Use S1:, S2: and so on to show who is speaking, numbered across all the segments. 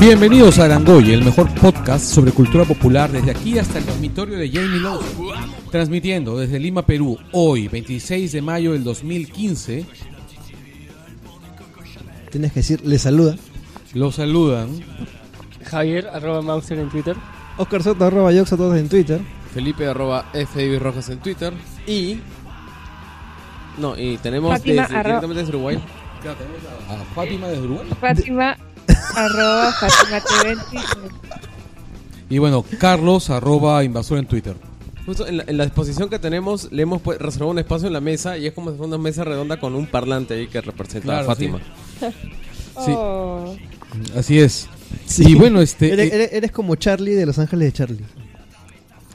S1: Bienvenidos a Arangoye, el mejor podcast sobre cultura popular desde aquí hasta el dormitorio de Jamie Lawson. Transmitiendo desde Lima, Perú, hoy, 26 de mayo del 2015,
S2: Tienes que decir, le saluda.
S1: los saludan
S3: Javier, arroba Mauser en Twitter.
S2: Oscar Soto, arroba Yox a todos en Twitter.
S4: Felipe arroba FB Rojas en Twitter y no y tenemos
S5: Fátima,
S4: desde-
S5: arro-
S4: directamente desde Uruguay
S1: a Fátima de Uruguay.
S5: Fátima, arroba Fátima TV en Twitter.
S1: Y bueno, Carlos, arroba invasor en Twitter.
S4: justo en la, en la exposición que tenemos le hemos pues, reservado un espacio en la mesa y es como si fuera una mesa redonda con un parlante ahí que representa
S1: Claro,
S4: a Fátima
S1: sí. Sí.
S5: Oh.
S1: Así es. Y bueno, este.
S2: Eres,
S1: eh,
S2: eres- eres como Charlie de Los Ángeles de Charlie.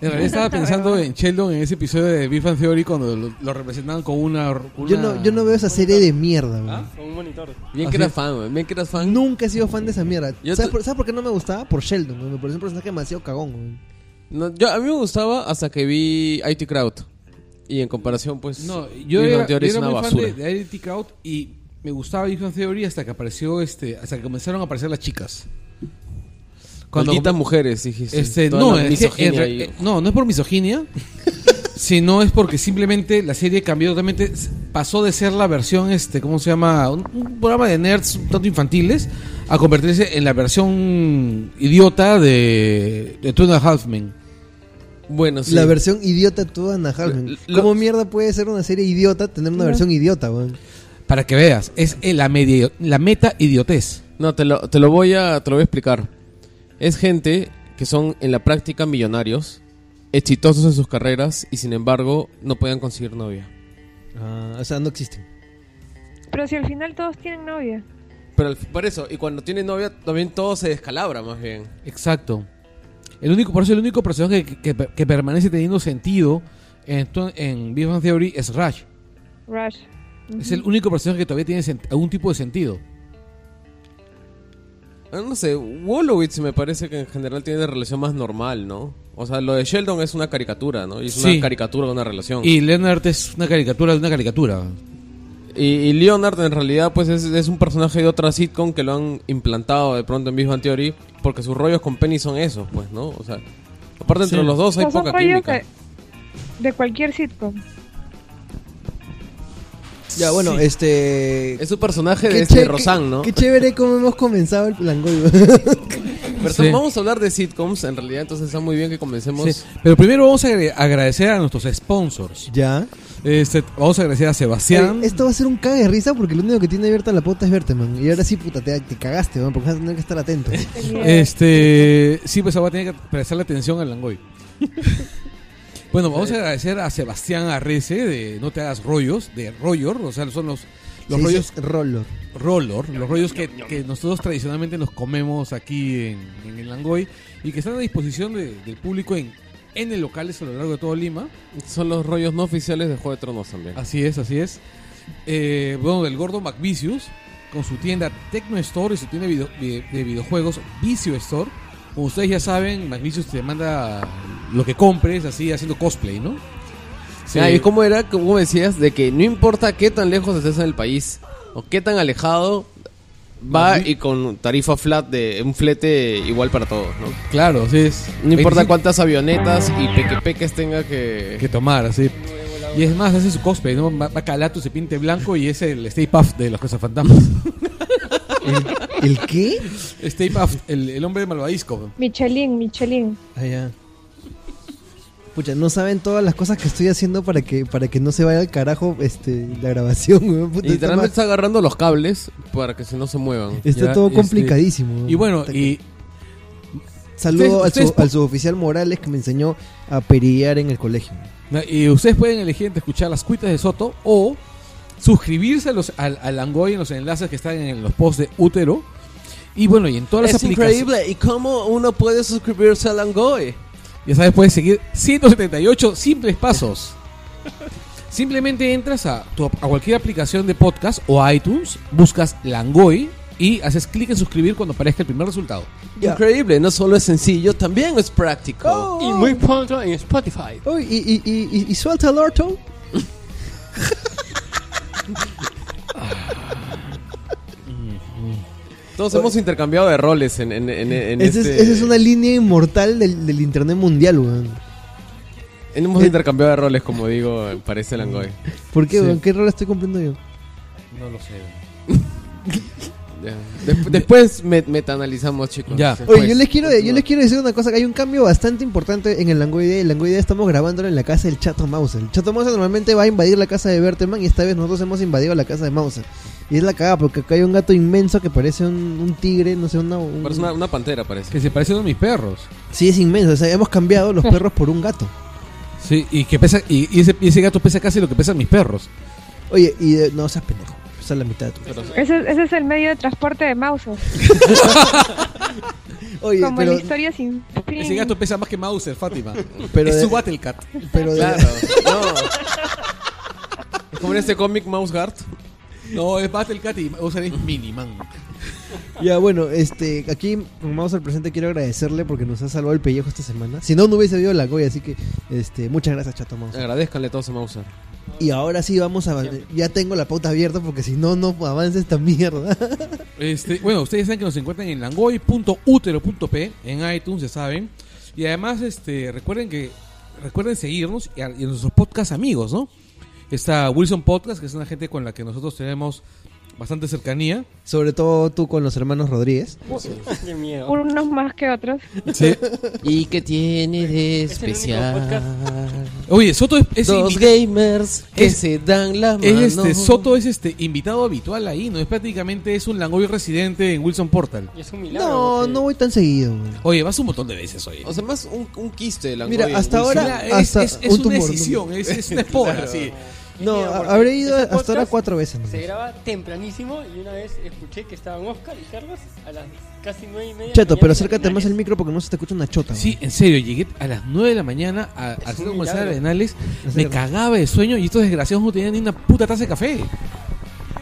S1: en realidad estaba pensando en Sheldon en ese episodio de Big Fan Theory cuando lo, lo representaban con una. una-
S2: Yo no, yo no veo esa serie de mierda, weón.
S1: ¿Ah?
S3: Con un monitor.
S4: bien
S1: Así
S4: que eras
S1: es.
S4: fan weón, bien que eras fan
S2: Nunca he sido fan de esa mierda.
S4: Yo
S2: ¿Sabes,
S4: te-
S2: por, sabes por qué no me gustaba? Por Sheldon, weón. me pareció un personaje demasiado cagón. weón.
S4: No, yo a mí me gustaba hasta que vi IT Crowd y en comparación pues
S1: No, yo
S4: Big Bang
S1: era, yo
S4: Theory es
S1: era
S4: una
S1: muy
S4: basura
S1: fan de, de Identity Crowd y me gustaba Big Fan Theory hasta que apareció este. Hasta que comenzaron a aparecer las chicas.
S4: Maldita mujeres dijiste
S1: Este,
S4: Toda
S1: no, es
S4: la
S1: que en
S4: misoginia
S1: re-
S4: ahí.
S1: eh, no, no es por misoginia, sino es porque simplemente la serie cambió totalmente, s- pasó de ser la versión, este, ¿cómo se llama? Un, un programa de nerds un tanto infantiles, a convertirse en la versión idiota de, de Two and a Half Men.
S4: bueno sí
S2: La versión idiota toda Ana Halman.
S4: L- lo-
S2: ¿Cómo mierda puede ser una serie idiota tener una versión idiota, weón?
S1: Para que veas, es eh, la, media, la meta idiotez.
S4: No, te lo, te lo voy a te lo voy a explicar. Es gente que son en la práctica millonarios, exitosos en sus carreras y sin embargo no pueden conseguir novia.
S2: Ah, o sea, no existen.
S5: Pero si al final todos tienen novia.
S4: Pero al- por eso, y cuando tienen novia también todo se descalabra más bien.
S1: Exacto. El único, por eso el único personaje que, que- que permanece teniendo sentido en, tu- en Big Bang Theory es Rush.
S5: Rush.
S1: Es el único personaje que todavía tiene sen- algún tipo de sentido.
S4: Ah, No sé, Wolowitz me parece que en general tiene una relación más normal, ¿no? O sea, lo de Sheldon es una caricatura, ¿no? Y es
S1: Sí.
S4: una caricatura de una relación. Y,
S1: Y Leonard es una caricatura de una caricatura.
S4: y Leonard en realidad pues es, es un personaje de otra sitcom que lo han implantado de pronto en Big Bang Theory porque sus rollos con Penny son esos, pues, ¿no? O sea, aparte entre
S1: Sí.
S4: los dos hay
S5: O sea, son
S4: poca
S5: rollos
S4: química.
S5: de, de cualquier sitcom.
S2: Ya, bueno, este.
S4: Es su personaje
S2: qué
S4: de este
S2: che-
S4: Rosan, ¿no?
S2: Qué chévere cómo hemos comenzado el plangoy, weón.
S4: Pero
S1: Sí.
S4: vamos a hablar de sitcoms, en realidad, entonces está muy bien que comencemos.
S1: Sí. Pero primero vamos a agre- agradecer a nuestros sponsors.
S2: Ya.
S1: Este, vamos a agradecer a Sebastián.
S2: Oye, esto va a ser un cague de risa porque lo único que tiene abierta la puerta es verte, man. Y ahora sí, puta, te, te cagaste, man, porque vas a tener que estar atento.
S1: Este, sí, pues ahora tiene que prestarle atención al Langoy. bueno, vamos a agradecer a Sebastián Arrece de No te hagas rollos, de Roller, o sea, son los, los
S2: Se dice
S1: rollos
S2: roller.
S1: roller, los rollos que, que nosotros tradicionalmente nos comemos aquí en, en el Langoy y que están a disposición de- del público en N locales a lo largo de todo Lima.
S4: Son los rollos no oficiales de Juego de Tronos también.
S1: Así es, así es. Eh, bueno, del gordo McVicious, con su tienda Tecno Store y su tienda de video- de, de videojuegos Vicio Store. Como ustedes ya saben, McVicious te manda lo que compres, así haciendo cosplay, ¿no? Sí.
S4: Ah, ¿Y cómo era, como decías, de que no importa qué tan lejos estés en el país o qué tan alejado, va
S1: Ujú.
S4: y con tarifa flat de un flete igual para todos, ¿no?
S1: Claro, así es.
S4: No importa
S1: 25
S4: cuántas avionetas y pequepeques tenga que.
S1: que tomar, así. Y es más, hace su cosplay, ¿no? Va, va calato, se pinte blanco y es el Stay Puft de los cazafantasmas.
S2: ¿El qué?
S1: Stay Puft, el, el hombre malvadisco.
S5: Michelin, Michelin.
S2: Ah, ya. Pucha, no saben todas las cosas que estoy haciendo para que, para que no se vaya al carajo este, la grabación, weón. Puta, está
S4: Literalmente
S2: más-
S4: está agarrando los cables para que si no se muevan.
S2: está
S1: Ya,
S2: todo
S1: este,
S2: complicadísimo. weón.
S1: Y bueno,
S2: Puta,
S1: y
S2: Saludo
S1: ustedes-
S2: al, su,
S1: ustedes-
S2: al suboficial Morales que me enseñó a perillar en el colegio.
S1: Y ustedes pueden elegir entre escuchar las cuitas de Soto o suscribirse a los, al, al Langoy en los enlaces que están en los posts de Útero. Y bueno, y en todas las aplicaciones.
S4: ¿Y cómo uno puede suscribirse a Langoy?
S1: Ya sabes, puedes seguir 178 simples pasos. Simplemente entras a, tu- a cualquier aplicación de podcast o iTunes, buscas Langoy y haces clic en suscribir cuando aparezca el primer resultado.
S4: Increíble, no solo es sencillo, también es práctico.
S3: Y muy pronto en Spotify.
S2: Oh, y, y, y, y- y suelta el orto.
S4: Todos hemos intercambiado de roles en, en, en- en
S2: Esa es,
S4: este...
S2: esa es una línea inmortal del, del internet mundial, weón.
S4: Hemos intercambiado de roles, como digo, parece Langoy.
S2: ¿Por qué,
S1: Sí.
S2: weón? ¿Qué rol estoy cumpliendo yo?
S1: No lo sé.
S4: Ya. Desp- después me- metaanalizamos, chicos.
S1: Ya.
S4: Después.
S2: Oye, yo les quiero,
S4: pues,
S2: yo les quiero decir una cosa, que hay un cambio bastante importante en el Langoidea. El Langoidea estamos grabándolo en la casa del Chato Mauser. El Chato Mauser normalmente va a invadir la casa de Berteman y esta vez nosotros hemos invadido la casa de Mauser. Y es la cagada, porque acá hay un gato inmenso que parece un, un tigre, no sé, una, un-
S4: Parece una, una pantera, parece.
S1: Que se parece a uno de mis perros.
S2: Sí, es inmenso. O sea, hemos cambiado los perros por un gato.
S1: Sí, y que pesa, y, y ese, y ese gato pesa casi lo que pesan mis perros.
S2: Oye, y eh, no seas pendejo. Esa es la mitad de tu
S5: Ese, es- ese es el medio de transporte de Mauser.
S2: Oye,
S5: Como en
S2: pero,
S5: la historia sin fin.
S1: Ese gato pesa más que Mauser, Fátima.
S2: pero
S1: es
S2: de-
S1: su Battle Cat.
S2: pero de-
S4: Claro, no. Es como en este cómic Mouse Guard.
S1: No, es Battle Cat y Mauser es Miniman.
S2: Ya, bueno, este, aquí vamos al presente, quiero agradecerle porque nos ha salvado el pellejo esta semana. Si no, no hubiese habido la Goya, así que este, muchas gracias, Chato Mouse.
S3: Eh.
S4: Agradezcanle todos a Mauser.
S2: Y ahora sí vamos a ya tengo la pauta abierta porque si no no avanza esta mierda.
S1: Este, bueno, ustedes saben que nos encuentran en langoy.utero.p en iTunes, ya saben. Y además, este, recuerden que recuerden seguirnos y a, y a nuestros podcast amigos, ¿no? Está Wilson Podcast, que es una gente con la que nosotros tenemos bastante cercanía.
S2: Sobre todo tú con los hermanos Rodríguez.
S3: Uh, Qué miedo.
S5: Unos más que otros.
S4: ¿Y qué tiene de
S2: Ah.
S3: Es el único especial?
S1: Oye, Soto es, es invi-
S4: gamers
S1: que
S4: se dan la mano.
S1: es este, Soto es este invitado habitual ahí, ¿no? Es prácticamente es un langoy residente en Wilson Portal.
S3: Y es un milagro.
S2: No,
S3: porque-
S2: no voy tan seguido. güey.
S1: Oye, vas un montón de veces, oye.
S4: O sea, más un, un quiste de la
S2: Mira,
S4: Goya,
S2: hasta
S4: un-
S2: ahora-
S1: Mira, es,
S2: hasta
S1: es- es
S2: un
S1: una
S2: tumor,
S1: decisión, es, es una espora,
S4: Claro.
S1: sí.
S3: Qué
S2: No,
S3: miedo,
S2: ha-
S3: porque
S2: habré ido
S3: ese
S2: hasta ahora
S3: podcast
S2: cuatro veces. nomás.
S3: Se graba tempranísimo y una vez escuché que estaban Oscar y Carlos a las casi nueve y media.
S2: Chato,
S3: de la mañana
S2: pero acércate
S3: en
S2: más al
S3: Arenales.
S2: micro porque no se te escucha una chota.
S1: Sí, en serio, llegué a las 9 de la mañana a- al Centro
S3: un
S1: Comercial
S3: milagro.
S1: Arenales,
S2: Es
S1: me
S2: verdad.
S1: cagaba de sueño y estos desgraciados no tenían ni una puta taza de café.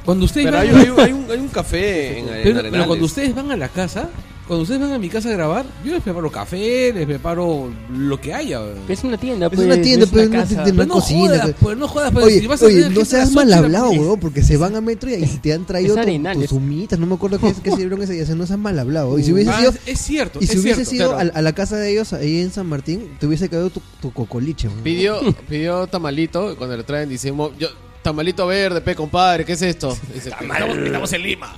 S1: Cuando ustedes
S4: Pero
S1: van,
S4: hay, hay un, hay un- hay un café en, en
S1: pero- pero
S4: Arenales.
S1: cuando ustedes van a la casa, cuando ustedes van a mi casa a grabar, yo les preparo café, les preparo lo que haya.
S3: Pero Es una tienda,
S2: Es una tienda,
S3: no
S2: pero no
S3: casa.
S2: te- te-
S1: Pero
S2: no
S1: no
S2: cocina,
S1: jodas,
S2: pues.
S1: pues, no jodas, pues,
S2: Oye,
S1: si vas a
S2: oye
S1: tener
S2: no
S1: gente a
S2: seas
S1: las
S2: mal
S1: ocho de la-
S2: hablado, weón, porque se van a metro y, y te han traído
S3: Es
S2: tu-
S3: Arenales.
S2: tus humitas, no me acuerdo qué, qué se dieron ese día, o sea, no seas mal hablado. Y si hubiese
S1: Ah,
S2: sido,
S1: es cierto,
S2: y si
S1: es
S2: hubiese
S1: cierto.
S2: sido
S1: Claro.
S2: a, a la casa de ellos ahí en San Martín, te hubiese caído tu, tu cocoliche, weón.
S4: Pidió, pidió tamalito, y cuando le traen decimos, yo, tamalito verde, pe compadre, ¿qué es esto? Dice,
S1: Estamos, estamos en Lima.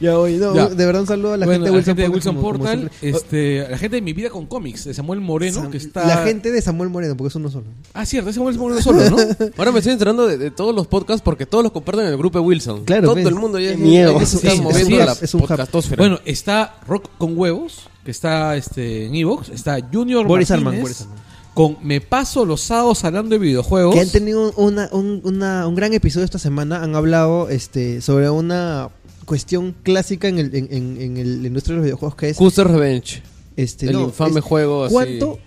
S2: Ya, oye, no,
S1: Ya.
S2: de verdad un saludo a la
S1: Bueno,
S2: gente de
S1: la
S2: Wilson,
S1: gente de Wilson
S2: como- como
S1: Portal,
S2: siempre. Oh,
S1: este, la gente de Mi Vida con Cómics, de Samuel Moreno,
S2: Sam-
S1: que está...
S2: La gente de Samuel Moreno, porque es uno solo.
S1: Ah, cierto, ese Samuel Moreno solo, ¿no?
S4: Ahora me estoy enterando de, de todos los podcasts porque todos los comparten en el grupo de Wilson.
S2: Claro,
S4: Todo
S2: pues.
S4: el mundo ya
S3: Qué miedo.
S4: ya se está
S1: Sí,
S4: moviendo
S1: sí,
S4: a
S1: es-
S4: la
S2: es un hub.
S4: podcastósfera.
S1: Bueno, está Rock con Huevos, que está este, en Evox. Está Junior Martínez
S2: Boris Arman, Boris Arman.
S1: con Me Paso los sábados hablando de videojuegos.
S2: Que han tenido una, un, una- un gran episodio esta semana. Han hablado este, sobre una cuestión clásica en, el, en, en- en el- en la industria de los videojuegos que es
S4: Custer's Revenge.
S2: este,
S4: el
S2: no,
S4: infame
S2: es-
S4: juego así.
S2: ¿Cuánto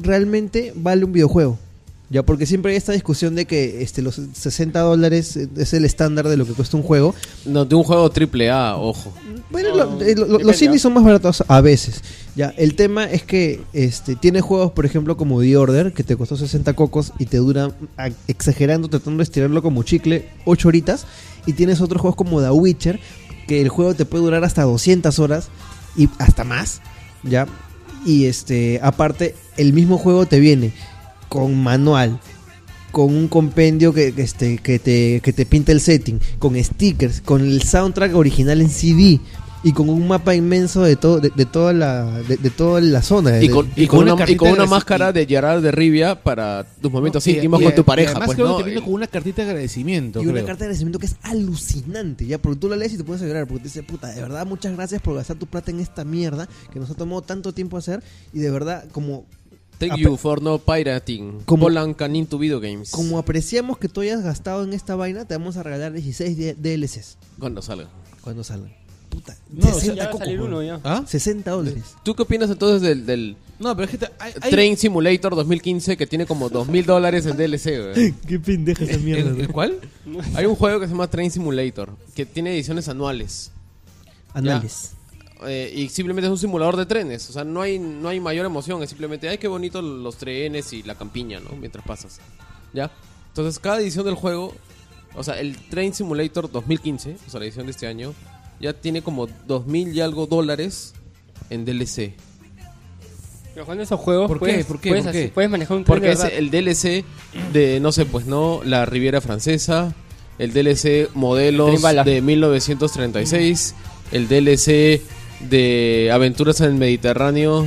S2: realmente vale un videojuego? Ya, porque siempre hay esta discusión de que este, los 60 dólares eh, es el estándar de lo que cuesta un juego.
S4: No, de un juego triple A, ojo.
S2: Bueno,
S3: No,
S2: lo- eh, lo- lo-
S3: depende,
S2: los indies
S3: ¿ah?
S2: son más baratos a veces. Ya, el tema es que este tiene juegos, por ejemplo, como The Order, que te costó 60 cocos y te dura, a- exagerando, tratando de estirarlo como chicle, 8 horitas. Y tienes otros juegos como The Witcher, que el juego te puede durar hasta 200 horas y hasta más. Ya, y este, aparte, el mismo juego te viene con manual, con un compendio que, que, este, que, te, que te pinta el setting, con stickers, con el soundtrack original en CD y con un mapa inmenso de, todo de, de toda, la, de, de toda la zona. de-
S4: Y con,
S2: de-
S4: y con
S1: una
S4: una, y
S1: cartita
S4: con
S1: de
S4: una
S1: reci-
S4: máscara de Gerard de Rivia para tus momentos
S1: Y-
S4: íntimos
S1: y-
S4: con tu
S1: y
S4: pareja.
S1: además
S4: Pues,
S1: creo que
S4: ¿no?
S1: termina con una cartita de agradecimiento,
S2: y una
S1: creo.
S2: carta de agradecimiento que es alucinante, ya, porque tú la lees y te puedes llorar, porque te dice, puta, de verdad, muchas gracias por gastar tu plata en esta mierda que nos ha tomado tanto tiempo hacer y de verdad, como
S4: Thank
S2: Ah,
S4: you for no pirating.
S2: Como-
S4: Polan Canin to video games.
S2: Como apreciamos que tú hayas gastado en esta vaina, te vamos a regalar 16 D- DLCs
S4: Cuando salga.
S2: cuando salgan. Puta,
S1: No, o sea,
S2: 60
S1: ya
S3: va a
S2: cocos,
S3: salir
S2: weón.
S3: uno ya.
S1: ¿Ah?
S2: 60 dólares.
S4: ¿Tú qué opinas entonces del, del
S1: No, pero es que te- hay- hay-
S4: Train Simulator 2015 que tiene como 2.000 dólares en DLC, güey?
S2: Qué pendeja esa mierda.
S1: ¿El, el cuál?
S4: Hay un juego que se llama Train Simulator, que tiene ediciones anuales.
S2: Anales.
S4: Eh, y simplemente es un simulador de trenes. O sea, no hay, no hay mayor emoción. Es simplemente, ay, qué bonito los trenes y la campiña, ¿no? Mientras pasas. ¿Ya? Entonces, cada edición del juego, o sea, el Train Simulator 2015, o sea, la edición de este año, ya tiene como 2000 y algo dólares en DLC.
S3: Pero jugando esos juegos,
S1: ¿Por qué?
S3: puedes,
S1: ¿Por qué?
S3: Puedes,
S1: ¿Por
S3: hacer-
S1: qué?
S3: puedes manejar un tren
S4: Porque
S3: de
S4: es
S3: verdad.
S4: el DLC de, no sé, pues no, la Riviera Francesa, el DLC modelos
S3: Tren bala.
S4: de 1936, el DLC de Aventuras en el Mediterráneo,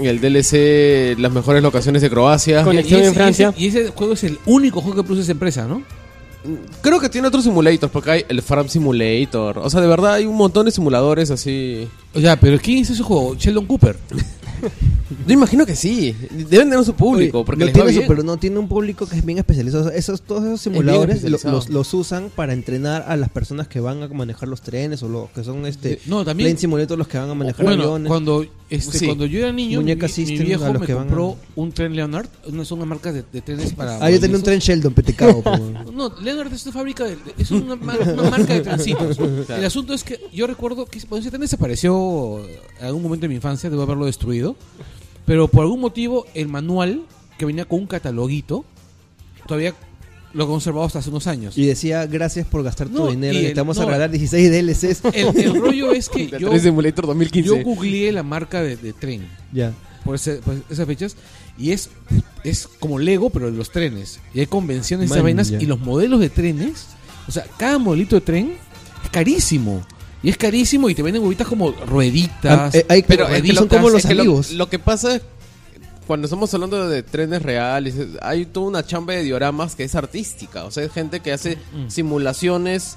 S4: el DLC las mejores locaciones de Croacia.
S3: Con- Conexión
S1: Y ese-
S3: en Francia.
S1: Y ese, y ese juego es el único juego que produce esa empresa, ¿no?
S4: Creo que tiene otros simulators, porque hay el Farm Simulator. O sea, de verdad hay un montón de simuladores así.
S1: O sea, pero ¿quién hizo ese juego? Sheldon Cooper.
S4: Yo imagino que sí. Deben tener su público,
S2: Oye,
S4: porque
S2: no
S4: les va
S2: tiene su-
S4: bien.
S2: pero no tiene un público que es bien especializado. O sea, esos, todos esos simuladores lo-
S4: especializado.
S2: los, los usan para entrenar a las personas que van a manejar los trenes o los que son este
S1: Eh, No, también-
S2: plane simulator los que van a manejar
S1: Bueno,
S2: aviones.
S1: cuando, este,
S4: Sí.
S1: cuando yo era niño, mi,
S2: Muñeca
S1: mi
S2: System, a
S1: viejo
S2: los
S1: me
S2: que van
S1: compró
S2: a-
S1: un tren Leonard. Una, son unas marcas de, de trenes para...
S2: Ah, yo tenía un tren Sheldon, petecado.
S1: No, Leonard es una fábrica, de- es una, mar- una marca de trencitos. El asunto es que yo recuerdo que cuando ese tren desapareció en algún momento de mi infancia, debo haberlo destruido. Pero por algún motivo, el manual que venía con un cataloguito, todavía lo he conservado hasta hace unos años.
S2: y decía, gracias por gastar tu
S1: No,
S2: dinero,
S1: y
S2: y
S1: el-
S2: te vamos a
S1: no.
S2: regalar 16 DLCs.
S1: El, el rollo es que
S4: El
S1: yo,
S4: Train Simulator 2015.
S1: yo googleé la marca de, de tren
S2: ya.
S1: por, ese- por esas fechas y es, es como Lego, pero de los trenes. Y hay convenciones de
S2: Man,
S1: esas vainas
S2: ya.
S1: y los modelos de trenes, o sea, cada modelito de tren es carísimo. Y es carísimo y te venden huevitas como rueditas.
S2: Ah, eh, hay-
S1: pero
S2: pero es que
S1: rueditas.
S2: son como los
S4: es que lo-
S2: amigos.
S4: Lo, que pasa es, cuando estamos hablando de trenes reales, es- hay toda una chamba de dioramas que es artística. O sea, hay gente que hace
S2: Mm.
S4: simulaciones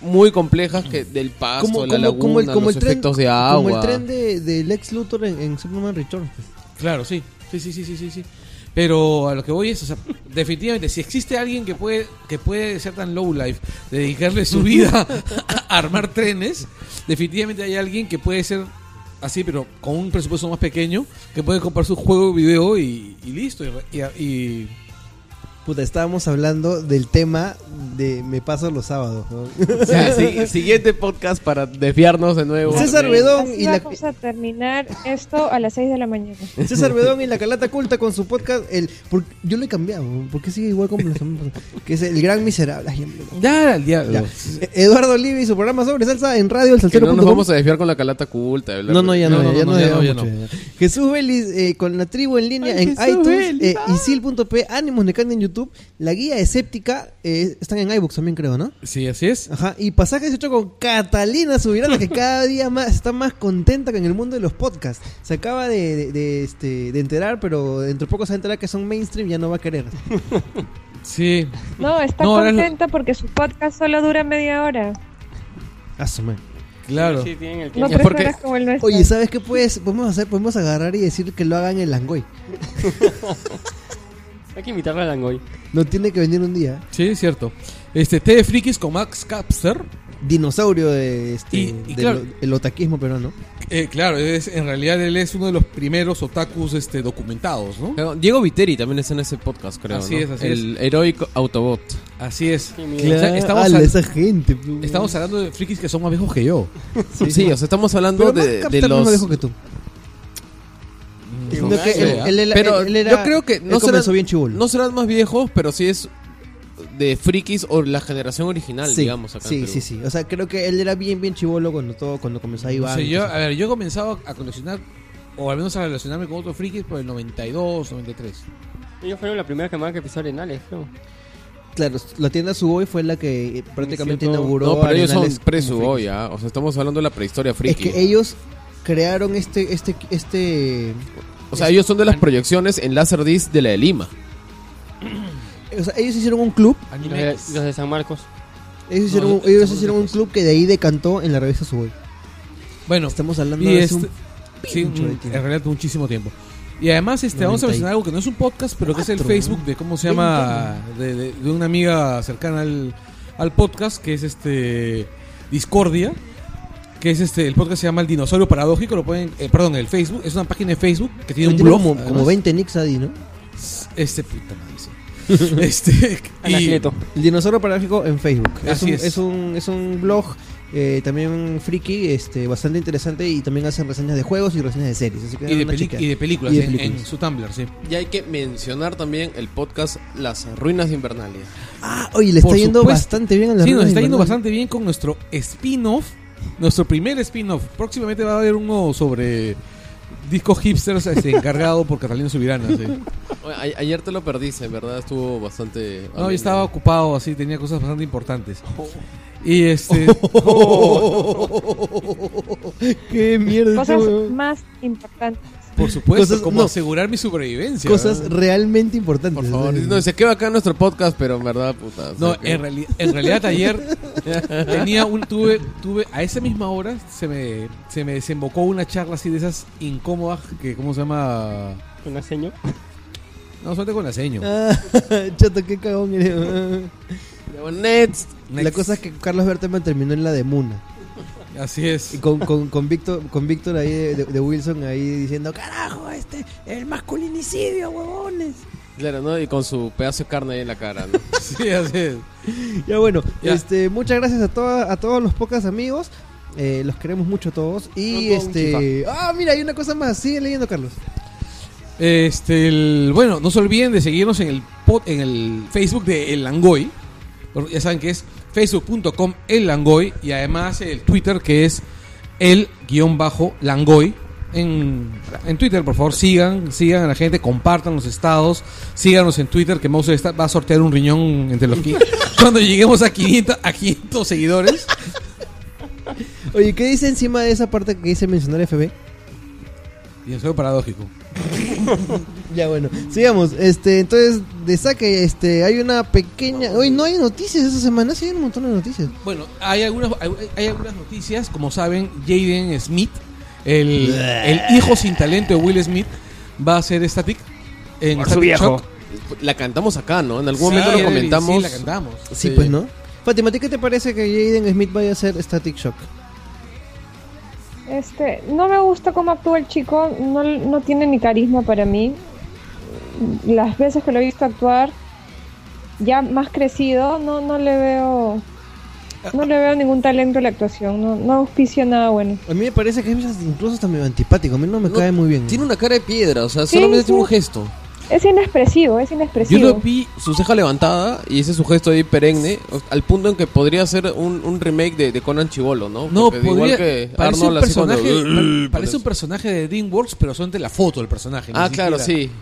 S4: muy complejas que del pasto,
S2: Como,
S4: la
S2: como-
S4: laguna,
S2: como el, como
S4: los
S2: el tren,
S4: efectos de agua.
S2: como el tren de, de Lex Luthor en, en Superman pues. Return.
S1: Claro, sí. Sí, sí, sí, sí, sí, sí. Pero a lo que voy es, o sea, definitivamente, si existe alguien que puede, que puede ser tan low life, dedicarle su vida a armar trenes, definitivamente hay alguien que puede ser así, pero con un presupuesto más pequeño, que puede comprar su juego video y, y listo. Y, y- y-
S2: Puta, estábamos hablando del tema de Me paso los sábados. ¿no?
S4: O sea, si- siguiente podcast para desviarnos de nuevo.
S2: César Bedón
S5: Así
S2: y la,
S5: vamos a terminar esto a las 6 de la mañana.
S2: César Bedón y la Calata Culta con su podcast. El, por- yo lo he cambiado, porque sigue igual como los Que es El Gran Miserable. Ay, hombre, no.
S1: ya, al diablo.
S2: Ya. E- Eduardo Oliva y su programa sobre salsa en radio el
S4: Que
S2: salsero.
S4: no nos vamos a desviar con la calata culta. bla, bla,
S2: No, no, ya no,
S1: No, no,
S2: ya
S1: no,
S2: no,
S1: ya
S2: ya
S1: no, ya
S2: mucho,
S1: no.
S2: ya. Jesús Vélez eh, con la tribu en línea
S4: Ay,
S2: en
S4: Jesús
S2: iTunes, eh,
S4: Vélez,
S2: isil.p, Ánimos Necandi en YouTube, la guía escéptica, eh, están en iBooks también creo, ¿no?
S1: Sí, así es.
S2: Ajá, y pasajes hecho con Catalina Subirana, que cada día más está más contenta que en el mundo de los podcasts. Se acaba de, de- de, este, de enterar, pero dentro de poco se va a enterar que son mainstream y ya no va a querer.
S1: Sí.
S5: No, está
S1: No, ahora es lo-
S5: contenta porque su podcast solo dura media hora.
S2: Asume.
S1: Claro.
S3: Sí, tienen el
S5: No
S4: Es
S3: tiempo.
S5: tres
S4: porque-
S5: horas como el nuestro.
S2: Oye, ¿sabes qué puedes, podemos hacer? Podemos agarrar y decir que lo hagan en Langoy.
S3: Hay que invitarlo a Langoy.
S2: No tiene que venir un día.
S1: Sí, es cierto. Este, T de Frikis con Max Capster.
S2: Dinosaurio de este,
S1: Y- y
S2: del
S1: claro-
S2: el otaquismo peruano.
S1: Eh, claro, es, en realidad él es uno de los primeros otakus este, documentados, ¿no?
S4: Pero Diego Viteri también está en ese podcast, creo.
S1: Así
S4: ¿no?
S1: es, así
S4: el heroico Autobot.
S1: Así es.
S3: Sí, mira.
S1: Claro. sea, estamos
S2: ala,
S1: al-
S2: esa gente. pues. pu-
S1: Estamos hablando de frikis que son más viejos que yo.
S4: Sí, o sea, estamos hablando
S2: pero más
S4: de, de
S2: Captain no
S4: los.
S2: me dejó que tú.
S1: No
S3: Mm.
S2: No, que
S1: sé,
S2: él-
S1: ¿ah?
S2: él era-
S4: pero
S2: él- él era-
S4: yo creo que
S2: él
S4: no serán,
S2: comenzó bien chibolo.
S4: no serán más viejos, pero sí es de frikis o la generación original,
S2: sí,
S4: digamos. Acá en
S2: sí,
S4: Perú.
S2: sí, sí. O sea, creo que él era bien, bien chivolo cuando todo, cuando comenzó
S1: O
S2: Iván.
S1: sea, yo, a ver, yo he comenzado a coleccionar, o al menos a relacionarme con otros frikis por el 92, 93.
S3: Ellos fueron la primera camada que pisó Arenales, creo.
S1: ah,
S2: Claro, la tienda Suboy fue la que eh, prácticamente
S3: Inició todo.
S2: inauguró.
S4: No, pero ellos son
S2: Arenales
S4: pre
S2: como frikis.
S4: ya. O sea, estamos hablando de la prehistoria
S2: Es
S4: friki.
S2: que ellos crearon este, este, este.
S4: o sea, ellos son de las proyecciones en Laserdisc de la de Lima.
S2: O sea, ellos hicieron un club.
S3: Los de, los de San Marcos.
S2: Ellos hicieron,
S1: yo-
S2: un- ellos
S1: estamos
S2: hicieron un
S1: lejos.
S2: club que de ahí decantó en la revista Suboy.
S1: Bueno,
S2: Estamos hablando
S1: y
S2: de hace
S1: este-
S2: un-
S1: sí,
S2: pincho de
S1: mm, en
S2: tiempo.
S1: realidad muchísimo tiempo. Y además este, vamos a
S2: 90 y-
S1: mencionar algo que no es un podcast, pero que es el
S2: Cuatro, ¿no?
S1: Facebook de, ¿cómo se llama? De, de- de una amiga cercana al, al podcast, que es este Discordia. que es este, el podcast se llama El Dinosaurio Paradójico, lo pueden, eh, perdón, el Facebook, es una página de Facebook que tiene
S2: Tiene
S1: un blog.
S2: como,
S1: además.
S2: como 20 nicks ahí, ¿no?
S1: Este puta madre, sí. Este, y,
S3: Anacleto.
S2: El dinosaurio parásico en Facebook. Es
S1: Así
S2: un,
S1: es.
S2: es. un, es un blog eh, también friki, este, bastante interesante y también hacen reseñas de juegos y reseñas de series. Así que
S1: y de
S2: una
S1: peli-
S2: chequeada.
S1: y de películas,
S2: Y de
S1: en- En,
S2: películas.
S1: su Tumblr, sí.
S4: Y hay que mencionar también el podcast Las Ruinas de Invernalia.
S2: Ah, oye, le está
S1: Por
S2: yendo
S1: supuesto.
S2: bastante bien a la
S1: Sí, nos
S2: rueda,
S1: está yendo
S2: ¿verdad?
S1: bastante bien con nuestro spin-off, nuestro primer spin-off. Próximamente va a haber uno sobre discos hipsters este, encargado por Catalina Subirana. Sí.
S4: Oye, a- ayer te lo perdiste, en verdad estuvo bastante...
S1: No,
S4: ameno.
S1: yo estaba ocupado, así, tenía cosas bastante importantes.
S2: Oh.
S1: Y este,
S2: ¡Qué mierda! este
S5: Cosas
S2: huevón.
S5: más importantes.
S1: por supuesto,
S2: Cosas-
S1: como
S2: no.
S1: asegurar mi sobrevivencia.
S2: Cosas
S1: ¿verdad?
S2: realmente importantes.
S4: Por favor,
S2: Sí,
S4: no, dice que bacán nuestro podcast, pero en verdad, puta. o sea,
S1: No,
S4: que-
S1: en, reali- en realidad ayer tenía un tuve tuve a esa misma hora se me se me desembocó una charla así de esas incómodas que cómo se llama
S3: Una seño.
S1: no suerte con la seño.
S2: Ah, Chato, qué cagón eres. Ah.
S4: Next.
S2: La
S1: Next.
S2: cosa es que Carlos Berteman terminó en la de Muna.
S1: así
S2: Y
S1: es.
S2: con, con, con Víctor, con Víctor ahí de, de- de Wilson ahí diciendo, carajo, este, el masculinicidio, huevones.
S4: Claro, ¿no? Y con su pedazo de carne ahí en la cara, ¿no?
S1: Sí, así es.
S2: Ya bueno,
S1: Ya.
S2: este, muchas gracias a todas, a todos los pocas amigos. Eh, los queremos mucho a todos. Y
S3: Con- con
S2: este. Ah, mira, hay una cosa más. Sigue leyendo, Carlos.
S1: Este, el- bueno, no se olviden de seguirnos en el pod- en el Facebook de El Langoy. Ya saben que es facebook.com El Langoy y además el Twitter que es el guión bajo Langoy. En, en Twitter, por favor, sigan, sigan a la gente, compartan los estados, síganos en Twitter que Mouse está- va a sortear un riñón entre los qui- cuando lleguemos a 500, a 500 seguidores.
S2: Oye, ¿qué dice encima de esa parte que dice mencionar FB?
S1: Y eso es paradójico.
S2: Ya bueno, sigamos. Este, entonces, de saque, este, hay una pequeña. Hoy no hay noticias esta semana, sí hay un montón de noticias.
S1: Bueno, hay algunas, hay, hay algunas noticias. Como saben, Jaden Smith, el, el hijo sin talento de Will Smith, va a ser Static. En
S3: Por su
S1: Static
S3: viejo.
S1: Shock.
S4: La cantamos acá, ¿no? En algún
S1: Sí,
S4: momento lo
S1: sí,
S4: comentamos.
S1: Sí, la cantamos.
S2: Sí, pues no. Fátima, ¿a ti qué te parece que Jaden Smith vaya a ser Static Shock?
S5: Este, no me gusta cómo actúa el chico, no, no tiene ni carisma para mí. Las veces que lo he visto actuar, ya más crecido, no, no le veo. No le veo ningún talento en la actuación, no, no auspicia nada bueno.
S2: A mí me parece que es incluso hasta medio antipático. A mí no me
S4: No,
S2: cae muy bien. ¿eh?
S4: Tiene una cara de piedra, o sea,
S5: Sí,
S4: solamente tiene
S5: sí.
S4: un gesto.
S5: Es inexpresivo, es
S4: Yo
S5: inexpresivo.
S4: lo vi, su ceja levantada y ese es su gesto ahí perenne, o- al punto en que podría ser un, un remake de, de Conan Chivolo, ¿no?
S1: No,
S4: Porque
S1: podría-
S4: igual que
S1: parece, un
S4: Arnold así cuando- Mm,
S1: personaje, pa- parece un personaje de DreamWorks, pero solamente la foto del personaje. ni
S4: Ah, claro,
S1: siquiera-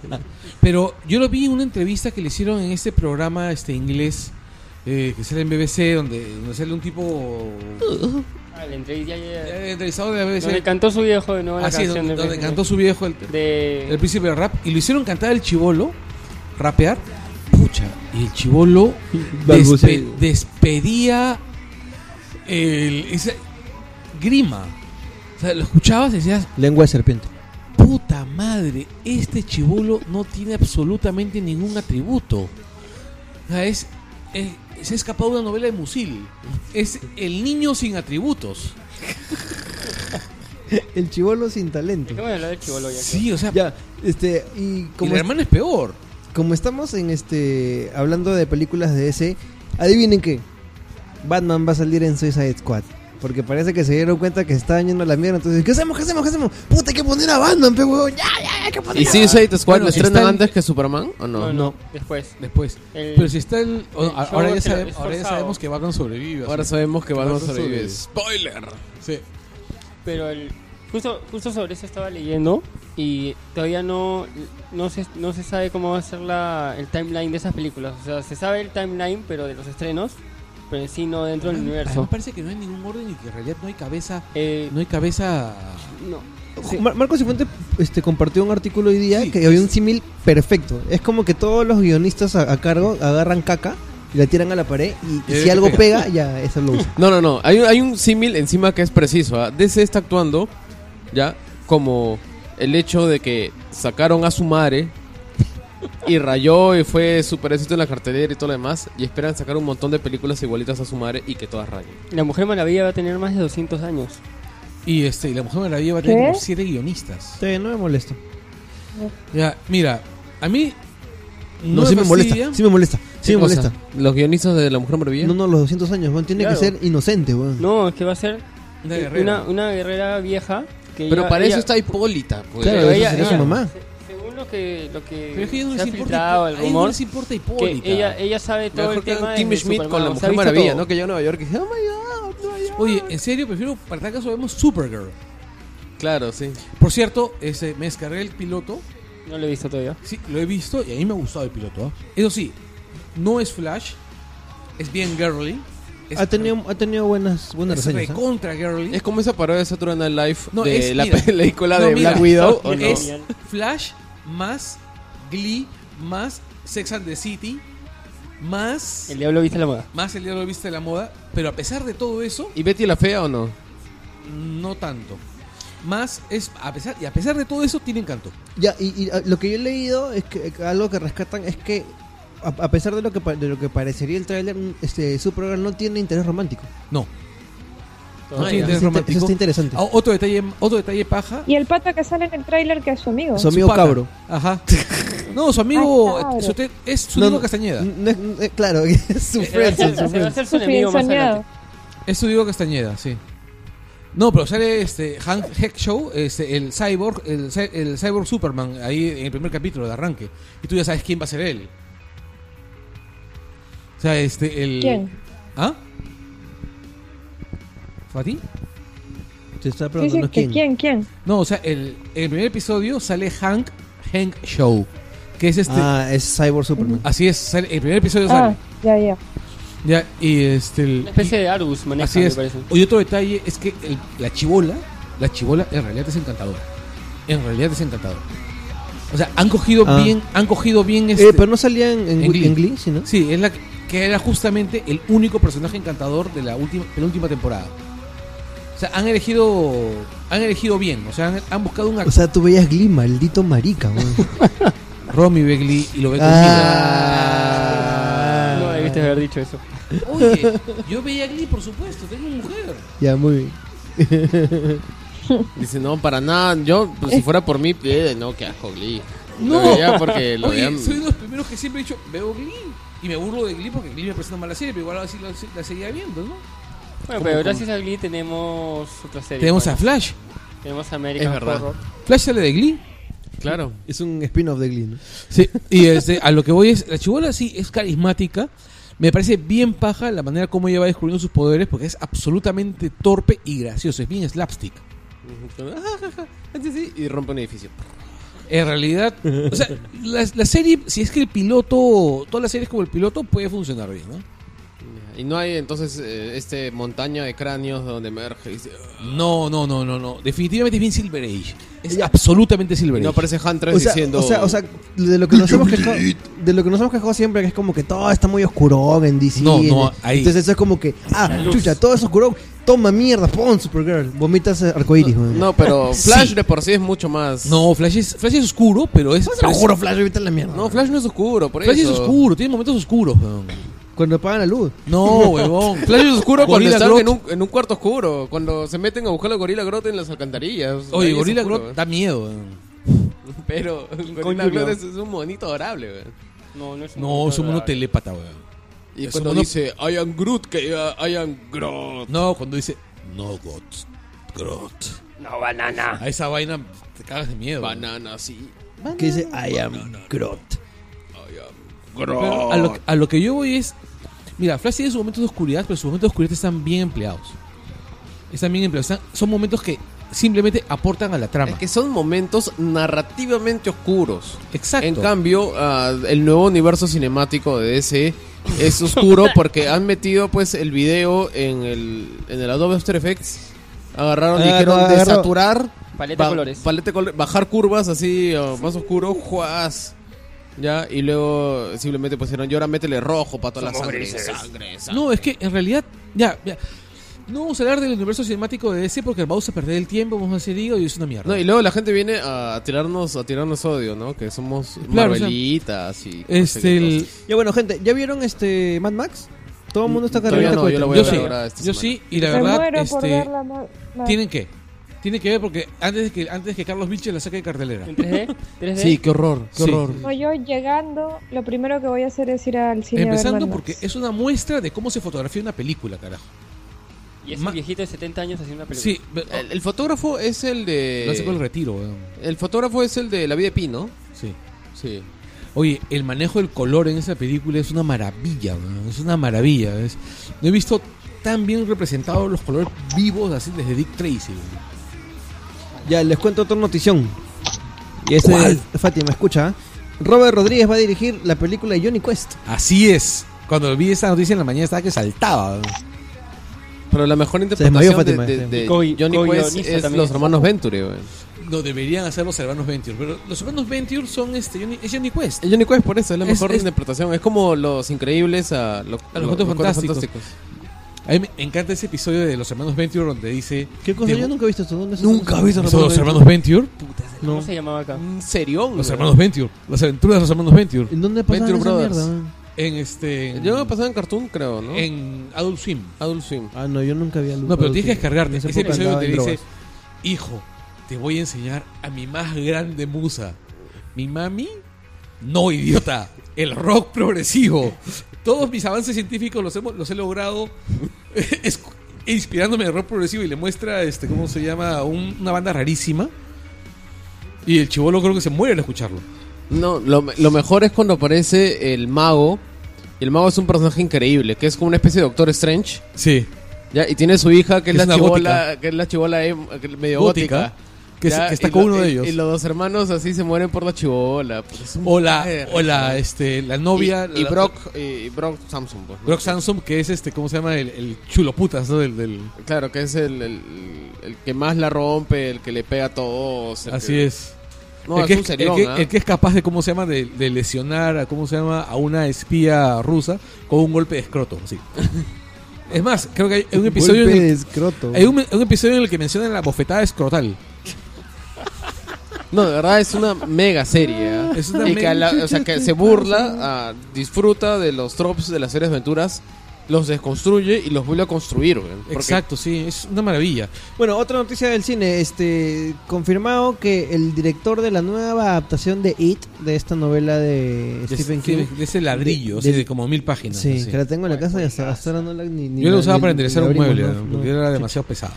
S4: sí.
S1: Pero yo lo vi en una entrevista que le hicieron en este programa este inglés eh, que sale en BBC, donde, donde sale un tipo
S4: Uh.
S3: Ah, la entrevista ya- ya-
S1: eh, entrevistado de la BBC.
S3: Donde cantó su viejo de nuevo la
S1: Así,
S3: canción
S1: Ah, donde,
S3: de
S1: donde cantó su viejo el,
S3: de
S1: el príncipe del rap y lo hicieron cantar el chivolo, rapear. Pucha, y el chivolo despe-
S2: Balbuceo.
S1: despedía el, ese grima. O sea, lo escuchabas y decías,
S2: Lengua de serpiente.
S1: puta madre, este chivolo no tiene absolutamente ningún atributo. O sea, es, es- se ha escapado de una novela de Musil. Es el niño sin atributos.
S2: El chivolo sin talento.
S3: Déjame hablar del chivolo ya.
S1: Sí, o sea,
S2: Ya, este,
S1: y
S2: y como,
S1: la hermana es peor.
S2: como estamos en este hablando de películas de ese, adivinen qué. Batman va a salir en Suicide Squad. Porque parece que se dieron cuenta que se estaban yendo a la mierda. Entonces, ¿qué hacemos? ¿Qué hacemos? ¿Qué hacemos? Puta, hay que poner a Batman, pe huevón. Ya, ya, ya, hay que poner
S4: ¿Y
S2: a
S4: Suicide Squad
S1: Bueno,
S4: lo estrenan
S1: están-
S4: antes que Superman o no?
S3: No, no, después.
S1: Después.
S3: El-
S1: Pero si está el. o-
S3: el
S1: ahora,
S3: show
S1: ya
S3: se eh, lo-
S1: sabe-
S3: es
S1: ahora ya
S3: forzado.
S1: sabemos que Batman sobrevive.
S4: Ahora
S1: así.
S4: sabemos que van a
S1: Batman
S4: sobrevivir.
S1: Sí.
S3: Pero el, justo, justo sobre eso estaba leyendo y todavía no, no, se, no se sabe cómo va a ser la, el timeline de esas películas. O sea, se sabe el timeline, pero de los estrenos, pero en sí no dentro del
S1: Además,
S3: universo.
S1: parece que Ah, no hay ningún orden y que en realidad no hay cabeza.
S3: Eh,
S1: No hay cabeza.
S3: no.
S2: Ju- Mar- Marco Cifuente este, compartió un artículo hoy día
S1: Sí,
S2: que había un símil perfecto. Es como que todos los guionistas a, a cargo agarran caca y la tiran a la pared y,
S1: Y ahí
S2: si algo
S1: pega.
S2: pega, ya eso lo usan.
S4: No, no, no. Hay, un- hay un símil encima que es preciso. ¿ah? DC está actuando, ya, como el hecho de que sacaron a su madre Y rayó y fue super éxito en la cartelera y todo lo demás. Y esperan sacar un montón de películas igualitas a su madre y que todas rayen.
S3: La Mujer Maravilla va a tener más de 200 años.
S1: Y este, y la mujer maravilla va a tener
S5: ¿Qué?
S1: como siete guionistas.
S2: Está bien, no me molesta.
S1: Ya, mira, a mí
S2: No, sí me molesta.
S1: fastidia.
S2: Sí me molesta. Sí
S4: ¿Qué
S2: me
S4: cosa?
S2: molesta.
S4: ¿Los guionistas de La Mujer Maravilla?
S2: No, no, los 200 años, weón. Tiene
S3: Claro.
S2: que ser inocente, weón.
S3: No, es que va a ser
S1: Una
S3: eh,
S1: guerrera.
S3: Una, una guerrera vieja. Que
S4: Pero
S3: ella-
S4: para eso
S3: ella-
S4: está Hipólita. pues.
S2: Claro,
S3: Pero
S2: eso
S3: ella-
S2: será su
S3: ella-
S2: mamá.
S3: se- Según lo que, lo que,
S1: Pero es que a ellos
S3: se
S1: no
S3: ha
S1: les importa
S3: filtrado,
S1: Hipo-
S3: el
S1: a ellos
S3: rumor,
S1: no les importa
S3: que
S1: Hipólita.
S3: ella, ella sabe todo
S4: Mejor
S3: el
S4: que
S3: tema
S4: Tim
S3: desde
S4: Schmidt con
S3: Superman,
S4: La
S3: o sea, ha
S4: Mujer
S3: visto
S4: Maravilla,
S3: todo.
S4: ¿no? Que llegó a Nueva York y dice, oh my god, Nueva York.
S1: Oye, eh, en serio, prefiero, para tal caso vemos Supergirl.
S4: Claro, sí.
S1: Por cierto, ese, me descargué el piloto.
S3: No lo he visto todavía.
S1: Sí, lo he visto y a mí me ha gustado el piloto. ¿ah? Eso sí, no es Flash, es bien girly. Es
S2: Ha tenido, ha tenido buenas, buenas
S1: es
S2: reseñas. ¿ah?
S1: recontra girly.
S4: Es como esa parodia de Saturday Night Live
S1: No,
S4: de
S1: es-
S4: la
S1: mira.
S4: película
S1: No,
S4: de
S1: mira.
S4: Black Widow, ¿o no?
S1: es Flash más Glee más Sex and the City más
S3: El diablo viste la moda.
S1: más el diablo viste la moda, pero a pesar de todo eso
S4: ¿Y Betty la Fea o no?
S1: no tanto. Más es a pesar y a pesar de todo eso tiene encanto.
S2: Ya, y, y, ah, lo que yo he leído es que eh, algo que rescatan es que a, a pesar de lo que pa- de lo que parecería el tráiler, mm, este Supergirl no tiene interés romántico.
S1: No, no
S4: Ah,
S1: tiene
S4: ya.
S1: interés
S2: Eso está- eso
S1: romántico.
S2: está interesante.
S1: Ah, Otro detalle, otro detalle paja.
S5: Y el pato que sale en el tráiler que es su amigo.
S2: Su
S1: su
S2: amigo
S1: pata.
S2: cabro.
S1: Ajá. No, su amigo
S5: Ah, cabro.
S1: su te- es su
S2: No,
S1: Diego
S2: no,
S1: Castañeda.
S2: n- no es- n- eh, claro, es su
S3: Se va a
S2: friend. su
S3: hacer- se va a
S2: friend.
S3: hacer su
S5: Su
S3: enemigo más
S5: fianzoneado.
S3: adelante.
S1: Es su Diego Castañeda, sí. No, pero sale este Hank Heckshow, este, el cyborg, el, cy- el cyborg Superman ahí en el primer capítulo de arranque. Y tú ya sabes quién va a ser él. O sea, este el
S5: ¿Quién?
S1: ¿Ah? ¿Fati?
S2: Te estaba
S5: Sí, sí,
S2: preguntando
S5: que
S2: quién.
S5: ¿quién? ¿Quién?
S1: No, o sea, el, en el primer episodio sale Hank Hank Show, que es este
S2: Ah, es Cyborg Superman.
S1: así es, sale- el primer episodio
S5: Ah,
S1: sale.
S5: ya, ya.
S1: Ya y este el-
S3: Una especie de Argus maneja,
S1: Así es.
S3: me parece.
S1: Y otro detalle es que el- la chibola, la chibola en realidad es encantadora. En realidad es encantadora. O sea, han cogido
S2: Ah.
S1: bien, han cogido bien
S2: Eh,
S1: este.
S2: pero no salía en, en,
S1: en
S2: Glee.
S1: Glee.
S2: en Glee, ¿sí, no?
S1: Sí, es la que- que era justamente el único personaje encantador de la última, de la última temporada. O sea, han elegido, han elegido bien. O sea, han, han buscado un
S2: O
S1: actor.
S2: sea, tú veías Glee, maldito marica, weón.
S1: Romy Begley y lo ve
S2: Ah.
S3: No debiste haber dicho eso.
S1: conmigo. Oye, yo veía a Glee, por supuesto, tengo mujer.
S2: Ya, muy bien.
S4: Dice, no, para nada. Yo, pues, si fuera por mí, eh, no, qué asco, Glee.
S1: No.
S4: Lo veía porque lo
S1: Oye,
S4: veían-
S1: soy uno de los primeros que siempre he dicho, veo Glee. Y me burlo de Glee porque Glee me presenta mala serie, pero igual así la, la seguía viendo, ¿no?
S3: Bueno, pero gracias a Glee tenemos otra serie.
S1: Tenemos a
S3: bueno.
S1: Flash.
S3: Tenemos American
S4: Es verdad.
S3: Horror.
S1: Flash sale de Glee.
S4: Claro.
S2: Es un spin-off de Glee, ¿no?
S1: Sí. Y este, a lo que voy es, la chibola sí es carismática. Me parece bien paja la manera como ella va descubriendo sus poderes porque es absolutamente torpe y gracioso. Es bien slapstick.
S4: Sí, sí, Y rompe un edificio.
S1: En realidad, o sea, la, la serie, si es que el piloto, todas las series como el piloto puede funcionar bien, ¿no?
S4: Y no hay entonces eh, este montaña de cráneos donde emerge. y dice, "Ugh".
S1: No, no, no, no, no. Definitivamente es bien Silver Age. Es absolutamente Silver
S4: Y
S1: Age.
S4: no aparece Huntress
S2: O sea,
S4: diciendo.
S2: o sea, o sea, de lo que nos hemos quejado, de lo que nos hemos quejado siempre que es como que todo está muy oscuro en DC.
S1: No,
S2: en-
S1: no, ahí.
S2: Entonces eso es como que, ah, chucha, todo es oscuro. Toma mierda, pon Supergirl, vomitas eh, arcoiris, weón.
S4: No, pero Flash
S1: Sí.
S4: de por sí es mucho más.
S1: No, Flash es, Flash es oscuro, pero es.
S2: te
S1: pero
S2: lo
S1: es-
S2: juro, Flash, vomita la mierda.
S4: pues, No, Flash no es oscuro, por
S1: Flash es
S4: eso.
S1: oscuro, tiene momentos oscuros, weón.
S2: Cuando apagan la luz.
S1: No, huevón.
S4: Flash es oscuro cuando
S1: Gorilla
S4: están
S1: Grodd.
S4: en un, en un cuarto oscuro. Cuando se meten a buscar a Gorila Grot en las alcantarillas. Ahí
S1: Oye,
S4: es
S1: Gorilla
S4: oscuro,
S1: Grodd da miedo, weón.
S4: weón. Pero Gorilla
S3: Junior.
S4: Grodd es, es un monito adorable, weón.
S3: No, no es
S1: No, es un mono
S3: mono
S1: telépata, weón.
S4: Y
S1: Es
S4: cuando
S1: un mono-
S4: dice, I am Groot, que uh, I am Groot.
S1: No, cuando dice, no, God, Grot.
S3: No, banana.
S1: A esa vaina te cagas de miedo. weón.
S4: Banana, sí.
S2: Que dice, I am Groot.
S4: I am
S1: Pero
S4: Groot.
S1: a, lo, a lo que yo voy es. Mira, Flash tiene sus momentos de oscuridad, pero sus momentos de oscuridad están bien empleados. Están bien empleados. están- son momentos que simplemente aportan a la trama.
S4: Es que son momentos narrativamente oscuros.
S1: Exacto.
S4: En cambio, ah, el nuevo universo cinemático de DC es oscuro porque han metido pues el video en el, en el Adobe After Effects. Agarraron
S1: Ah,
S4: y
S2: Agarró,
S4: dijeron
S2: agarró.
S4: desaturar.
S3: Paleta de colores.
S4: paleta de colo- bajar curvas así ah, más oscuro. Juas. Ya, y luego simplemente pusieron, y ahora métele rojo para toda la sangre. Sangre, sangre.
S1: No, es que en realidad, ya, ya. No vamos a hablar del universo cinemático de DC porque vamos a perder el tiempo, vamos a hacer hígado y es una mierda.
S4: No, y luego la gente viene a tirarnos, a tirarnos odio, ¿no? Que somos
S1: Claro, o sea,
S4: marvelitas y... no sé
S1: este,
S4: qué
S1: el-
S4: cosas.
S2: Ya bueno, gente, ¿ya vieron este Mad Max? Todo el mundo está
S4: Todavía
S2: cargando este
S4: no, yo la voy a
S1: yo
S4: ver
S1: sí,
S4: ahora esta
S1: yo
S4: semana.
S1: sí, y la
S5: Me
S1: verdad,
S5: muero por
S1: este,
S5: verla. ma- ma-
S1: tienen que, tienen que ver porque antes de que antes que Carlos Vilches la saque de cartelera.
S3: ¿En 3D? 3D.
S4: Sí, qué horror, qué
S1: Sí.
S4: horror.
S5: No, yo llegando, lo primero que voy a hacer es ir al cine. a ver
S1: Empezando
S5: Mad Max.
S1: porque es una muestra de cómo se fotografía una película, carajo.
S3: Y es
S1: Ma-
S3: un viejito de 70 años haciendo una película.
S1: Sí, pero-
S4: El, eh, el fotógrafo es el de...
S1: lo hace con el retiro, weón.
S4: El fotógrafo es el de La vida de Pi, ¿no?
S1: Sí.
S4: Sí.
S1: Oye, el manejo del color en esa película es una maravilla, weón, es una maravilla. ¿ves? No he visto tan bien representados los colores vivos así desde Dick Tracy. weón.
S2: Ya, les cuento otra notición. Y este
S1: ¿Cuál?
S2: Fátima, escucha. ¿ah? Robert Rodríguez va a dirigir la película de Johnny Quest.
S1: Así es. Cuando vi esa noticia en la mañana estaba que saltaba. weón.
S4: Pero la mejor
S2: desmayó,
S4: interpretación
S2: Fátima,
S4: de,
S2: sí.
S4: de- de
S3: Co-
S4: Johnny Quest
S3: co-guionista
S4: es
S3: también.
S4: los hermanos Venture, güey.
S1: No deberían hacer los hermanos Venture, pero los hermanos Venture son este Johnny, es Johnny Quest.
S4: El Johnny Quest por eso, es la
S1: Es-
S4: mejor
S1: es-
S4: interpretación. Es como los increíbles
S1: A
S4: a, lo-
S1: los
S4: lo-
S1: Cuatro
S4: Cuatro
S1: Fantásticos. A mí me encanta ese episodio de los hermanos Venture donde dice
S2: ¿Qué cosa?
S1: Debo-
S2: Yo nunca he visto esto. ¿Dónde se-
S4: Nunca he visto
S1: ¿Son los hermanos Venture?
S3: ¿Cómo
S2: No.
S3: se llamaba acá?
S4: Un Mm, serión.
S1: Los
S4: güey.
S1: hermanos Venture, las aventuras de los hermanos Venture
S2: ¿En dónde pasan
S4: Venture
S2: esa
S4: Brothers.
S2: mierda? man?
S1: en este en,
S4: Yo me pasaba en Cartoon, creo, ¿no?
S1: en Adult Swim.
S4: Adult Swim.
S2: Ah, no, yo nunca había
S1: No, pero tienes que descargarte. Ese episodio donde dice,
S2: dice...
S1: hijo, te voy a enseñar a mi más grande musa. Mi mami, no idiota. El rock progresivo. Todos mis avances científicos los, hemos- los he logrado es- inspirándome de rock progresivo y le muestra, este, ¿cómo se llama? Un- una banda rarísima. Y el chivolo creo que se muere al escucharlo.
S4: No, lo, lo mejor es cuando aparece el mago. Y el mago es un personaje increíble, que es como una especie de Doctor Strange.
S1: Sí.
S4: Ya, y tiene su hija, que es,
S1: Que es una
S4: la chibola, que es la chibola em- que es medio
S1: Gótica.
S4: gótica.
S1: Que, se-
S4: Ya,
S1: que está
S4: y
S1: con
S4: lo-
S1: uno de
S4: y-
S1: ellos.
S4: Y los dos hermanos así se mueren por la pues, chibola.
S1: o la, o la, este, la novia.
S4: Y, y
S1: la-
S4: Brock, y Brock Samson, pues, ¿no?
S1: Brock Samson, que es este, ¿cómo se llama? El, el chulo putas, ¿no? Del, del-
S4: Claro, que es el, el- el que más la rompe, el que le pega a todos. el
S1: Así
S4: que-
S1: es.
S4: No,
S1: el, que
S4: es un
S1: es,
S4: serión,
S1: el que-
S3: ¿eh?
S4: ¿ah?
S1: el que es capaz de, ¿cómo se llama? De, de lesionar a, ¿cómo se llama? A una espía rusa con un golpe de escroto, sí. es más, creo que hay un episodio, en
S2: Golpe
S1: el,
S2: de escroto.
S1: hay un, un episodio en el que mencionan la bofetada escrotal.
S4: No, de verdad es una mega serie. ¿ah?
S1: Es una
S4: y
S1: mega-
S4: que, a la- o sea, que se burla, ah, disfruta de los tropes de las series de aventuras, los desconstruye y los vuelve a construir. güey. Porque-
S1: Exacto, sí, es una maravilla.
S2: Bueno, otra noticia del cine. Este, confirmado que el director de la nueva adaptación de It, de esta novela de Stephen
S1: Sí,
S2: King.
S1: de ese ladrillo,
S2: De-
S1: así
S2: del-
S1: de como mil páginas.
S2: Sí,
S1: así.
S2: que la tengo en la casa y hasta hasta ahora no la ni, ni
S1: Yo
S2: la-
S1: lo usaba
S2: ni-
S1: para
S2: ni la
S1: enderezar un
S2: abrimos,
S1: mueble,
S2: ¿no?
S1: ¿no? porque
S2: No.
S1: era demasiado pesado.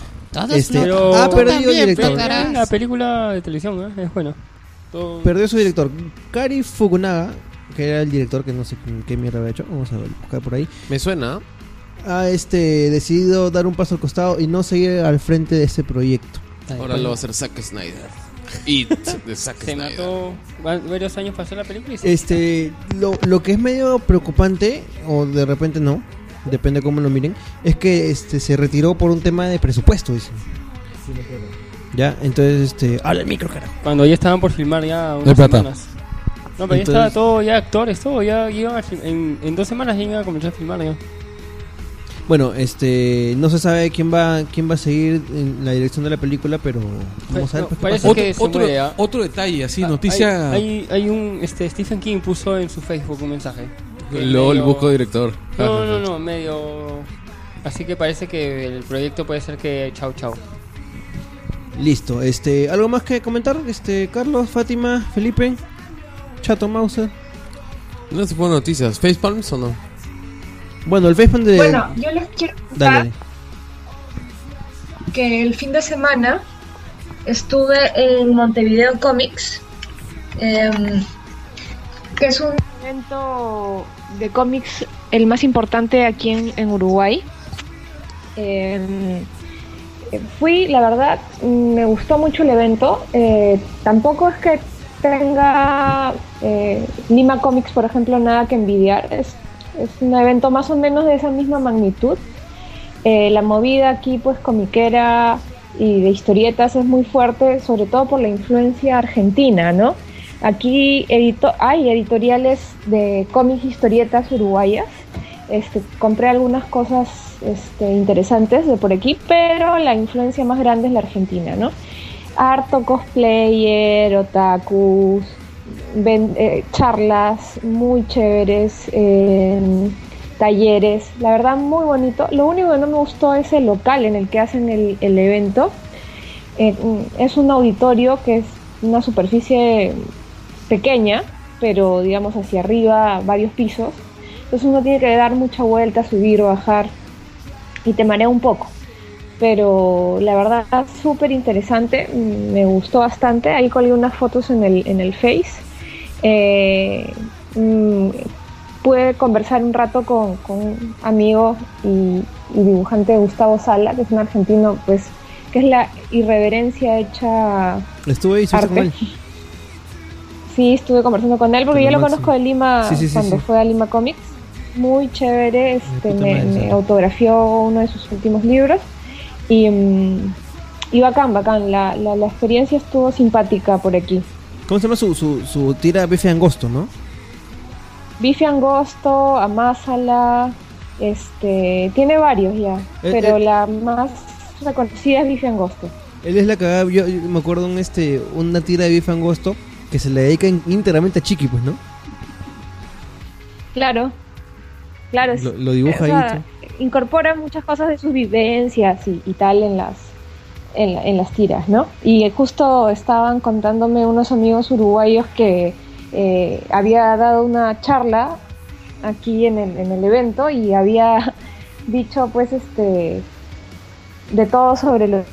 S2: Este,
S3: Pero-
S2: ah,
S3: Tú
S2: perdió
S6: también,
S2: el director.
S6: Pero
S3: Pero
S6: carajo.
S3: la película de televisión, ¿eh? Es bueno. Todo-
S2: Perdió su director. Kari Fukunaga, que era el director que no sé qué mierda había hecho. Vamos a buscar por ahí.
S4: Me suena.
S2: Ha este, decidido dar un paso al costado y no seguir al frente de este proyecto.
S4: Ahora lo va a hacer Zack Snyder. It de Zack
S3: se
S4: Snyder.
S3: mató va- varios años pasó la película y se
S2: Este, lo, lo que es medio preocupante, o de repente no, depende cómo lo miren, es que este, se retiró por un tema de presupuesto, dicen. Ya, entonces, este, habla el micro, carajo.
S3: Cuando ya estaban por filmar ya unas
S1: De plata.
S3: semanas. No, pero ya
S2: Entonces-
S3: estaba todo, ya actores, todo, ya iban a fil- en, en dos semanas ya iban a comenzar a filmar ya.
S2: Bueno, este, no se sabe quién va quién va a seguir en la dirección de la película, pero vamos a ver.
S3: No,
S2: pues, qué
S3: parece
S2: pasa.
S1: Otro,
S3: que se
S1: otro,
S3: mueve, ¿ah?
S1: otro detalle, así, noticia.
S3: Hay, hay, hay un, este, Stephen King puso en su Facebook un mensaje.
S4: LOL,
S3: Medio-
S4: busco director.
S3: No, no, no, medio... Así que parece que el proyecto puede ser que chau chau.
S2: Listo, este, algo más que comentar, este, Carlos, Fátima, Felipe, Chato Mauser.
S4: No se ponen noticias. ¿Facepalms o no?
S2: Bueno, el Facebook de
S6: Bueno, yo les quiero contar
S2: dale. dale.
S6: que el fin de semana estuve en Montevideo Comics, em, que es un
S5: evento de cómics el más importante aquí en, en Uruguay. Eh, fui, la verdad, me gustó mucho el evento. Eh, tampoco es que tenga eh, Lima Comics, por ejemplo, nada que envidiar. Es, es un evento más o menos de esa misma magnitud. Eh, la movida aquí, pues, comiquera y de historietas es muy fuerte, sobre todo por la influencia argentina, ¿no? Aquí edito- hay editoriales de cómics historietas uruguayas este, compré algunas cosas este, interesantes de por aquí, pero la influencia más grande es la Argentina, ¿no? Harto cosplayer, otakus, ven- eh, charlas muy chéveres, em, talleres, la verdad muy bonito. Lo único que no me gustó es el local en el que hacen el, el evento. Eh, mm, es un auditorio que es una superficie pequeña, pero digamos hacia arriba, varios pisos. Entonces uno tiene que dar mucha vuelta, subir o bajar y te marea un poco. Pero la verdad, súper interesante, mm, me gustó bastante. Ahí colgué unas fotos en el, en el Face. Eh, mm, pude conversar un rato con, con un amigo y, y dibujante Gustavo Sala, que es un argentino, pues, que es la irreverencia hecha
S2: Estuve ahí, Susan
S5: Arte.
S2: Mal.
S5: Sí, estuve conversando con él porque
S2: Pero
S5: yo lo
S2: máximo.
S5: conozco de Lima
S2: Sí, sí, sí,
S5: cuando
S2: sí. Ah,
S5: fue a Lima Comics. Muy chévere, este,
S2: puta
S5: me,
S2: madre,
S5: me
S2: sí.
S5: autografió uno de sus últimos libros. Y, mm, y bacán, bacán. La, la, la experiencia estuvo simpática por aquí.
S2: ¿Cómo se llama su, su, su tira bife angosto, no?
S5: Bife Angosto, Amásala, este, tiene varios ya,
S2: Eh,
S5: pero
S2: eh.
S5: la más reconocida es Bife Angosto.
S2: Él es la que yo, yo me acuerdo en este una tira de bife angosto que se le dedica in- íntegramente a Chiqui, pues, ¿no?
S5: Claro, claro, es-
S2: Lo, lo dibuja
S5: Pues, O
S2: ahí.
S5: sea, incorpora muchas cosas de sus vivencias y, y tal en las en, la- en las tiras, ¿no? Y justo estaban contándome unos amigos uruguayos que eh, había dado una charla aquí en el, en el evento y había dicho pues este de todo sobre los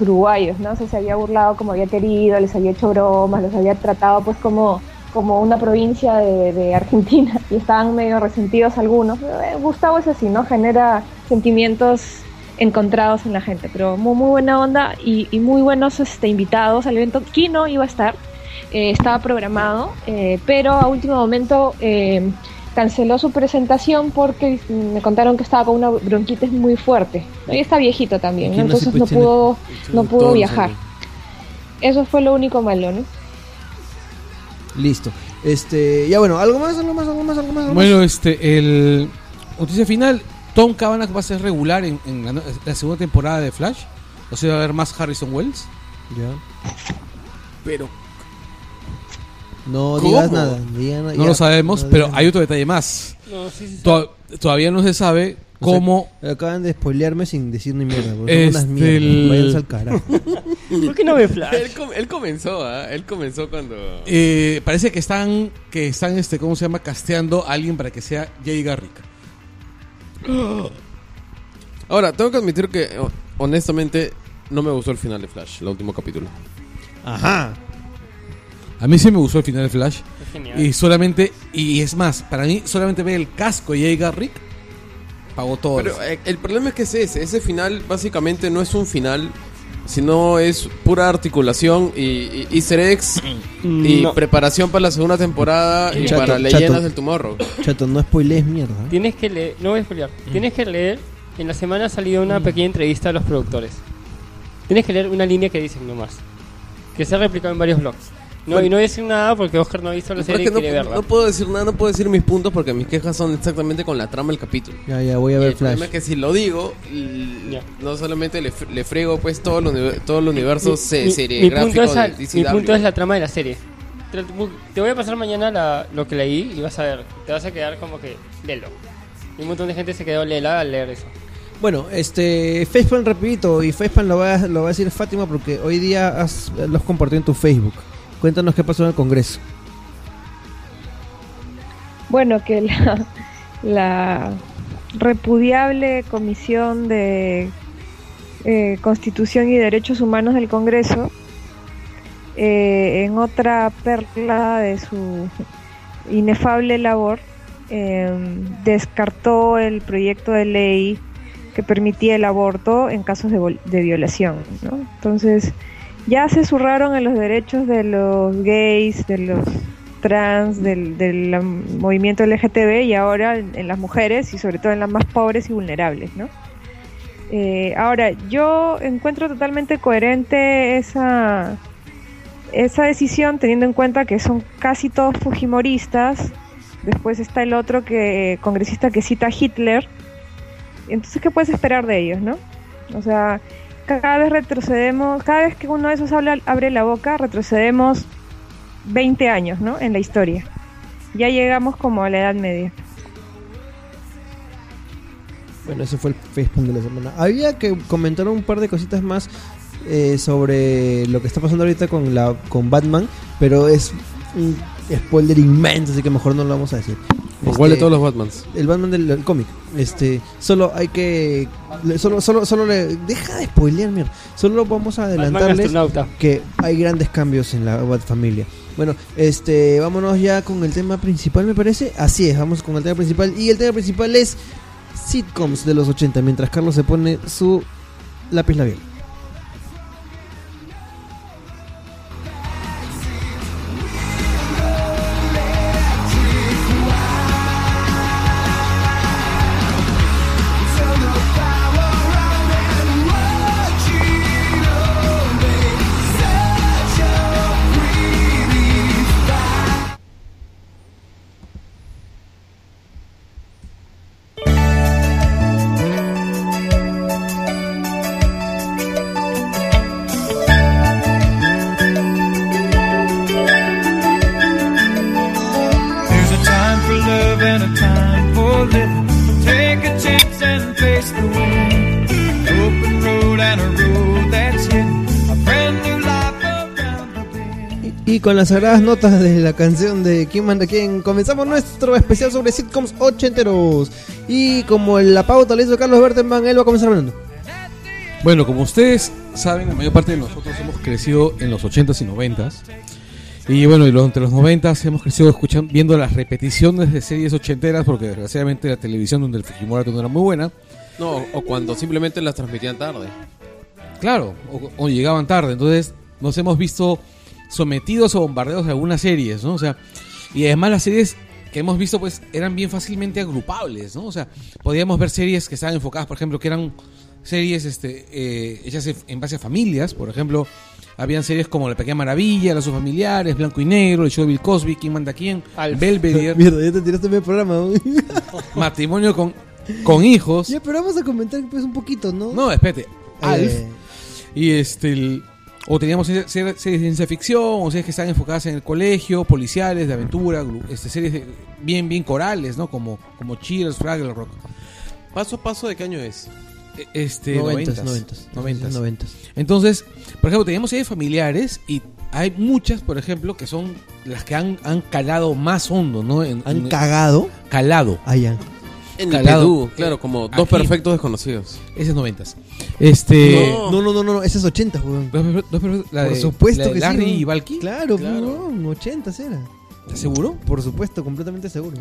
S5: uruguayos, ¿no? O sea, se había burlado como había querido, les había hecho bromas, los había tratado pues como, como una provincia de, de Argentina y estaban medio resentidos algunos. Eh, Gustavo es así, ¿no? Genera sentimientos encontrados en la gente, pero muy, muy buena onda y, y muy buenos este, invitados al evento. Kino iba a estar, eh, estaba programado, eh, pero a último momento eh, canceló su presentación porque me contaron que estaba con una bronquitis muy fuerte. ¿no? Y está viejito también, ¿no?
S2: Kino sí,
S5: entonces
S2: pues,
S5: no
S2: tiene-
S5: pudo no
S4: Todos
S5: pudo
S4: los
S5: viajar.
S4: años.
S5: Eso fue lo único malo, ¿no?
S2: Listo. Este, ya bueno, algo más, algo más, algo más, algo más. algo
S1: Bueno,
S2: más?
S1: este, el. Noticia final: Tom Cavanagh va a ser regular en, en la, no- la segunda temporada de Flash. O sea, va a haber más Harrison Wells.
S2: Ya.
S4: Pero
S2: No digas
S4: ¿Cómo?
S2: nada. diga na-
S1: No
S2: ya,
S1: lo sabemos,
S2: no
S1: pero
S2: digas
S1: hay otro detalle más.
S3: No, sí, sí, sí.
S1: Toda- todavía no se sabe
S2: O sea,
S1: cómo.
S2: Acaban de spoilearme sin decir ni mierda. Porque son unas
S1: Este,
S2: mierdas.
S1: el-
S2: Váyanse al carajo.
S3: ¿Por qué no ve Flash?
S4: él, com- él comenzó, ¿ah? Él comenzó cuando...
S1: eh, parece que están, que están, este, ¿cómo se llama? Casteando a alguien para que sea Jay Garrick.
S4: Ahora, tengo que admitir que, ho- honestamente, no me gustó el final de Flash, el último capítulo.
S2: Ajá.
S1: A mí sí me gustó el final de Flash.
S3: Es genial.
S1: Y solamente, y es más, para mí solamente ver el casco de Jay Garrick pagó todo.
S4: Pero eh, el problema es que es ese. Ese final, básicamente, no es un final, sino es pura articulación y, y easter eggs y
S3: Mm, No.
S4: preparación para la segunda temporada y
S2: Chato,
S4: para
S2: chato.
S4: leyendas del Tomorrow.
S2: Chato, no spoilees mierda. ¿eh?
S3: Tienes que leer, no voy a spoilear,
S4: Mm.
S3: tienes que leer, en la semana ha salido una pequeña entrevista a los productores. Tienes que leer una línea que dicen nomás, que se ha replicado en varios blogs. No,
S4: Bueno.
S3: y no voy a decir nada porque Oscar no ha visto
S4: Pero
S3: la
S4: es
S3: serie
S4: que
S3: y quiere
S4: no,
S3: verla.
S4: no puedo decir nada, no puedo decir mis puntos porque mis quejas son exactamente con la trama del capítulo.
S2: Ya, ya, voy a
S4: Y
S2: ver
S4: el problema
S2: Flash.
S4: es que si lo digo, l-
S3: Ya.
S4: no solamente le, fre- le frego pues todo el, uni- todo el universo se- serie
S3: punto
S4: gráfico
S3: es,
S4: de
S3: al- mi
S4: DCW.
S3: punto es la trama de la serie. Te- Te voy a pasar mañana la- lo que leí y vas a ver, te vas a quedar como que léelo. Y un montón de gente se quedó lela al leer eso.
S2: Bueno, este, Facepan rapidito. Y Facepan lo va, a- lo va a decir Fátima porque hoy día has, lo has compartido en tu Facebook. Cuéntanos qué pasó en el Congreso.
S5: Bueno, que la, la repudiable Comisión de eh, Constitución y Derechos Humanos del Congreso, eh, en otra perla de su inefable labor, eh, descartó el proyecto de ley que permitía el aborto en casos de, vol- de violación. ¿no? Entonces, ya se zurraron en los derechos de los gays, de los trans, del, del am, movimiento LGTB y ahora en, en las mujeres y sobre todo en las más pobres y vulnerables, ¿no? Eh, ahora, yo encuentro totalmente coherente esa esa decisión, teniendo en cuenta que son casi todos fujimoristas, después está el otro que congresista que cita a Hitler, entonces, ¿qué puedes esperar de ellos, no? O sea, cada vez retrocedemos, cada vez que uno de esos habla, abre la boca, retrocedemos 20 años, ¿no? En la historia. Ya llegamos como a la Edad Media.
S2: Bueno, ese fue el Facebook de la semana. Había que comentar un par de cositas más eh, sobre lo que está pasando ahorita con, la, con Batman, pero es un spoiler inmenso, así que mejor no lo vamos a decir.
S4: Igual de
S2: Este,
S4: Pues todos los Batmans.
S2: el Batman del del cómic. Este, solo hay que le- solo solo solo le deja de spoilear, mierda. Solo vamos a
S3: Batman
S2: adelantarles
S3: astronauta.
S2: que hay grandes cambios en la Bat familia. Bueno, este, vámonos ya con el tema principal, me parece. Así es, vamos con el tema principal y el tema principal es sitcoms de los 80 mientras Carlos se pone su lápiz labial.
S7: There's a time for love and a time for living. Take a chance and face the wind. Open road and a road that's hidden. A brand new life around the bend.
S2: Y, y con las sagradas notas de la canción de Quién manda quién, comenzamos nuestro especial sobre sitcoms ochenteros. Y como la pauta le hizo Carlos Bertenman, él va a comenzar hablando.
S1: Bueno, como ustedes saben, la mayor parte de nosotros hemos crecido en los 80s y 90s. Y bueno, y los- entre los 90s hemos crecido escuchando, viendo las repeticiones de series ochenteras, porque desgraciadamente la televisión donde el Fujimori no era muy buena.
S4: No, o cuando simplemente las transmitían tarde.
S1: Claro, o, o llegaban tarde. Entonces nos hemos visto sometidos a bombardeos de algunas series, ¿no? O sea, y además las series que hemos visto pues eran bien fácilmente agrupables, ¿no? O sea, podíamos ver series que estaban enfocadas, por ejemplo, que eran series este, eh, hechas en- en base a familias, por ejemplo, habían series como La Pequeña Maravilla, Lazos Familiares, Blanco y Negro, El Show de Bill Cosby, ¿Quién manda a quién?
S3: Alf.
S1: Belvedere,
S2: Mierda, ya te tiraste mi programa. ¿no?
S1: Matrimonio con, con Hijos.
S2: ya, pero vamos a comentar pues, un poquito, ¿no?
S1: No, espérate, Alf.
S2: Eh,
S1: Y este, el- o teníamos se- se- series de ciencia ficción, o series que estaban enfocadas en el colegio, policiales, de aventura, gru- este, series de- bien, bien corales, ¿no? Como, como Cheers, Fraggle Rock.
S4: Paso a paso, ¿de qué año es?
S1: E- Este,
S2: noventas,
S1: 90s, 90s.
S2: noventas. Noventas.
S1: Entonces, por ejemplo, teníamos series familiares y hay muchas, por ejemplo, que son las que han, han calado más hondo, ¿no? En-
S2: Han
S1: en-
S2: cagado
S1: calado.
S2: allá.
S4: En
S1: Calado.
S4: Perú, claro, como dos
S1: Aquí.
S4: perfectos desconocidos.
S1: Esas 90s. Este.
S4: No.
S2: No, no, no, no, no, ese es 80, weón.
S1: dos perfe- dos perfe- la
S2: Por
S1: de-
S2: supuesto
S1: la de
S2: que sí,
S1: Larry
S2: ¿no?
S1: y Valky.
S2: Claro,
S4: Claro.
S2: weón, 80 era.
S1: ¿Estás seguro?
S2: Por supuesto, completamente seguro.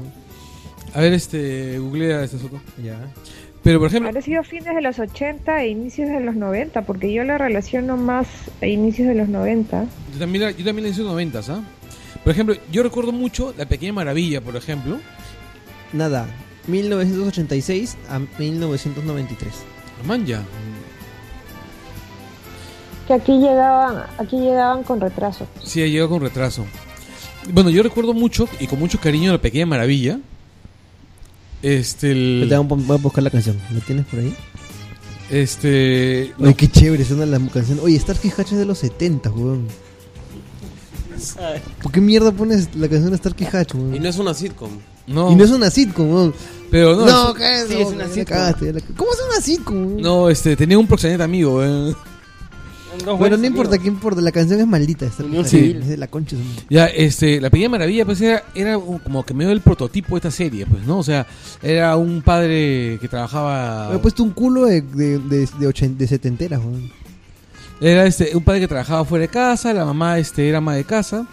S1: A ver, este. Googlea este soto.
S2: Ya.
S1: Pero, por ejemplo.
S5: Habrá sido fines de los 80 e inicios de los 90, porque yo la relaciono más a inicios de los 90.
S1: Yo también, la- yo también la hice en los 90, ¿ah? Por ejemplo, yo recuerdo mucho La Pequeña Maravilla, por ejemplo.
S2: Nada, 1986 a 1993.
S1: Manja.
S5: Que aquí llegaban, aquí llegaban con retraso.
S1: Sí, ha llegado con retraso. Bueno, yo recuerdo mucho y con mucho cariño La Pequeña Maravilla. Este. el-
S2: Te voy a- voy a buscar la canción. ¿La tienes por ahí?
S1: este.
S2: Oye, qué chévere suena la canción. Oye, Starsky Hatch es de los 70, weón. ¿Por qué mierda pones la canción de Starsky Hatch, weón?
S4: Y no es una sitcom.
S1: No,
S2: Y no es una sitcom, weón.
S1: pero no.
S2: No,
S1: es-
S2: cállate,
S3: sí, es
S2: weón,
S3: una
S2: ya la
S3: sitcom.
S2: cagaste, ya la- ¿Cómo es una sitcom? weón?
S1: no, este, tenía un proxeneta amigo. eh.
S3: Dos
S2: Bueno,
S3: buenos
S2: no importa
S3: amigos.
S2: quién importa, la canción es maldita. Está
S3: Unión
S2: está-
S3: Civil.
S2: Es de la concha. de su madre.
S1: Ya, este, La Pequeña Maravilla, pues era, era un- como que medio el prototipo de esta serie, pues, ¿no? O sea, era un padre que trabajaba.
S2: Me he puesto un culo de, de, de, de, ochen- de setenteras, weón.
S1: Era este, un padre que trabajaba fuera de casa, la mamá este, era ama de casa.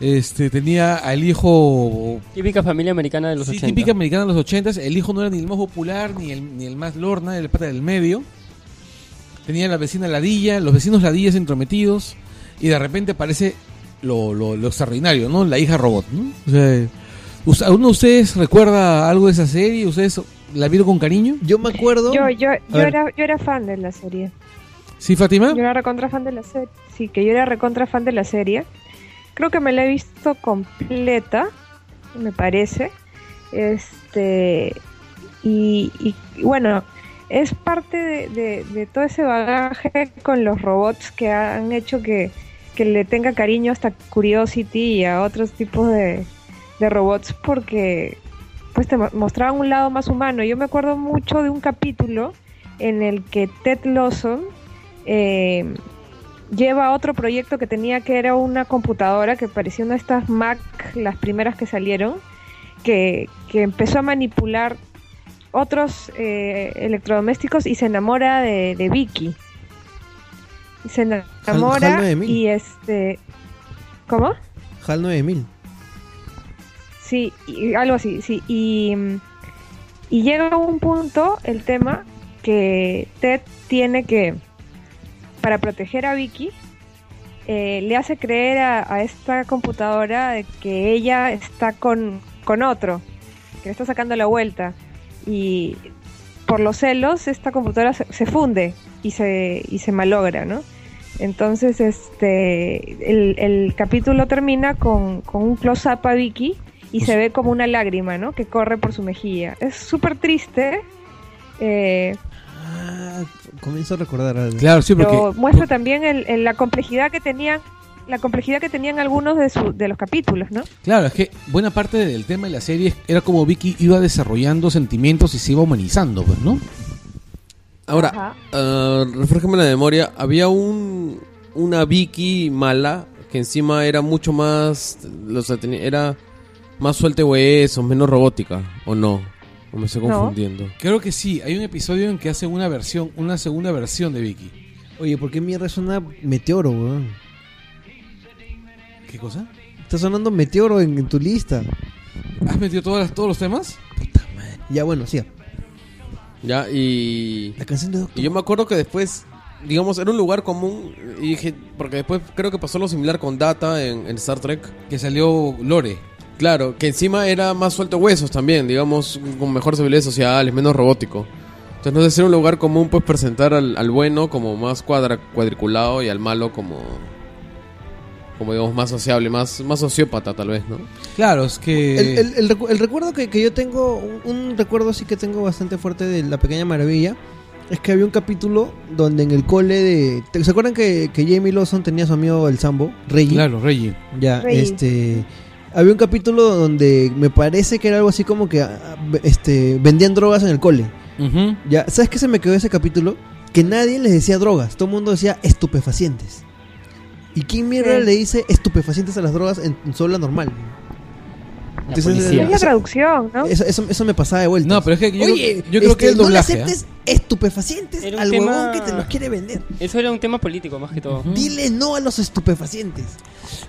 S1: Este, tenía al hijo
S3: Típica familia americana de los
S1: sí,
S3: 80.
S1: típica americana de los 80 El hijo no era ni el más popular, ni el, ni el más lorna, era el pata del medio. Tenía la vecina ladilla, los vecinos ladillas entrometidos. Y de repente aparece lo, lo, lo extraordinario, ¿no? La hija robot, ¿no? O sea, ¿us- ¿alguno de ustedes recuerda algo de esa serie? ¿Ustedes la vieron con cariño?
S2: Yo me acuerdo.
S5: Yo, yo, yo,
S2: ver.
S5: era, yo era fan de la serie.
S1: ¿Sí, Fátima?
S5: Yo era recontra fan de la serie. Sí, que yo era recontra fan de la serie. Creo que me la he visto completa, me parece. Este. Y, y- y bueno, es parte de, de- de todo ese bagaje con los robots que han hecho que, que le tenga cariño hasta Curiosity y a otros tipos de, de robots porque pues te mo- mostraban un lado más humano. Yo me acuerdo mucho de un capítulo en el que Ted Lawson eh, lleva otro proyecto que tenía que era una computadora que parecía una de estas Mac, las primeras que salieron, que, que empezó a manipular otros eh, electrodomésticos y se enamora de, de Vicky. Y se enamora
S2: Hal 9000.
S5: y este... ¿Cómo?
S2: HAL 9000.
S5: Sí, y- algo así, sí. Y, mm, y llega a un punto el tema que Ted tiene que, para proteger a Vicky, eh, le hace creer a, a esta computadora de que ella está con, con otro, que le está sacando la vuelta. Y por los celos esta computadora se, se funde y se, y se malogra, ¿no? Entonces, este, el, el capítulo termina con, con un close-up a Vicky y se ve como una lágrima, ¿no? Que corre por su mejilla. Es súper triste, eh,
S2: Ah, comienzo a recordar ah, algo.
S1: Claro, sí, porque.
S5: pero muestra también el- el- la complejidad que tenían la complejidad que tenían algunos de, su- de los capítulos, ¿no?
S1: Claro, es que buena parte del tema de la serie era como Vicky iba desarrollando sentimientos y se iba humanizando, pues, ¿no?
S4: Ahora,
S5: Ajá.
S4: ah, refrescame la memoria. Había un una Vicky mala que encima era mucho más. o sea, tenía- era más suelte huesos, menos robótica, ¿o no? O me estoy
S5: No.
S4: confundiendo.
S1: Creo que sí, hay un episodio en que hacen una versión, una segunda versión de Vicky.
S2: Oye, ¿por qué mierda suena meteoro, weón?
S1: ¿Qué cosa?
S2: Está sonando meteoro en, en tu lista.
S1: ¿Has metido todas las- todos los temas?
S2: Ya, bueno, sí.
S4: Ya, y.
S2: La canción de Doctor.
S4: Y yo me acuerdo que después, digamos, era un lugar común. Y dije, porque después creo que pasó lo similar con Data en, en Star Trek.
S1: Que salió Lore.
S4: Claro, que encima era más suelto huesos también, digamos, con mejores habilidades sociales, menos robótico. Entonces, no sé si era un lugar común, pues presentar al, al bueno como más cuadra, cuadriculado y al malo como. Como digamos, más sociable, más, más sociópata, tal vez, ¿no?
S1: Claro, es que.
S2: El, el- el recu- el recuerdo que, que yo tengo, un, un recuerdo sí que tengo bastante fuerte de La Pequeña Maravilla, es que había un capítulo donde en el cole de... ¿te- ¿Se acuerdan que, que Jamie Lawson tenía a su amigo el Sambo? Reggie.
S1: Claro, Reggie.
S2: Ya,
S5: Rey.
S2: este. Había un capítulo donde me parece que era algo así como que ah, este, vendían drogas en el cole.
S1: Ujú.
S2: Ya, ¿sabes qué se me quedó ese capítulo? Que nadie les decía drogas, todo el mundo decía estupefacientes. ¿Y quién mierda
S5: Sí.
S2: le dice estupefacientes a las drogas en, en su habla normal? Entonces,
S4: policía.
S5: Es la traducción, ¿no?
S2: Eso, eso- eso me pasaba de vuelta.
S1: No, pero es que yo,
S2: Oye,
S1: yo creo
S2: este,
S1: que el doblaje.
S2: No le
S1: ¿ah?
S2: aceptes estupefacientes
S3: Era un
S2: al
S3: tema-
S2: huevón que te los quiere vender.
S3: Eso era un tema político más que todo.
S1: ¿ah? Ujú.
S2: Dile no a los estupefacientes.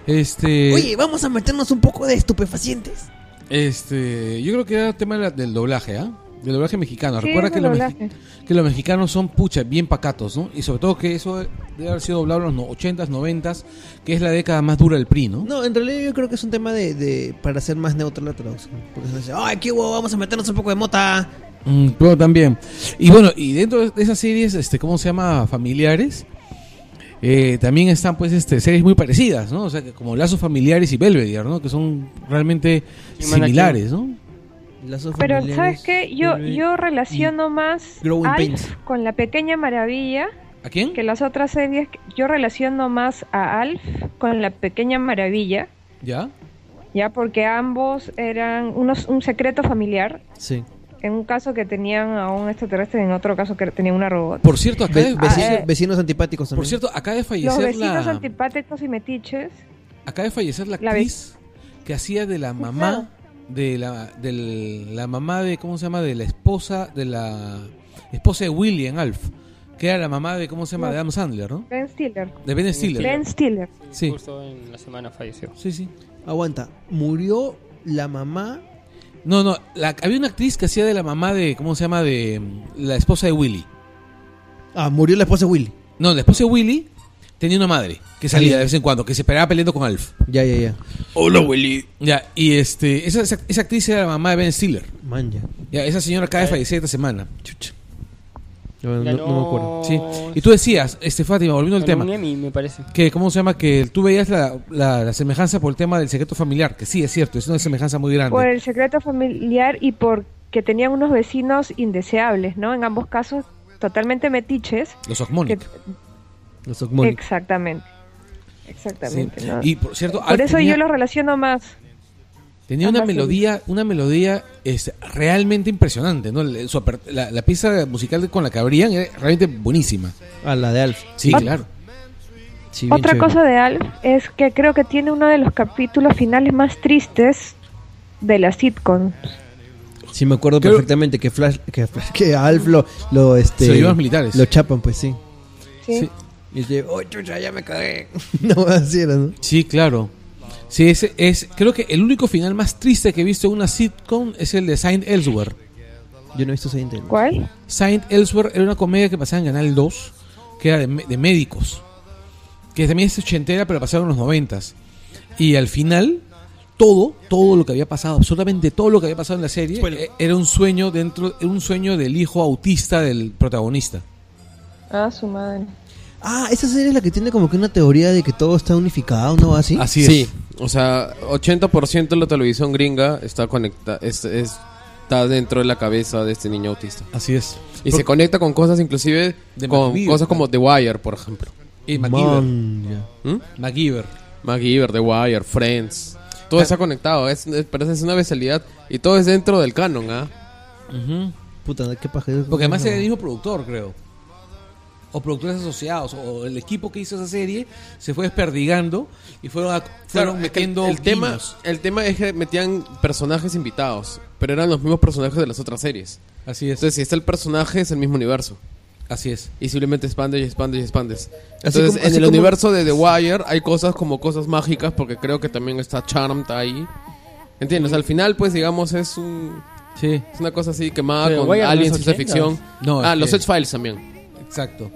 S1: Este.
S2: Oye, vamos a meternos un poco de estupefacientes.
S1: Este, yo creo que era el tema de la- del doblaje, ¿ah? Del doblaje mexicano.
S5: Sí,
S1: Recuerda
S5: es
S1: que
S5: el
S1: los,
S5: doblaje.
S1: mexi- que los mexicanos son pucha, bien pacatos, ¿no? Y sobre todo que eso debe haber sido doblado en los no- 80s, 90s, que es la década más dura del PRI, ¿no?
S2: No, en realidad yo creo que es un tema de, de- para hacer más neutra la traducción. Porque se dice, ¡ay, qué huevo! Vamos a meternos un poco de mota.
S1: Mm, pero también. Y bueno, y dentro de esas series, este, ¿cómo se llama? Familiares. eh, también están pues este series muy parecidas, ¿no? O sea, que como Lazos Familiares y Belvedere, ¿no? Que son realmente
S3: ¿Quién manda
S1: similares, ¿no?
S5: Pero ¿sabes qué? Yo, yo relaciono más
S2: Growing
S5: Alf
S2: Pains.
S5: con La Pequeña Maravilla
S1: ¿A quién?
S5: que las otras series. Yo relaciono más a Alf con La Pequeña Maravilla,
S1: ¿Ya?
S5: ya porque ambos eran unos, un secreto familiar.
S2: Sí.
S5: En un caso que tenían a un extraterrestre, en otro caso que tenían una robot.
S1: Por cierto, acá de,
S5: vecino- eh.
S2: Vecinos antipáticos también.
S1: por cierto, acá de
S5: Los
S1: fallecer
S5: vecinos
S1: la
S5: antipáticos y metiches.
S1: acaba de fallecer la
S5: La
S1: actriz que hacía de la mamá de la del- la mamá de cómo se llama de la esposa de la esposa de William Alf que era la mamá de cómo se llama
S5: No.
S1: de Adam Sandler no
S5: Ben Stiller.
S1: de Ben Stiller
S5: Ben Stiller.
S1: Sí.
S3: Justo en la semana falleció.
S1: sí sí
S2: Aguanta. Murió la mamá.
S1: no no la- había una actriz que hacía de la mamá de cómo se llama de mm, la esposa de Willy
S2: Ah, murió la esposa de Willy.
S1: no la esposa de Willy tenía una madre que salía de vez en cuando que se pegaba peleando con Alf
S2: Ya, ya, ya.
S4: Hola, Willy.
S1: ya y este esa, esa- esa actriz era la mamá de Ben Stiller
S2: Manja.
S1: ya esa señora acaba de fallecer esta semana
S2: No, no- no me acuerdo.
S1: Sí. Y tú decías, este Fátima, volviendo al tema,
S3: me parece.
S1: que cómo se llama que tú veías la, la- la semejanza por el tema del secreto familiar, que sí es cierto, es una semejanza muy grande.
S5: Por el secreto familiar y porque tenían unos vecinos indeseables, ¿no? En ambos casos, totalmente metiches.
S1: Los
S5: que-
S1: Osmonic.
S2: Los Ogmonic.
S5: exactamente.
S1: sí.
S5: Exactamente. ¿no?
S1: Y por cierto,
S5: Por
S1: Alf
S5: eso
S1: tenía-
S5: yo los relaciono más.
S1: Tenía una
S5: Ajá, sí.
S1: melodía, una melodía este, realmente impresionante, ¿no? El- su aper- la, la pieza musical con la que abrían era realmente buenísima.
S2: Ah, la de Alf.
S1: Sí,
S5: Ot-
S1: claro.
S2: Sí, bien
S5: Otra
S2: chévere.
S5: cosa de Alf es que creo que tiene uno de los capítulos finales más tristes de la sitcom.
S2: Sí, me acuerdo
S1: Creo-
S2: perfectamente que Flash, que, Flash- que a Alf lo, lo este,
S1: Se lo llevan los militares.
S2: Lo chapan, pues sí.
S5: ¿sí?
S1: Sí.
S2: Y dice, oh, chucha, ya me cagué. no, así era, ¿no?
S1: Sí, claro. Sí, ese es, creo que el único final más triste que he visto en una sitcom es el de Saint Elsewhere.
S2: Yo no he visto ese intento.
S5: ¿Cuál?
S1: Saint Elsewhere era una comedia que pasaba en Canal 2, que era de, mé- de médicos, que también es ochentera, pero pasaba en los noventas. Y al final, todo, todo lo que había pasado, absolutamente todo lo que había pasado en la serie,
S4: Spoiler.
S1: eh, era un sueño dentro, era un sueño del hijo autista del protagonista.
S5: Ah, su madre.
S2: Ah, esa serie es la que tiene como que una teoría de que todo está unificado, ¿no? Así.
S1: Así es.
S4: Sí, o sea, 80% de la televisión gringa está conecta es- es- está dentro de la cabeza de este niño autista.
S1: Así es.
S4: Y se conecta con cosas inclusive
S1: De
S4: con
S1: MacGyver,
S4: cosas como The Wire, por ejemplo.
S1: Y MacGyver.
S2: Man, ya.
S4: ¿Mm?
S1: MacGyver.
S4: MacGyver, The Wire, Friends. Todo está conectado, es, es- pero esa es una bestialidad y todo es dentro del canon, ¿ah?
S1: Ujú.
S2: Puta, qué paja.
S1: Porque además era el mismo productor, creo. O productores asociados, o el equipo que hizo esa serie se fue desperdigando y fueron, a- fueron
S4: Claro, es que el-
S1: metiendo
S4: el tema,
S1: guiños.
S4: el tema es que metían personajes invitados, pero eran los mismos personajes de las otras series.
S1: Así es,
S4: Entonces, si está el personaje, es el mismo universo.
S1: así es.
S4: Y simplemente expandes y expandes y expandes.
S2: Así
S4: Entonces,
S2: como-
S4: en
S2: así
S4: el
S2: como-
S4: universo de The Wire hay cosas como cosas mágicas, porque creo que también está Charmed ahí. ¿Entiendes? Al final, pues, digamos, es, un,
S1: Sí,
S4: es una cosa así quemada
S3: Pero
S4: con
S3: Wire no
S4: aliens,
S3: es
S4: ciencia
S3: 80.
S4: ficción.
S1: No,
S4: ah,
S1: es
S4: los
S1: que-
S4: X-Files también.
S1: exacto.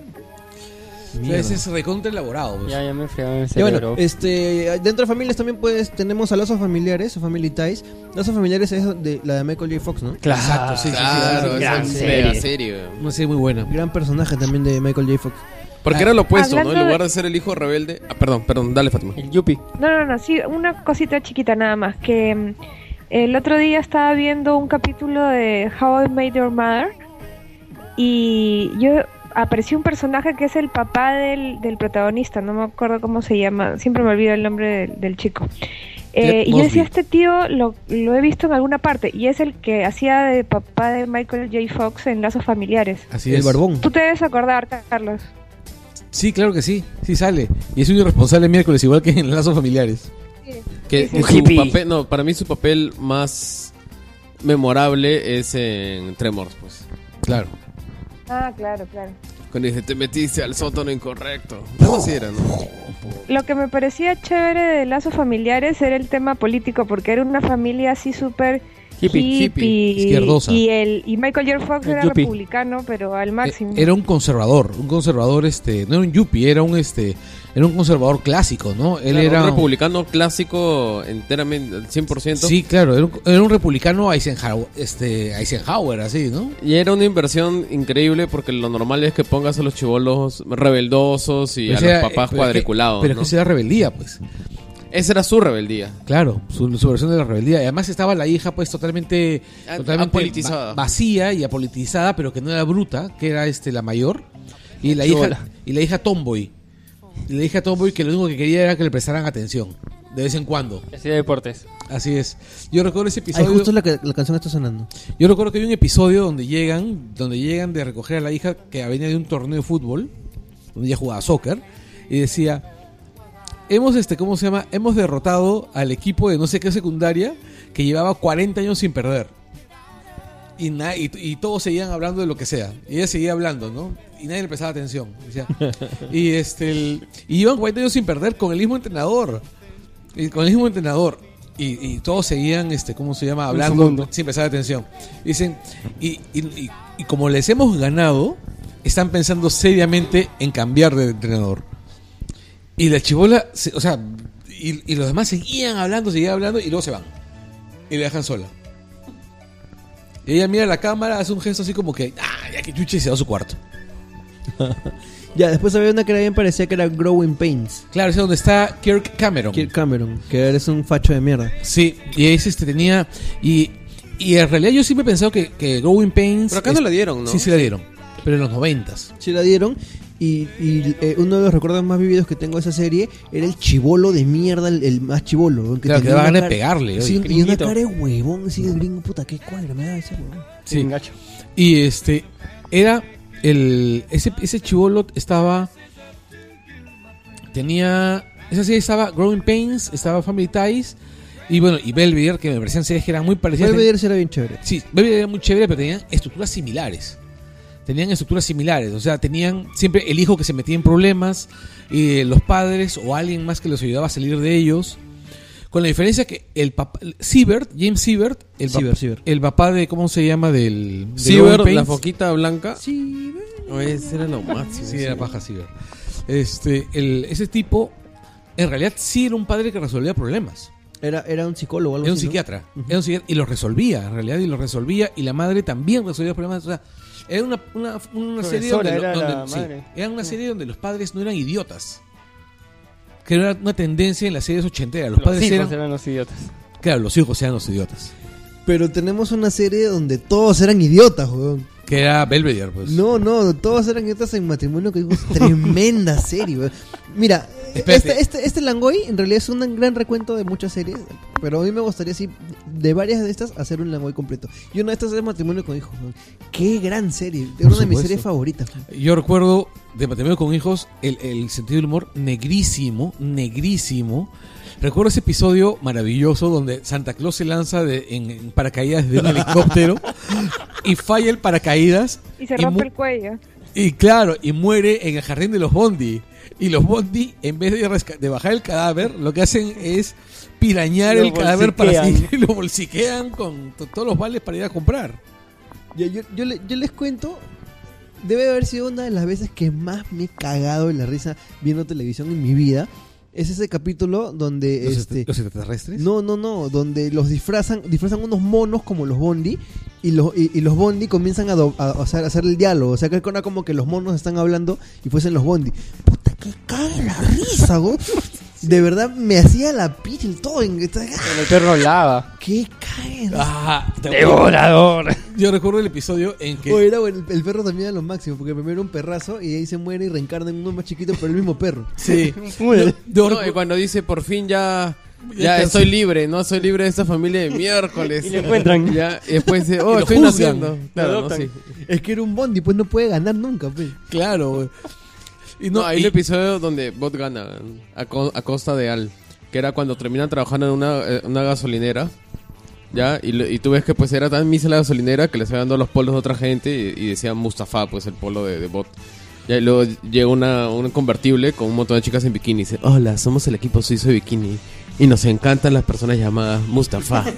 S1: Entonces es recontra elaborado. pues.
S3: Ya, ya me fregaron el
S2: Ya,
S3: cerebro.
S2: bueno, este, dentro de familias también puedes, tenemos a lazos familiares, o family ties. Lazos familiares es de, la de Michael J. Fox, ¿no?
S3: Claro.
S1: Exacto, sí, sí, sí,
S4: Claro,
S1: sí,
S4: esa
S3: gran
S4: es
S3: serie.
S4: mega serie. weón.
S1: Una serie muy buena.
S2: Gran personaje también de Michael J. Fox.
S4: Porque
S1: Ah.
S4: era lo opuesto, ¿no?
S5: Hablando
S4: En
S5: de-
S4: lugar de ser el hijo rebelde. Ah, perdón, perdón, dale, Fátima.
S1: Eh,
S3: El Yuppie.
S5: No, no, no, sí, una cosita chiquita nada más. Que mm, el otro día estaba viendo un capítulo de How I Made Your Mother y yo apareció un personaje que es el papá del, del protagonista, no me acuerdo cómo se llama, siempre me olvido el nombre del, del chico.
S1: Ted
S5: Eh, y yo decía,
S1: Mosby.
S5: este tío lo, lo he visto en alguna parte y es el que hacía de papá de Michael J. Fox en Lazos Familiares.
S1: Así
S2: el
S1: es.
S2: barbón.
S5: Tú te debes acordar, Carlos.
S1: Sí, claro que sí. Sí sale. Y es un irresponsable miércoles, igual que en Lazos Familiares. eh,
S4: Que
S5: Sí, sí,
S4: su
S3: sí. Hippie.
S4: papel, no, para mí su papel más memorable es en Tremors, pues.
S1: Claro. Eh,
S5: Ah, claro, claro.
S4: Cuando dice, te metiste al sótano incorrecto. No, así era, ¿no?
S5: Lo que me parecía chévere de lazos familiares era el tema político, porque era una familia así súper hippie,
S4: Hippie, hippie,
S1: izquierdosa.
S5: Y, el, y Michael J. Fox
S3: El
S5: era
S3: yuppie.
S5: republicano, pero al máximo.
S1: Eh, Era un conservador, un conservador este, no era un yuppie, era un este, era un conservador clásico, ¿no? Él
S4: Claro,
S1: era
S4: un republicano clásico enteramente, al 100%.
S1: Sí, claro, era un, era un republicano Eisenhower, este, Eisenhower, así, ¿no?
S4: Y era una inversión increíble porque lo normal es que pongas a los chivolos rebeldosos y
S1: Pero
S4: a
S1: ese Pues era-
S4: los papás
S1: eh, pero es que-
S4: cuadriculados.
S1: Pero
S4: ¿no?
S1: que se da rebeldía, pues.
S4: Esa era su rebeldía.
S1: Claro, su, su versión de la rebeldía. Además estaba la hija, pues, totalmente,
S4: A-
S1: totalmente
S4: apolitizada.
S1: va- vacía y apolitizada, pero que no era bruta, que era este la mayor. Y la hija,
S4: Chola.
S1: y la hija tomboy. Y la hija tomboy que lo único que quería era que le prestaran atención. De vez en cuando.
S3: Hacía deportes.
S1: Así es. Yo recuerdo ese
S2: Ahí
S1: episodio.
S2: justo la, que- la canción está sonando.
S1: Yo recuerdo que hay un episodio donde llegan, donde llegan de recoger a la hija que venía de un torneo de fútbol, donde ella jugaba soccer, y decía, hemos este, ¿cómo se llama? Hemos derrotado al equipo de no sé qué secundaria que llevaba 40 años sin perder. Y, na- y, y todos seguían hablando de lo que sea. Y ella seguía hablando, ¿no? Y nadie le prestaba atención. Decía, y este el- y iban 40 años sin perder con el mismo entrenador. Y con el mismo entrenador. Y, y todos seguían, este, ¿cómo se llama?
S3: su
S1: Hablando
S3: mundo.
S1: sin prestar atención. Dicen, y, y- y- y como les hemos ganado, están pensando seriamente en cambiar de entrenador. Y la chibola, se- o sea, y, y los demás seguían hablando, seguían hablando y luego se van. Y la dejan sola. Y ella mira la cámara, hace un gesto así como que, ah, ya que chuche y se va a su cuarto.
S2: ya, después había una que era bien parecía que era Growing Pains.
S1: Claro, ese es donde está Kirk Cameron.
S2: Kirk Cameron, que eres un facho de mierda.
S1: Sí, y ese este, tenía. Y, y en realidad yo siempre he pensado que, que Growing Pains.
S4: Pero acá no
S1: es-
S4: la dieron, ¿no?
S1: Sí, sí la dieron. Pero en los noventas.
S2: Sí la dieron. Y, y, eh, uno de los recuerdos más vividos que tengo de esa serie era el chivolo de mierda, el, el más chivolo.
S1: Claro,
S2: ¿no?
S1: que
S2: tenía
S1: daba
S2: una
S1: ganas de
S2: cara-
S1: pegarle, oye,
S2: sí, y una
S3: gringuito.
S2: cara de huevón, así de gringo, puta, qué cuadro me da ese huevón.
S1: Sí.
S3: Gacho.
S1: Y este. Era. El, ese ese chivolo estaba. Tenía. Esa serie estaba Growing Pains, estaba Family Ties. Y bueno, y Belvedere, que me parecían series que eran muy parecidas.
S2: Belvedere sí era bien chévere.
S1: Sí, Baby era muy chévere, pero tenían estructuras similares. Tenían estructuras similares, o sea, tenían siempre el hijo que se metía en problemas, y los padres o alguien más que los ayudaba a salir de ellos. Con la diferencia que el papá, Siebert, James Siebert, el, pap-
S2: Siebert, Siebert.
S1: el papá de, ¿cómo se llama? Del. de
S4: Ciber,
S1: Rowan
S4: la
S1: Paints.
S4: foquita blanca. Oye, ese era lo máximo.
S1: Sí, era paja Siebert. Este, el, ese tipo, en realidad sí era un padre que resolvía problemas.
S2: Era, era un psicólogo, algo
S1: Era un
S2: así, ¿no?
S1: psiquiatra. Era un psiquiatra. Y los resolvía, en realidad, y los resolvía. Y la madre también resolvía problemas. O sea, era una, una, una serie donde,
S3: Profesora,
S1: lo-
S3: era
S1: donde-
S3: la
S1: sí,
S3: madre.
S1: era una serie donde los padres no eran idiotas. Que era una tendencia en las series ochenteras. Los,
S3: Los
S1: padres
S3: hijos
S1: eran,
S3: eran... los idiotas.
S1: Claro, los hijos eran los idiotas.
S2: Pero tenemos una serie donde todos eran idiotas, huevón.
S1: Que era Belvedere, pues.
S2: No, no, todos eran idiotas en matrimonio que digo, es tremenda serie, huevón. Mira,
S1: Espérate.
S2: este, este, este Langoy en realidad es un gran recuento de muchas series, pero a mí me gustaría, sí, de varias de estas, hacer un Langoy completo. Y una de estas es Matrimonio con Hijos, huevón. Qué gran serie, es una de mis
S1: supuesto.
S2: series favoritas. huevón.
S1: Yo recuerdo de Matrimonio con Hijos el, el sentido del humor negrísimo, negrísimo. Recuerdo ese episodio maravilloso donde Santa Claus se lanza de- en, en paracaídas de un helicóptero y falla el paracaídas.
S5: Y se
S1: mu-
S5: rompe el cuello.
S1: y claro, y muere en el jardín de los Bondi. Y los Bondi, en vez de, resca- de bajar el cadáver, lo que hacen es pirañar
S3: Lo
S1: el cadáver para
S3: bolsiquean.
S1: sí. y lo bolsiquean con to- todos los vales para ir a comprar.
S2: Ya, yo, yo, le- yo les cuento, debe haber sido una de las veces que más me he cagado en la risa viendo televisión en mi vida. Es ese capítulo donde
S1: Los,
S2: este,
S1: extra- los extraterrestres.
S2: no, no, no, donde los disfrazan, disfrazan unos monos como los Bondi y los, y, y los Bondi comienzan a, do- a- a hacer, a hacer el diálogo. O sea, que era como que los monos están hablando y fuesen los Bondi. Puta, que caga la risa, go. De verdad, me hacía la piel todo. En, ah,
S3: Con el perro lava.
S2: ¡Qué caga!
S1: Ah, te-
S3: ¡Devorador!
S1: Yo recuerdo el episodio en que.
S2: O era bueno, el, el perro también era lo máximo, porque primero era un perrazo y ahí se muere y reencarna en uno más chiquito, pero el mismo perro.
S1: Sí.
S3: Muy
S1: Yo
S4: No, y
S1: recu-
S4: cuando dice por fin ya, ya
S1: Ya
S4: estoy libre, no soy libre de esta familia de miércoles.
S3: Y lo encuentran.
S4: Ya, y después dice,
S1: Y
S4: oh,
S1: lo
S4: estoy
S1: juzgan.
S4: naciendo.
S1: Lo
S4: Claro, no,
S3: adoptan.
S4: sí.
S2: Es que era un bondi, pues no puede ganar nunca, pues.
S1: claro, güey. Y
S4: No, hay
S1: y-
S4: un episodio donde Bot gana a, co- a costa de Al, que era cuando terminan trabajando en una, eh, una gasolinera. Ya, y, lo- y tú ves que pues era tan misa la gasolinera que les iba dando los polos de otra gente y, y decía Mustafa, pues el polo de, de Bot. Ya, y luego llega una, un convertible con un montón de chicas en bikini y dice, hola, somos el equipo suizo de bikini y nos encantan las personas llamadas Mustafa.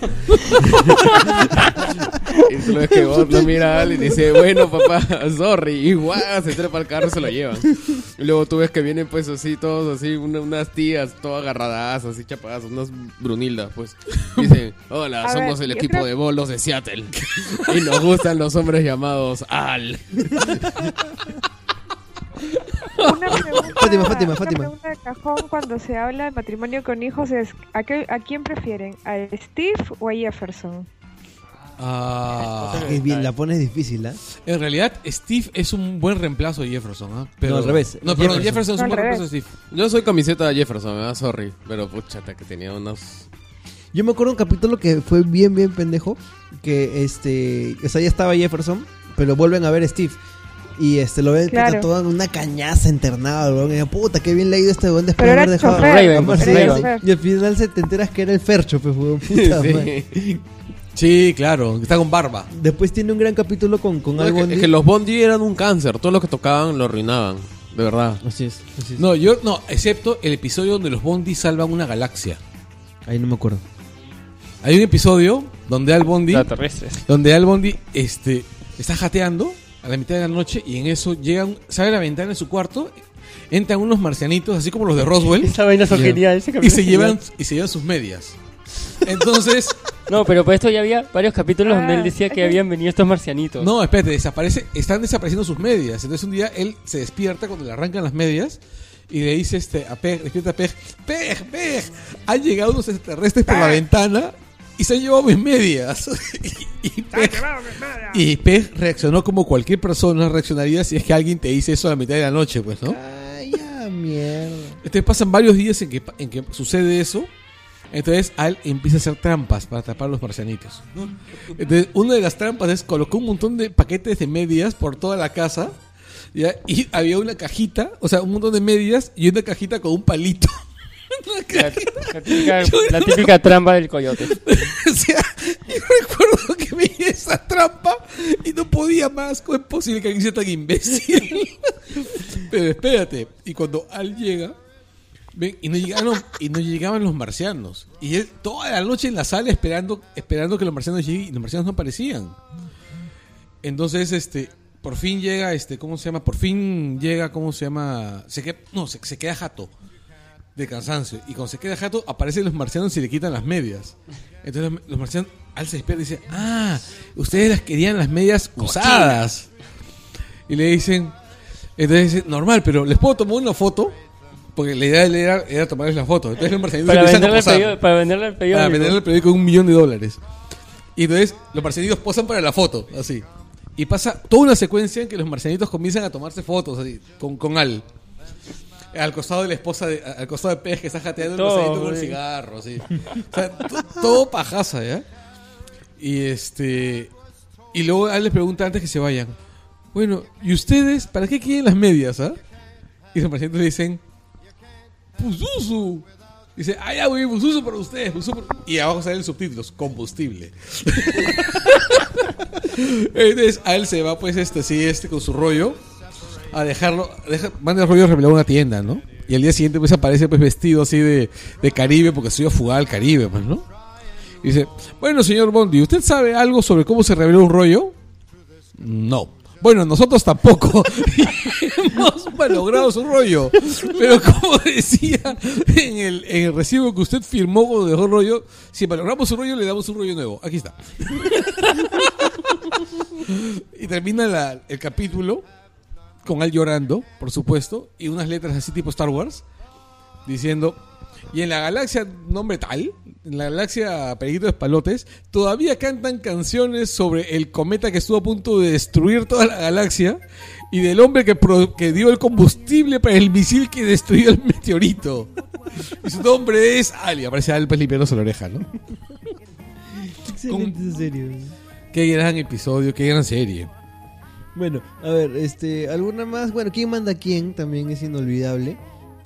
S4: y tú lo ves que Bot lo mira a Al y dice, bueno papá, sorry, y guau, se trepa al carro y se lo llevan. Y luego tú ves que vienen pues así todos así, una- unas tías todas agarradas, así chapadas, unas brunildas pues. Dicen, hola,
S5: A
S4: somos
S5: ver,
S4: el
S5: yo
S4: equipo
S5: creo-
S4: de bolos de Seattle. y nos gustan los hombres llamados Al.
S5: Una pregunta,
S2: Fátima, Fátima,
S5: una
S2: Fátima.
S5: pregunta de cajón cuando se habla de matrimonio con hijos es ¿a, qué- a quién prefieren? ¿A Steve o a Jefferson?
S1: Ah.
S2: Es bien, la pones difícil, ¿ah?
S1: En realidad, Steve es un buen reemplazo de Jefferson, ¿ah?
S2: No, al revés.
S1: No, perdón, Jefferson,
S2: Jefferson.
S1: es un
S5: Al
S1: buen
S5: revés.
S1: reemplazo de Steve.
S4: Yo soy camiseta de Jefferson, ¿verdad? Sorry. Pero puchata que tenía unos...
S2: Yo me acuerdo un capítulo que fue bien, bien pendejo, que este, o sea, ya estaba Jefferson, pero vuelven a ver a Steve. Y este lo ven puta,
S5: Claro.
S2: todo en una cañaza internada, weón. Y yo, puta, qué bien leído este weón después
S5: Pero
S2: de
S5: era
S2: haber dejado.
S5: chofer,
S3: Raven,
S2: Sí,
S3: era
S2: sí.
S5: chofer.
S2: Y al final se te enteras que era el Fercho, pues, weón. Puta madre.
S4: Sí.
S1: Sí, claro, está con barba.
S2: Después tiene un gran capítulo con, con
S4: No,
S2: Al
S4: es, que,
S2: Bondi.
S4: es que los Bondi eran un cáncer. Todo lo que tocaban lo arruinaban. De verdad.
S2: Así es, así es.
S1: No, yo no, excepto el episodio donde los Bondi salvan una galaxia.
S2: Ahí no me acuerdo.
S1: Hay un episodio donde Al Bondi,
S3: Extraterrestres.
S1: donde Al Bondi este, está jateando a la mitad de la noche y en eso llegan, sale a la ventana de su cuarto, entran unos marcianitos, así como los de Roswell,
S3: Esa vaina es genial. ese
S1: y
S3: capítulo
S1: se
S3: es
S1: llevan
S3: genial.
S1: y se llevan sus medias. Entonces,
S3: No, pero por esto ya había varios capítulos donde él
S5: Ah,
S3: decía que
S5: ok.
S3: habían venido estos marcianitos.
S1: No, espérate, desaparece, están desapareciendo sus medias. Entonces un día él se despierta cuando le arrancan las medias y le dice este, a Peg, despierta a Peg, Peg, Peg, han llegado unos extraterrestres por la ventana y se han llevado mis medias. y, y Peg, y Peg reaccionó como cualquier persona reaccionaría si es que alguien te dice eso a la mitad de la noche, pues, ¿no?
S2: Calla, mierda.
S1: Entonces pasan varios días en que, pa- en que sucede eso. Entonces Al empieza a hacer trampas para atrapar a los marcianitos. Entonces, una de las trampas es colocó un montón de paquetes de medias por toda la casa. ¿ya? Y había una cajita, o sea, un montón de medias y una cajita con un palito. Una
S3: La,
S1: cajita.
S3: la típica, la típica trampa del coyote.
S1: O sea, yo recuerdo que vi esa trampa y no podía más. ¿Cómo es posible que alguien sea tan imbécil? Pero espérate. Y cuando Al llega, ven, y no llegaron, y no llegaban los marcianos. Y él toda la noche en la sala esperando, esperando que los marcianos lleguen y los marcianos no aparecían. Entonces, este, por fin llega, este, ¿cómo se llama? Por fin llega, ¿cómo se llama? Se queda, no, se, se queda jato de cansancio. Y cuando se queda jato, aparecen los marcianos y le quitan las medias. Entonces los- los marcianos, Al se despierta y dice, ah, ustedes las querían las medias usadas. Y le dicen, entonces dice, normal, pero ¿les puedo tomar una foto? Porque la idea de él era, era tomarles la foto. Entonces los marcianitos
S3: Para
S1: empiezan a
S3: venderle, el
S1: posar.
S3: periódico, para venderle el periódico.
S1: Para venderle Ah, el periódico un millón de dólares. Y entonces los marcianitos posan para la foto, así. Y pasa toda una secuencia en que los marcianitos comienzan a tomarse fotos, así, con, con Al. Al costado de la esposa, de, al costado de Pérez que está jateando
S3: Todo,
S1: el marcianito con un
S3: güey.
S1: cigarro, así. O sea, to- todo pajaza, ¿ya? Y este. Y luego Al les pregunta antes que se vayan: Bueno, ¿y ustedes para qué quieren las medias, ah? Y los marcianitos le dicen: Pususu. Dice, ah, ya, güey, Bususu para ustedes. Bususu para-". Y abajo salen subtítulos, combustible. Entonces, a él se va, pues, este, así, este, con su rollo, a dejarlo, deja, manda el rollo revelado a una tienda, ¿no? Y al día siguiente, pues, aparece, pues, vestido así de, de Caribe, porque se iba a fugar al Caribe, pues, ¿no? Y dice, bueno, señor Bondi, ¿usted sabe algo sobre cómo se reveló un rollo? No. Bueno, nosotros tampoco hemos malogrado su rollo. Pero como decía en el, en el recibo que usted firmó cuando dejó el rollo, si malogramos su rollo, le damos un rollo nuevo. Aquí está. y termina la- el capítulo con él llorando, por supuesto, y unas letras así tipo Star Wars, diciendo... Y en la galaxia nombre tal, en la galaxia Periquito de Espalotes, todavía cantan canciones sobre el cometa que estuvo a punto de destruir toda la galaxia y del hombre que, pro- que dio el combustible para el misil que destruyó el meteorito. Y su nombre es Ali, aparece Al pues, limpiándose la oreja, ¿no?
S2: Excelente, en serio.
S1: Qué gran episodio, qué gran serie.
S2: Bueno, a ver, este, alguna más. Bueno, ¿quién manda a quién? También es inolvidable.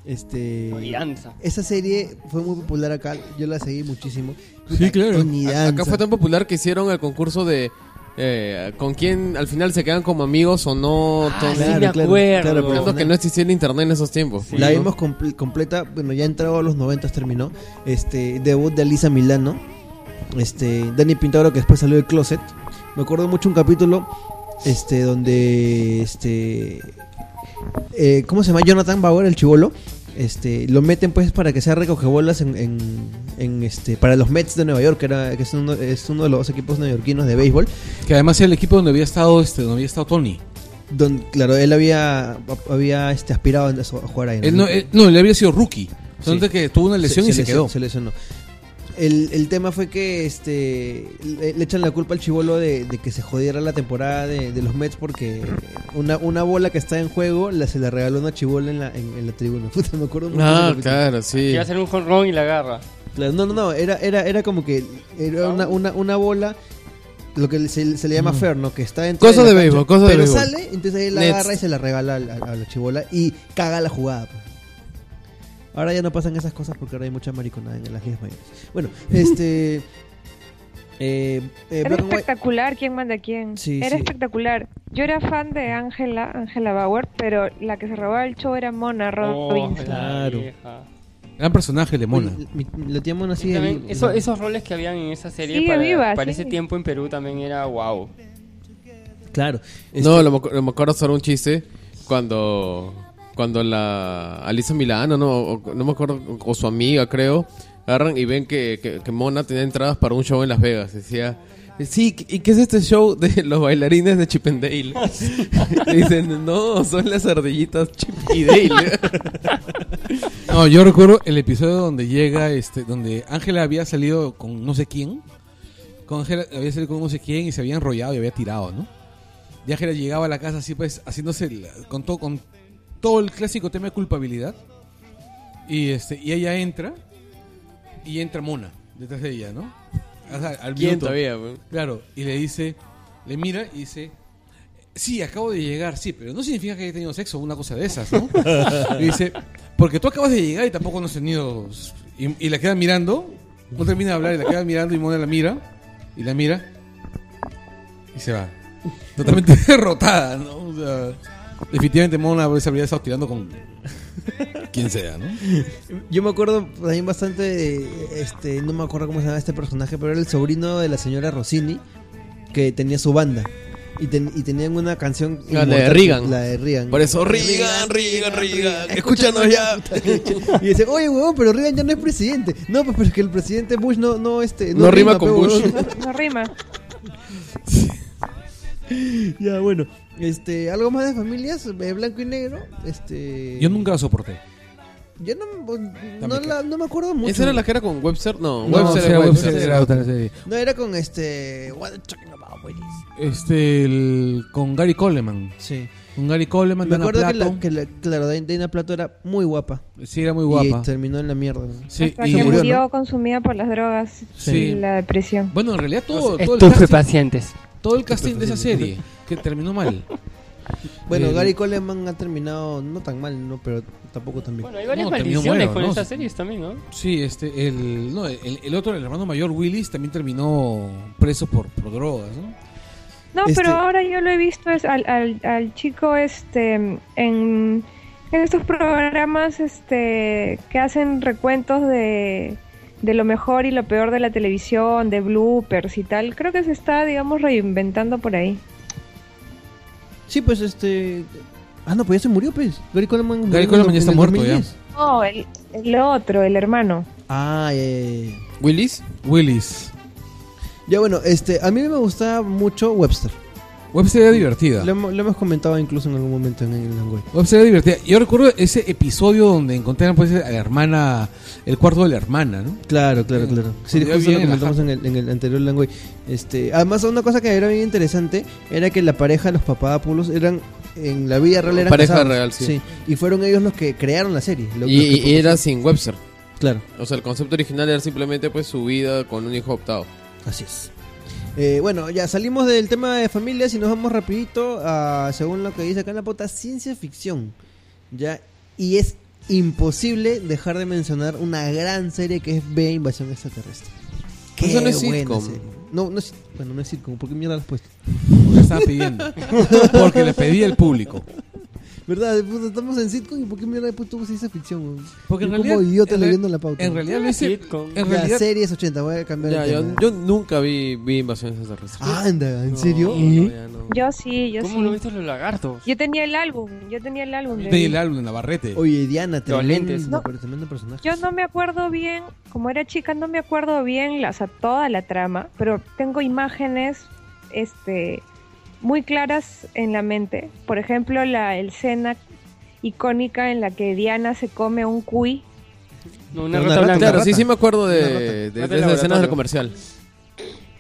S2: Este.
S3: Tony Danza.
S2: Esa serie fue muy popular acá. Yo la seguí muchísimo.
S1: Sí, claro.
S2: Tony
S4: A-
S2: Danza.
S4: Acá fue tan popular que hicieron el concurso de eh, con quién al final se quedan como amigos o no.
S3: Ah,
S4: todo.
S3: sí, me acuerdo.
S2: pero
S4: Tanto que no existía el internet en esos tiempos.
S2: La
S4: ¿no?
S2: vimos comple- completa, bueno, ya entrado a los 90 terminó. Este, debut de Lisa Milano. Este, Dani Pintado que después salió del closet. Me acuerdo mucho un capítulo este donde este eh, ¿cómo se llama? Jonathan Bauer, el chivolo. Este, lo meten pues para que sea recogebolas en, en, en, este para los Mets de Nueva York, que era que es uno, es uno de los equipos neoyorquinos de béisbol.
S1: Que además era el equipo donde había estado este, donde había estado Tony.
S2: Donde, claro, él había había este aspirado a jugar ahí. ¿no?
S1: Él no, él, no, él había sido rookie. Solamente que tuvo una lesión y se
S2: lesionó,
S1: quedó.
S2: Se lesionó. El, el tema fue que este le, le echan la culpa al chivolo de, de que se jodiera la temporada de, de los Mets porque una, una bola que está en juego la, se la regaló una chivola en la, en, en la tribuna. Puta, me acuerdo mucho
S4: Ah,
S2: del capítulo.
S4: claro, sí.
S3: Quiere hacer un jonrón y la agarra.
S2: Claro, No, no, no, era, era, era como que era una, una, una bola, lo que se, se le llama fair, ¿no? Que está dentro
S4: Mm. Cosa
S2: la
S4: de
S2: cancha,
S4: béisbol, cosa de
S2: Pero
S4: béisbol.
S2: sale, entonces él la
S4: Nets.
S2: agarra y se la regala a, la- a la chivola y caga la jugada. pues. Ahora ya no pasan esas cosas porque ahora hay mucha mariconada en las ligas mayores. Bueno, este... eh, eh,
S5: Era
S2: Black and White-
S5: espectacular quién manda a quién.
S2: Sí,
S5: era
S2: sí.
S5: espectacular. Yo era fan de Ángela, Ángela Bauer, pero la que se robaba el show era Mona
S3: Oh,
S5: Robinson.
S2: Claro.
S1: Gran personaje de Mona.
S2: Oye, mi- mi- La tía Mona sigue
S3: También
S2: viva.
S3: eso- esos roles que habían en esa serie
S5: Sigue
S3: para,
S5: viva,
S3: para
S5: sí.
S3: ese tiempo en Perú también era wow.
S2: Claro.
S4: No, lo, me acu- lo me acuerdo solo un chiste cuando cuando la Alisa Milano, no, o- no me acuerdo, o su amiga creo, agarran y ven que, que- que Mona tenía entradas para un show en Las Vegas. Decía, sí, ¿y qué es este show de los bailarines de Chip and Dale? Le dicen, no, son las ardillitas Chip y Dale.
S1: No, yo recuerdo el episodio donde llega, este, donde Ángela había salido con no sé quién. Con Ángela había salido con no sé quién y se había enrollado y había tirado, ¿no? Y Ángela llegaba a la casa así pues, haciéndose la- con todo, con todo el clásico tema de culpabilidad. Y este, y ella entra, y entra Mona, detrás de ella, ¿no? O sea, al
S4: ¿Quién
S1: minuto.
S4: todavía? weón?
S1: Claro, y le dice, le mira y dice, sí, acabo de llegar, sí, pero no significa que haya tenido sexo, una cosa de esas, ¿no? Y dice, porque tú acabas de llegar y tampoco no has tenido... Y, y la queda mirando, no termina de hablar y la queda mirando y Mona la mira, y la mira, y se va. Totalmente derrotada, ¿no? O sea, definitivamente Mona se habría estado tirando con quien sea, ¿no?
S2: Yo me acuerdo también bastante de, este, no me acuerdo cómo se llama este personaje, pero era el sobrino de la señora Rossini, que tenía su banda. Y, ten- y tenían una canción.
S4: La de
S2: inmortal,
S4: Reagan.
S2: La de Reagan.
S4: Por eso, Reagan, Reagan, Reagan,
S2: Escúchanos
S4: escúchanos ya.
S2: Y decían, oye, huevón, pero Reagan ya no es presidente. No, pues pero es que el presidente Bush no, no, este,
S4: No rima con
S2: pe,
S4: Bush.
S2: huevón.
S5: No rima.
S2: ya, bueno. Este, algo más de familias, eh, blanco y negro. Este.
S1: Yo nunca la soporté.
S2: Yo no, no, la- no me acuerdo mucho.
S4: ¿Esa era la que era con Webster? No,
S1: No,
S4: Webster
S1: sí,
S4: era
S1: Webster
S4: Webster.
S1: era otra serie.
S2: No, era con este. What are you talking about, boys?
S1: Este, el- con Gary Coleman.
S2: Sí.
S1: Con Gary Coleman,
S2: Me
S1: Dana
S2: acuerdo que
S1: Plato.
S2: la, que la- claro, Dana Plato era muy guapa.
S1: Sí, era muy guapa.
S2: Y este, terminó en la mierda. ¿no?
S1: Sí,
S5: Hasta
S1: y-
S5: que
S2: murió,
S5: murió,
S2: ¿no?
S5: consumida por las drogas
S1: Sí.
S5: y la depresión.
S1: Bueno, en realidad Oh, todo, todo, el casting,
S3: Estupefacientes.
S1: todo el casting de esa serie que terminó mal.
S2: Bueno,
S1: El-
S2: Gary Coleman ha terminado no tan mal, no, pero tampoco tan bien.
S3: Bueno, hay varias
S1: No, terminó
S3: maldiciones
S1: nuevo,
S3: con
S1: ¿no?
S3: estas series también, ¿no?
S1: Sí, este, el, no, el, el otro, el hermano mayor Willis, también terminó preso por, por drogas, ¿no?
S5: No,
S2: Este-
S5: pero ahora yo lo he visto es al, al, al chico este en, en estos programas este que hacen recuentos de, de lo mejor y lo peor de la televisión, de bloopers y tal. Creo que se está, digamos, reinventando por ahí.
S2: Sí, pues este. Ah, no, pues ya se murió, pues. Gary Coleman. murió
S1: Gary
S2: en
S1: Coleman
S2: el-
S1: ya está
S2: en el
S1: muerto,
S2: 2010.
S5: No, el, el otro, el hermano.
S2: Ah, ya, ya, ya.
S4: ¿Willis?
S1: Willis.
S2: Ya, bueno, este, a mí me gustaba mucho Webster.
S1: Webster era divertida.
S2: Lo, hemos- lo hemos comentado incluso en algún momento en el Langoy.
S1: Webster era divertida. Yo recuerdo ese episodio donde encontraron pues, a la hermana, el cuarto de la hermana, ¿no?
S2: Claro,
S4: Mm.
S2: claro, claro. Sí,
S1: Cuando ya
S2: justo
S1: viene
S2: lo
S1: la
S2: comentamos en el, en el anterior Langoy. Este, además, una cosa que era bien interesante era que la pareja, los papapulos, eran en la vida real eran
S4: Pareja
S2: casados.
S4: real, sí.
S2: Y fueron ellos los que crearon la serie. lo-
S4: Y,
S2: los que-
S4: y era sin Webster.
S2: claro,
S4: O sea, el concepto original era simplemente pues su vida con un hijo adoptado.
S2: así es. Eh, bueno, ya salimos del tema de familias y nos vamos rapidito a, según lo que dice acá en la pota, ciencia ficción. Ya, y es imposible dejar de mencionar una gran serie que es B Invasión Extraterrestre. Qué
S4: Eso no es
S2: buena
S4: sitcom.
S2: serie. No, no es, bueno, no es sitcom, ¿por qué mierda la has puesto?
S1: Porque estaba pidiendo. Porque le pedía el público.
S2: ¿Verdad? Puta, estamos en sitcom y ¿por qué mierda después tú esa Pues, ficción?
S1: Porque en
S2: Yo
S1: realidad.
S2: como idiota
S1: en re-
S2: leyendo la pauta.
S1: En realidad lo hice.
S3: Sitcom.
S1: En
S2: Ya,
S1: realidad.
S2: series 80, voy a cambiar
S4: Ya,
S2: el
S4: yo,
S2: tema.
S4: yo nunca vi, vi invasiones extraterrestres.
S2: Ah, Anda, ¿en serio?
S4: No, no, ya no.
S5: Yo sí, yo
S3: ¿Cómo
S5: sí.
S3: no viste los lagartos?
S5: Yo tenía el álbum, yo tenía el álbum. de-
S1: Tenía el álbum de Navarrete.
S2: Oye, Diana,
S3: Los
S2: tremendo,
S3: lentes.
S2: no. pero tremendo personaje.
S5: Yo no me acuerdo bien, como era chica, no me acuerdo bien la, o sea, toda la trama, pero tengo imágenes este, muy claras en la mente. Por ejemplo, la escena icónica en la que Diana se come un cuy.
S3: No,
S2: Una
S3: una rata
S2: rata,
S3: blanca.
S4: Claro,
S2: rata.
S4: sí, sí me acuerdo
S2: Una rata.
S4: de, de, de
S3: Rata de
S4: esas escenas
S3: laboratorio.
S4: del comercial.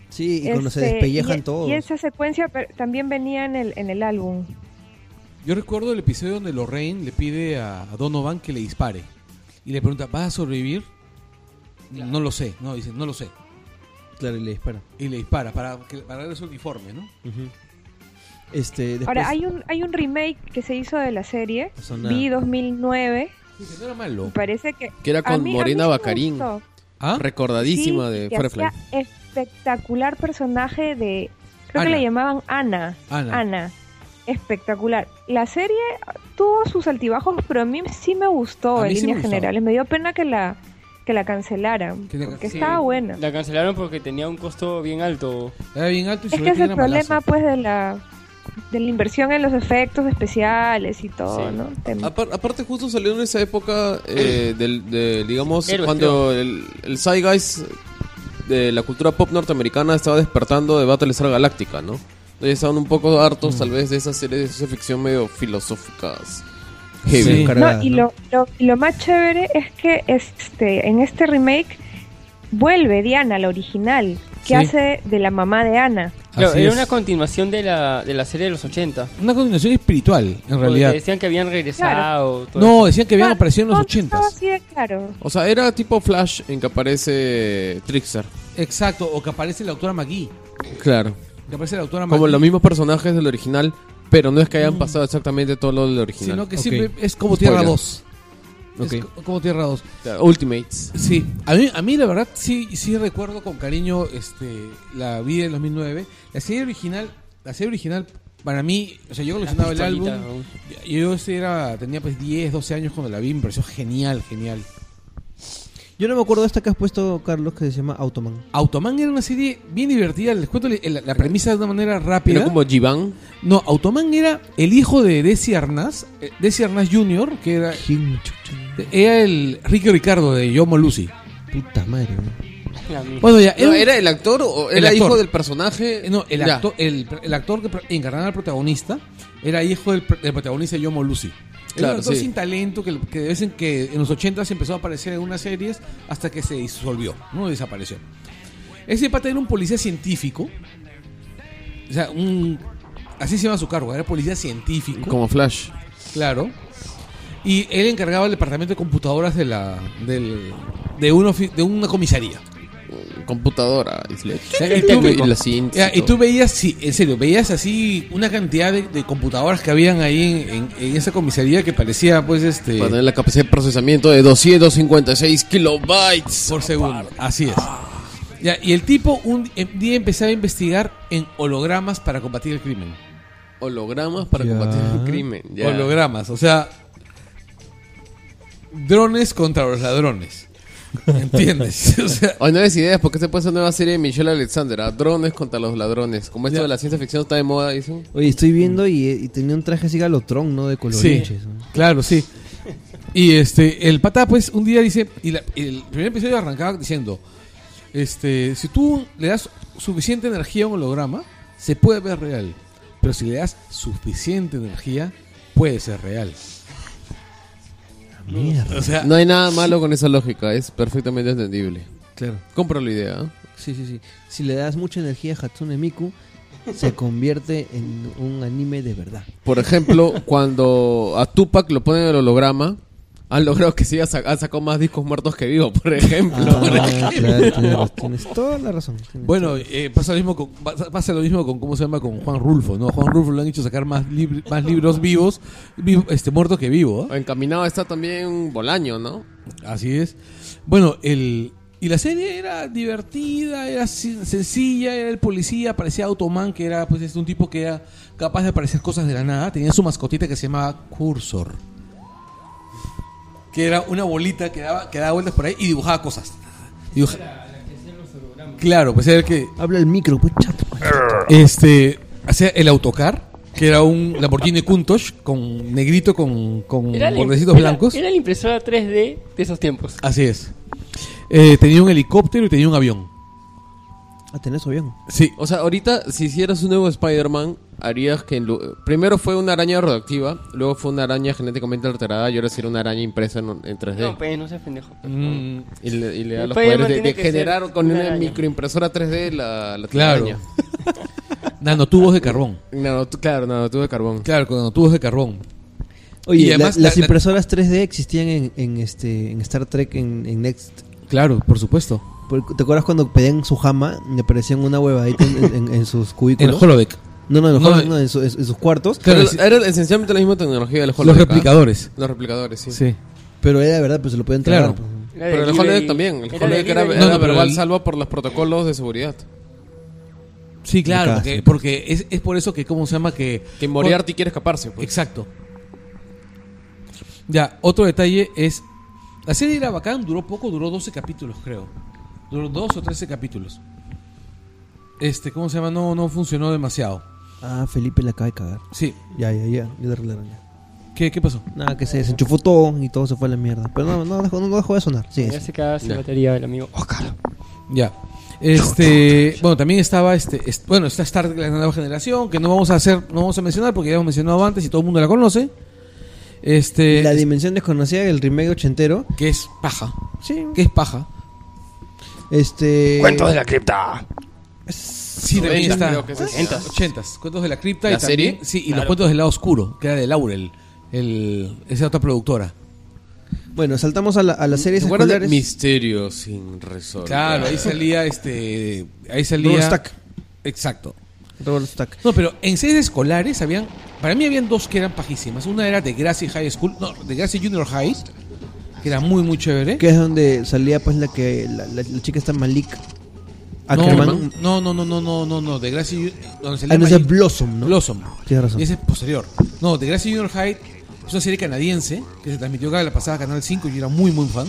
S2: Sí, y cuando se
S5: este,
S2: despellejan
S5: y-
S2: todos.
S5: Y esa secuencia pero, también venía en el, en el álbum.
S1: Yo recuerdo el episodio donde Lorraine le pide a a Donovan que le dispare. Y le pregunta, ¿vas a sobrevivir? No lo sé. No, dice, no lo sé.
S2: Claro, y le dispara.
S1: Y le dispara para, que- para darle su uniforme, ¿no?
S2: Ujú. Este, después,
S5: Ahora, hay un, hay un remake que se hizo de la serie,
S2: Sonada.
S5: Vi 2009.
S1: Dice, no era malo.
S5: y Parece que.
S4: Que era
S5: a
S4: con
S5: mí- a mí
S4: Morena
S5: sí me
S4: Bacarín.
S5: gustó.
S1: ¿Ah?
S4: Recordadísima
S5: Sí, y
S4: de
S5: que
S4: Firefly.
S5: hacía Espectacular personaje de. Creo
S1: Ana.
S5: que le llamaban Ana.
S1: Ana.
S5: Ana. Espectacular. La serie tuvo sus altibajos, pero a mí sí me gustó
S1: A
S5: en
S1: mí sí me
S5: líneas
S1: gustó.
S5: generales. Me dio pena que la que la cancelaran.
S1: Que la-
S5: porque
S3: Sí,
S5: estaba buena.
S3: La cancelaron porque tenía un costo bien alto.
S1: Era bien alto y
S5: Es
S1: se
S5: que
S1: ve
S5: es
S1: que
S5: el
S1: era
S5: problema,
S1: malazo.
S5: pues, de la de la inversión en los efectos especiales y todo,
S3: Sí.
S5: ¿no? Tem-
S1: Ah,
S4: Apar- aparte, justo salió en esa época eh, del, de, digamos,
S3: Héroes,
S4: cuando el, el Zeitgeist de la cultura pop norteamericana estaba despertando de Battlestar Galáctica, ¿no? Entonces estaban un poco hartos,
S1: Mm.
S4: tal vez, de esas series de ciencia ficción medio filosóficas. Heavy.
S1: Sí.
S2: cargadas,
S5: no, y
S2: ¿no?
S5: Lo, lo- y lo más chévere es que este en este remake vuelve Diana, la original, que
S1: Sí.
S5: hace de la mamá de Ana.
S3: Claro,
S1: Así
S3: era
S1: es.
S3: una continuación de la, de la serie de los 80.
S1: Una continuación espiritual, en realidad.
S3: Porque Decían que habían regresado. todo
S1: No, decían que habían
S5: Claro,
S1: aparecido en los
S5: todo- todo
S1: 80
S5: así de claro.
S4: O sea, era tipo Flash en que aparece Trickster.
S1: Exacto, o que aparece la autora Magui.
S4: Claro.
S1: Que aparece la autora
S4: Como
S1: Magui,
S4: los mismos personajes del original, pero no es que hayan pasado exactamente todo lo del original.
S1: Mm. Sino que
S2: Ok.
S1: siempre es como
S4: Spoiler.
S1: Tierra 2. Es
S4: Ok.
S1: co- como Tierra 2.
S4: Claro, Ultimates.
S1: Sí, a mí, a mí la verdad sí, sí recuerdo con cariño este, la vida del 2009. La serie original, la serie original para mí, o sea, yo
S3: Las
S1: coleccionaba el álbum.
S3: pistolitas, ¿no?
S1: Yo este era, tenía pues 10, 12 años cuando la vi, me pareció genial, genial.
S2: Yo no me acuerdo de esta que has puesto, Carlos, que se llama Automan.
S1: Automan era una serie bien divertida, les cuento la, la- la premisa de una manera rápida.
S4: Era como Jivan.
S1: No, Automan era el hijo de Desi Arnaz, eh, Desi Arnaz Jr., que era, era el Ricky Ricardo de Yo Amo Lucy.
S2: Puta madre, ¿no?
S3: La misma.
S1: Bueno, ya,
S4: No,
S1: un-
S4: ¿Era el actor o
S1: El
S4: era
S1: actor.
S4: hijo del personaje?
S1: Eh, No, el,
S4: Ya.
S1: actor el, el actor que pro- encarnaba al protagonista era hijo del, pr- del protagonista de Yomo Lucy. Era
S4: Claro,
S1: un actor
S4: sí.
S1: sin talento que, que de vez en que en los 80 empezó a aparecer en unas series hasta que se disolvió, no desapareció. Ese pata era un policía científico. O sea, un así se llama su cargo, era policía científico.
S4: Como Flash.
S1: Claro. Y él encargaba el departamento de computadoras de la del- de una ofi- de una comisaría.
S4: Computadora. Y, se le-
S1: O sea, y tú ve-
S4: y la cinta.
S1: Ya, y tú veías, sí, en serio, veías así una cantidad de, de computadoras que habían ahí en, en- en esa comisaría que parecía, pues, este.
S4: Para tener la capacidad de procesamiento de 256 kilobytes.
S1: por segundo. Así es. Ya, y el tipo un em- día empezaba a investigar en hologramas para combatir el crimen.
S4: Hologramas para
S2: Ya.
S4: combatir el crimen. ya.
S1: Hologramas, o sea. Drones contra los ladrones. ¿Entiendes? O sea,
S4: Hay nuevas ideas, porque se puede hacer nueva serie de Michelle Alexander, ¿ah? drones contra los ladrones. Como esto
S1: Ya.
S4: de la ciencia ficción está de moda, dicen.
S2: Oye, estoy viendo y, eh, y tenía un traje así galotrón, ¿no? De coloriches. ¿no?
S1: Claro, sí. Y este, el pata, pues, un día dice, y la- el primer episodio arrancaba diciendo, este, si tú le das suficiente energía a un holograma, se puede ver real. Pero si le das suficiente energía, puede ser real.
S2: Mierda.
S1: O sea,
S4: No hay nada malo con esa lógica, es perfectamente entendible.
S2: Claro.
S4: Compro la idea. ¿ah?
S2: Sí, sí, sí. Si le das mucha energía a Hatsune Miku, se convierte en un anime de verdad.
S4: Por ejemplo, cuando a Tupac lo ponen en el holograma, han logrado que siga sa- ha sacado más discos muertos que vivos, por ejemplo.
S2: Ah, claro, tienes, tienes toda la razón. tienes
S1: bueno, eh, pasa lo mismo con, pasa pasa lo mismo con, ¿cómo se llama? Con Juan Rulfo, ¿no? Juan Rulfo lo han hecho sacar más, libr- más libros vivos, vi- este, muertos que vivos. ¿ah?
S4: Encaminado está también Bolaño, ¿no?
S1: Así es. Bueno, el y la serie era divertida, era sen- sencilla, era el policía, parecía Automan, que era pues es un tipo que era capaz de aparecer cosas de la nada. Tenía su mascotita que se llamaba Cursor. Que era una bolita que daba, que daba vueltas por ahí y dibujaba cosas. Dibuja- Claro, pues era el que
S2: Habla el micro, pues chato.
S1: este hacía el autocar, que era un Lamborghini Countach con negrito con, con
S3: Era la-
S1: bordecitos
S3: era-
S1: blancos.
S3: Era la impresora 3D de esos tiempos.
S1: Así es. Eh, tenía un helicóptero y tenía un avión.
S2: A tener Ah, eso bien.
S1: Sí.
S4: O sea, ahorita, si hicieras un nuevo Spider-Man, harías que... en lu- Primero fue una araña radioactiva, luego fue una araña genéticamente alterada y ahora sí era una araña impresa en, en 3D.
S3: No, pues no seas pendejo. pues,
S4: Y le, y le da
S3: El
S4: los
S3: Spider-Man
S4: poderes de,
S3: tiene
S4: de
S3: que
S4: generar
S3: ser
S4: con
S3: una
S4: una
S3: araña.
S4: microimpresora 3D la, la
S1: Claro.
S4: telaraña.
S1: Nanotubos de carbón.
S4: Nano- claro, nanotubo de carbón.
S1: Claro, con nanotubos de carbón.
S2: Oye,
S1: Y
S2: la-
S1: además
S2: las
S1: la- la-
S2: impresoras 3D existían en, en este, en Star Trek, en, en Next.
S1: Claro, por supuesto.
S2: Porque, ¿Te acuerdas cuando pedían su jama? Le aparecían una huevadita en, en- en sus
S1: El
S2: cubículos.
S1: holodeck.
S2: no, no, en, el
S1: No,
S2: holodeck,
S1: eh.
S2: no, en su- en sus cuartos.
S1: Claro,
S4: Pero
S1: sí.
S4: era esencialmente la misma tecnología del
S1: Los
S4: holodeck, ¿ah?
S1: replicadores.
S4: Los replicadores, sí.
S1: Sí.
S2: Pero era verdad, pues se lo podían
S1: Claro.
S2: tragar. pues.
S3: era
S4: Pero el
S3: delivery-
S4: holodeck también. El holodeck era,
S3: delivery.
S4: era
S1: No, no, pero
S4: verbal
S1: el-
S4: salva por los protocolos de seguridad.
S1: Sí, claro,
S2: Nunca,
S1: porque,
S2: sí.
S1: porque es, es por eso que, ¿cómo se llama? Que,
S4: Que Moriarty quiere escaparse, pues.
S1: Exacto. Ya, otro detalle es. La serie era bacán, duró poco, duró 12 capítulos, creo. Duró 12 o 13 capítulos. Este, ¿cómo se llama? No, no funcionó demasiado.
S2: Ah, Felipe la acaba de cagar.
S1: Sí.
S2: Ya, ya, ya. Ya la arreglaron ya.
S1: ¿Qué, qué pasó?
S2: Nada, que se desenchufó todo y todo se fue a la mierda. Pero no, no, dejó, no dejó de sonar. Sí,
S3: Ya se queda sin batería el amigo Oscar.
S1: Ya. Este, bueno, también estaba este, est- bueno, está Star Trek la nueva generación, que no vamos a hacer, no vamos a mencionar porque ya hemos mencionado antes y todo el mundo la conoce. Este,
S2: La dimensión desconocida, el remake ochentero.
S1: que es paja,
S2: Sí.
S1: que es paja.
S2: Este.
S4: Cuento de la cripta.
S1: Sí, también
S4: 90,
S1: está.
S4: creo que es.
S1: 80s. 80s, Cuentos de la cripta
S4: ¿La
S1: y también-
S4: serie?
S1: sí, y los
S4: Claro.
S1: cuentos del lado oscuro, que era de Laurel, el esa otra productora.
S2: Bueno, saltamos a, la- a las
S4: ¿Se
S2: series
S4: acuerdan de
S2: escolares.
S4: Misterio sin resolver?
S1: Claro, ahí salía este, ahí salía
S2: Robert Stack.
S1: Exacto.
S2: Robert Stack.
S1: No, pero en series escolares habían. Para mí habían dos que eran pajísimas. Una era de Gracie High School. No, de Gracie Junior High. Que era muy, muy chévere.
S2: Que es donde salía pues la que la, la- la chica está Malik Ackerman.
S1: no, no, no, no, no, no, no, no. De Gracie. Ju- Donde
S2: ah, no, ese
S1: Magi-
S2: es Blossom, ¿no?
S1: Blossom.
S2: Tienes razón.
S1: Y ese es posterior. No, de Gracie Junior High es una serie canadiense que se transmitió cada la pasada Canal 5 y yo era muy, muy fan.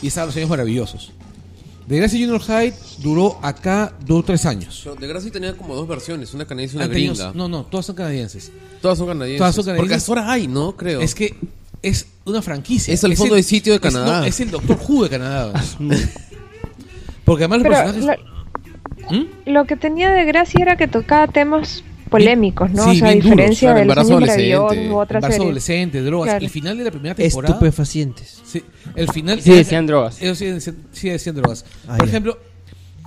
S1: Y estaba Los Años Maravillosos. De Gracie Junior High duró acá dos o tres años.
S4: De Gracia tenía como dos versiones, una canadiense y una
S1: Han tenido-
S4: gringa.
S1: no, no, todas son canadienses.
S4: Todas son canadienses.
S1: Todas son canadienses.
S4: Porque hasta ahora hay, ¿no? Creo.
S1: Es que es una franquicia.
S4: Es el fondo de sitio de
S1: es- no,
S4: Canadá.
S1: Es, el Doctor Who de Canadá. Porque además los
S5: Pero
S1: personajes.
S5: lo,
S1: ¿Mm?
S5: lo que tenía de gracia era que tocaba temas polémicos, ¿no?
S1: sí,
S5: o sea, a
S1: bien duros,
S5: diferencia
S4: claro,
S5: de los
S4: embarazo
S5: años
S4: adolescente,
S5: maravillosos u otras
S1: embarazo
S5: series.
S1: adolescente, drogas.
S5: Claro.
S1: El final de la primera temporada.
S2: Estupefacientes.
S1: Sí, el final.
S3: Sí, decían drogas.
S1: Ellos siguen, siendo- siguen diciendo drogas.
S2: Ah,
S1: Por
S2: ya.
S1: ejemplo,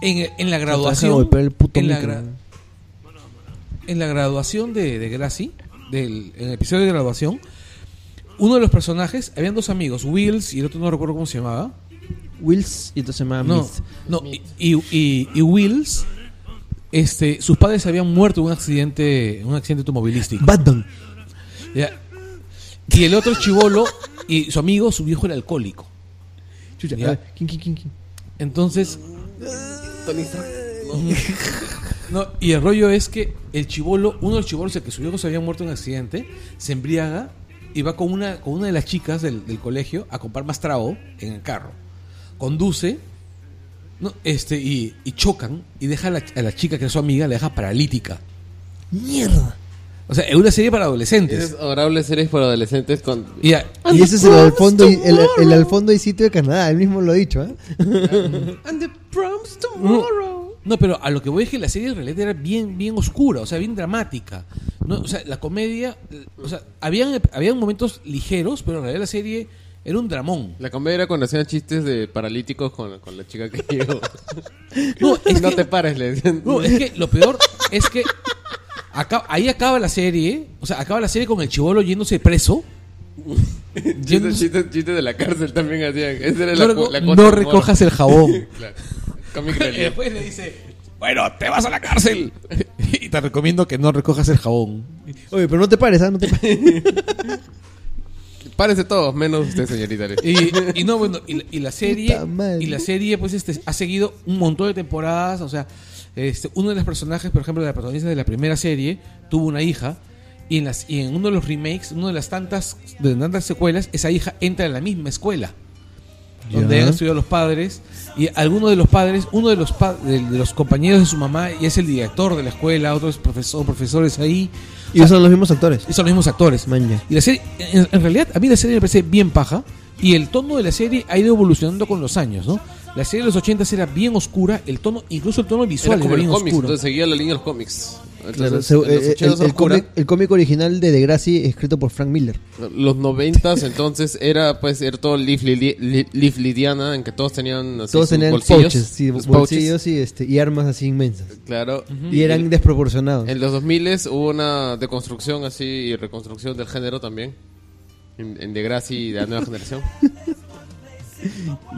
S1: en, en la
S2: Te vas a
S1: graduación.
S2: golpear el puto
S1: en, la
S2: micro.
S1: gra- en la graduación de, de Gracie, del, en el episodio de graduación, uno de los personajes, habían dos amigos, Wills y el otro no recuerdo cómo se llamaba.
S2: Wills y entonces se llama
S1: No,
S2: Myth.
S1: no y, y- y- y Wills, este, sus padres habían muerto en un accidente, en un accidente automovilístico.
S2: Batman.
S1: Ya. Y el otro chivolo y su amigo, su viejo era alcohólico.
S2: Chucha,
S1: Ya.
S2: a ver, ¿quién, quién, quién, quién?
S1: Entonces. No, y el rollo es que el chivolo, uno de los chivolos, el que su viejo se había muerto en un accidente, se embriaga y va con una, con una de las chicas del, del colegio a comprar más trago en el carro. Conduce no, este, y, y chocan y deja a la, a la chica, que es su amiga, la deja paralítica.
S2: Mierda.
S1: O sea, es una serie para
S4: Es
S1: adolescentes.
S4: honorable series para adolescentes con...
S1: Y ya,
S2: Y ese es el al fondo y, el, el al fondo y sitio de Canadá, él mismo lo ha dicho, ¿eh?
S4: And the proms
S2: Mm.
S1: No, pero a lo que voy es que la serie en realidad era bien, bien oscura, o sea, bien dramática. No, o sea, la comedia, eh, o sea, habían, habían momentos ligeros, pero en realidad la serie era un dramón.
S4: La comedia era cuando hacían chistes de paralíticos con, con la chica que llegó.
S1: No, es
S4: no
S1: que,
S4: te pares, le decían.
S1: no, es que lo peor es que acá- ahí acaba la serie, o sea, acaba la serie con el chivolo yéndose preso.
S4: Chistes, chistes, chistes de la cárcel también hacían. Esa era
S1: No,
S4: la,
S1: reco-
S4: cu- la
S1: no
S4: cuota de humor.
S1: recojas Eh, el jabón.
S4: Claro. Comic
S1: Y
S4: relief.
S1: después le dice, bueno, te vas a la cárcel. Y te recomiendo que no recojas el jabón.
S2: Oye, pero no te pares, ¿ah? No te pares.
S4: Párese todos, menos usted, señorita.
S1: Eh, Y, y no, bueno, y, la- y la serie,
S2: Puta madre.
S1: y la serie, pues, este, ha seguido un montón de temporadas. O sea, este, uno de los personajes, por ejemplo, de la protagonista de la primera serie, tuvo una hija. Y en, las, y en uno de los remakes, una de las tantas, de tantas secuelas, esa hija entra en la misma escuela. Donde
S2: Ya.
S1: han estudiado los padres. Y alguno de los padres, uno de los, pa- de, de los compañeros de su mamá, y es el director de la escuela, otros profesor, profesores ahí.
S2: Y usan los mismos actores.
S1: Y son los mismos actores.
S2: Maña.
S1: Y la serie, en, en realidad, a mí la serie me parece bien paja. Y el tono de la serie ha ido evolucionando con los años, ¿no? La serie de los 80 era bien oscura, el tono, incluso el tono visual era,
S4: Era como los
S1: bien
S4: cómics,
S1: oscuro.
S4: entonces seguía la línea de los cómics. Entonces,
S2: Claro, se-
S4: en los
S2: eh, el,
S4: 80s
S2: el
S4: oscura,
S2: cómic, el cómic original de Degrassi, escrito por Frank Miller.
S4: Los noventas entonces era pues era todo Leaf, Lili- Li- Leaf Lidiana en que todos tenían así,
S2: Todos
S4: sus
S2: tenían
S4: bolsillos,
S2: pouches, sí,
S4: sus
S2: bolsillos y, este, y armas así inmensas.
S4: claro
S2: Y eran desproporcionados.
S4: en los 2000 hubo una deconstrucción así y reconstrucción del género también en, en Degrassi y de la nueva generación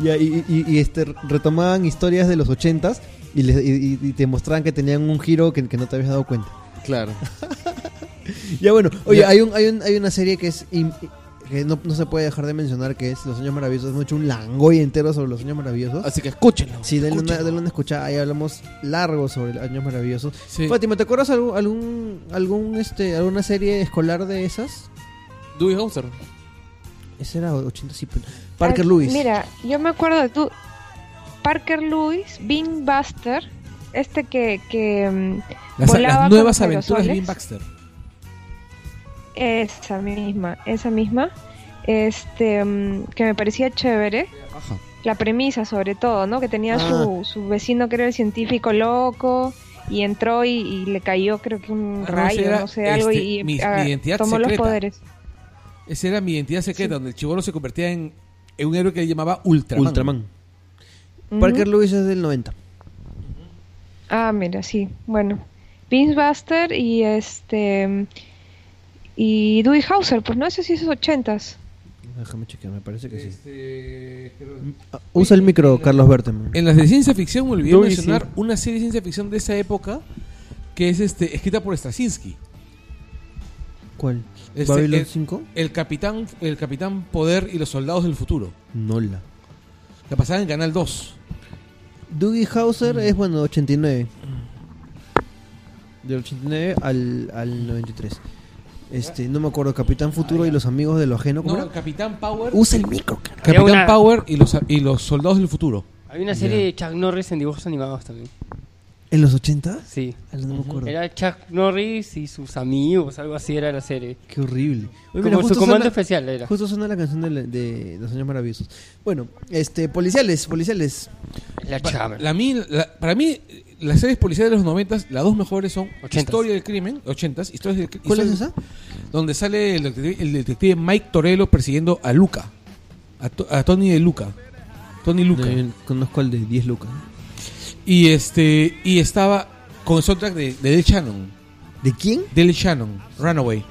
S2: Y, y- y- y, este, retomaban historias de los ochentas y, les- y- y- y te mostraban que tenían un giro que, que no te habías dado cuenta.
S4: claro
S2: Ya bueno, oye,
S1: Ya.
S2: hay, un, hay, un- hay una serie que es... im- que no, no se puede dejar de mencionar que es Los Años Maravillosos. Hemos hecho un langoy entero sobre Los Años Maravillosos.
S4: así que escúchenlo
S2: Sí, denle una, denle una escuchada. Ahí hablamos largo sobre los años maravillosos.
S1: Sí.
S2: Fátima, ¿te acuerdas algún, algún, algún, este, alguna serie escolar de esas?
S4: Dewey Hauser
S2: Ese era 80 sí, pero- Parker
S5: Ah,
S2: Lewis.
S5: Mira, yo me acuerdo de tú. Parker Lewis, Bing Buster, este que, que mm,
S1: Las,
S5: volaba
S1: las
S5: con
S1: nuevas
S5: los
S1: aventuras de
S5: aerosoles.
S1: Jim Baxter.
S5: Esa misma, esa misma. Este, mm, que me parecía chévere. La premisa, sobre todo, ¿no? Que tenía
S1: Ah.
S5: su, su vecino, que era el científico loco, y entró y, y le cayó, creo que un
S1: Ah, no,
S5: rayo,
S1: ese era,
S5: no sé, algo,
S1: este,
S5: y
S1: mi-
S5: ah,
S1: mi identidad
S5: tomó los
S1: secreta.
S5: poderes.
S1: Esa era mi identidad secreta, donde el chivolo se convertía en, en un héroe que llamaba Ultraman.
S2: Ultraman.
S5: Ujú.
S2: Parker Lewis es del 90.
S5: Ah, mira, sí, bueno. Vince Buster y este. Y Dewey Hauser, pues no, eso sí es 80s.
S2: Déjame chequear, me parece que sí.
S1: Este, creo-
S2: Ah, Usa el micro, Carlos Berteman.
S1: En las de ciencia ficción me olvidé
S3: Uy,
S1: mencionar una serie de ciencia ficción de esa época que es este, escrita por Straczynski.
S2: ¿Cuál?
S1: Este,
S2: ¿Babylon
S1: el-
S2: 5?
S1: El capitán, el capitán Poder y los soldados del futuro.
S2: Nola.
S1: La pasaba en Canal 2.
S2: Doogie Hauser es, bueno, 89. Del 89 al, al 93. Este, no me acuerdo, Capitán Futuro y los amigos de lo ajeno. ¿cómo
S1: No, el
S2: era?
S1: capitán Power.
S2: Usa el micro, Carlos.
S1: Capitán
S3: Había una-
S1: Power y los, y los soldados del futuro.
S3: Había una serie de Chuck Norris en dibujos animados también.
S2: ¿En los 80?
S3: Sí.
S2: Ah, No me acuerdo.
S3: Era Chuck Norris y sus amigos, algo así era la serie.
S2: Qué horrible. Oye,
S3: Como
S2: mira,
S3: su
S2: justo
S3: comando
S2: suena-
S3: especial era.
S2: Justo suena la canción de, la- de Los Años Maravillosos. Bueno, este, policiales, policiales.
S3: La
S1: Pa-
S3: chama.
S1: la mí- la- para mí, las series policiales de los 90, las dos mejores son
S3: Ochentas.
S1: Historia del Crimen, 80s, Historia del Crimen.
S2: ¿Cuál es esa?
S1: Donde sale el detective, el detective Mike Torello persiguiendo a Luca, a, To- a Tony de Luca. Tony Luca.
S2: De- conozco al de 10 lucas.
S1: Y este y estaba con el soundtrack de, de Del Shannon.
S2: ¿De quién?
S1: Del Shannon, Runaway.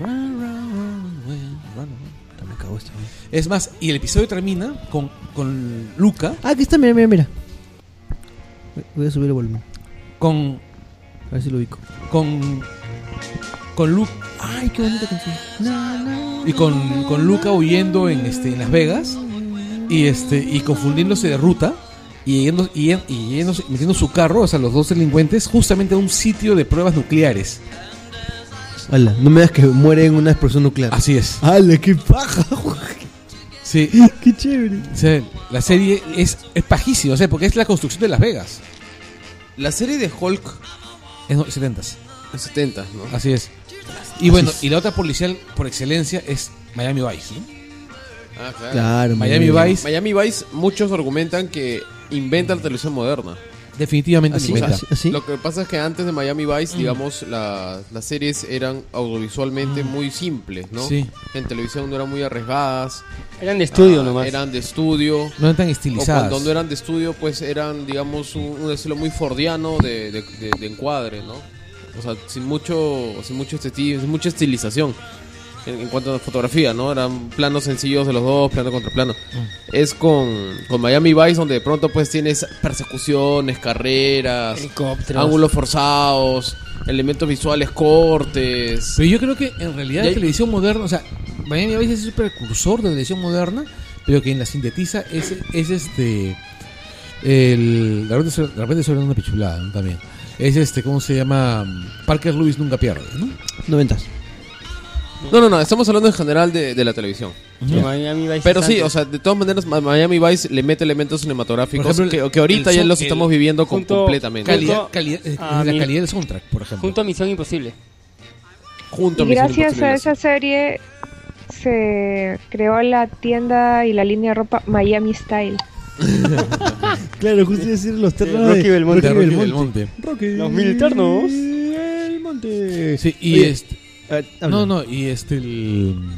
S1: Run, run, runaway, runaway.
S2: Puta, me cago esto.
S1: Es más, y el episodio termina con, con Luca,
S2: Ah, aquí está, mira, mira, mira. Voy a subir el volumen.
S1: con.
S2: A ver si lo ubico.
S1: con. con Luca.
S2: Ay, qué bonita canción. Na, na.
S1: y con, con Luca huyendo en este en Las Vegas y este y confundiéndose de ruta y yendo, y, yen- y yéndose- metiendo su carro, o sea, los dos delincuentes justamente a un sitio de pruebas nucleares.
S2: Ala, no me das que muere en una explosión nuclear.
S1: Así es.
S2: Ala, qué paja. güey.
S1: Sí,
S2: qué chévere.
S1: o sea, la serie es es pajísima, o sea, porque es la construcción de Las Vegas
S4: La serie de Hulk
S1: en los 70s.
S4: en 70, ¿no?
S1: Así es. Y bueno, y la otra policial por excelencia es Miami Vice. ¿no?
S4: Ah, claro.
S2: Claro,
S1: Miami Vice
S4: Miami Vice, muchos argumentan que inventa la televisión moderna.
S1: definitivamente
S2: Así,
S1: lo inventa.
S2: así, así.
S4: Lo que pasa es que antes de Miami
S3: Mm.
S4: Vice, digamos, la- las series eran audiovisualmente
S3: Mm.
S4: muy simples, ¿no?
S1: Sí.
S4: En televisión no eran muy arriesgadas.
S3: Eran de estudio
S4: ah,
S3: nomás.
S4: Eran de estudio.
S1: No eran tan
S4: O
S1: estilizadas.
S4: cuando no eran de estudio, pues eran, digamos, un, un estilo muy fordiano de, de- de- de encuadre, ¿no? O sea, sin mucho, sin mucho esteti- sin mucha estilización. En, en cuanto a la fotografía, ¿no? Eran planos sencillos de los dos, plano contra plano.
S3: Mm.
S4: Es con, con Miami Vice donde de pronto pues tienes persecuciones, carreras,
S3: Helicópteros.
S4: ángulos forzados, elementos visuales, cortes.
S1: Pero yo creo que en realidad
S4: Y
S1: la
S4: hay-
S1: televisión moderna, o sea, Miami Vice es el precursor de la televisión moderna, pero quien la sintetiza es, es este. El, de repente estoy- de repente estoy hablando una pichulada ¿no? también. Es este, ¿cómo se llama? Parker Lewis nunca pierde, ¿no?
S2: Noventas.
S4: No, no, no, estamos hablando en general de, de la televisión.
S3: Sí, Miami Vice
S4: Pero sí,
S3: Santos.
S4: o sea, de todas maneras, Ma- Miami Vice le mete elementos cinematográficos
S1: Por ejemplo,
S4: que, que ahorita
S1: el
S4: ya
S1: son-
S4: los
S1: el-
S4: estamos viviendo con-
S3: junto-
S4: completamente.
S3: Cali-
S1: Calidad,
S3: Junto
S1: calidad- eh,
S3: a
S1: la
S3: mi-
S1: calidad del soundtrack, por ejemplo.
S3: Junto a Misión Imposible.
S4: junto
S5: Y
S4: a Misión
S5: gracias
S4: Imposible,
S5: a esa serie se creó la tienda y la línea de ropa Miami Style.
S2: Claro, justo iba a decir los ternos
S3: Rocky Belmonte.
S1: De
S2: Rocky
S1: Rocky
S2: Belmonte.
S1: Belmonte.
S2: Rocky
S3: Los militernos.
S2: Belmonte.
S1: Sí, y
S2: Oye,
S1: este.
S2: Ah, habla.
S1: No, no, y este. el-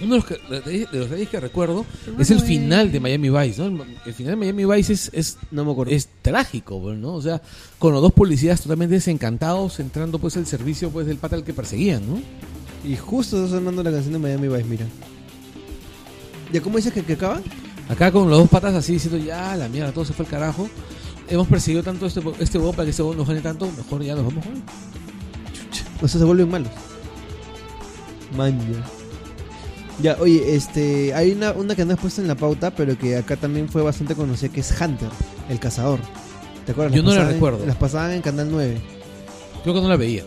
S1: uno de los, que- de los detalles que recuerdo es el final de Miami Vice, ¿no? El, el final de Miami Vice es- es
S2: No me acuerdo.
S1: es trágico, pues, ¿no? O sea, con los dos policías totalmente desencantados entrando pues al servicio pues del pata al que perseguían, ¿no?
S2: Y justo está sonando la canción de Miami Vice, mira. ¿Ya cómo dices que, que acaba?
S1: Acá con los dos patas así diciendo, ya, la mierda, todo se fue al carajo. Hemos perseguido tanto a este, bo- este huevón para que este huevón nos gane tanto, mejor ya nos vamos joder".
S2: O sea, se vuelven malos. Man, ya. Ya, oye, este, hay una, una que no has puesto en la pauta, pero que acá también fue bastante conocida, que es Hunter, el cazador. ¿Te acuerdas?
S1: Yo no la
S2: pasaban en-
S1: recuerdo.
S2: las pasaban en Canal 9.
S1: Creo que no la veía.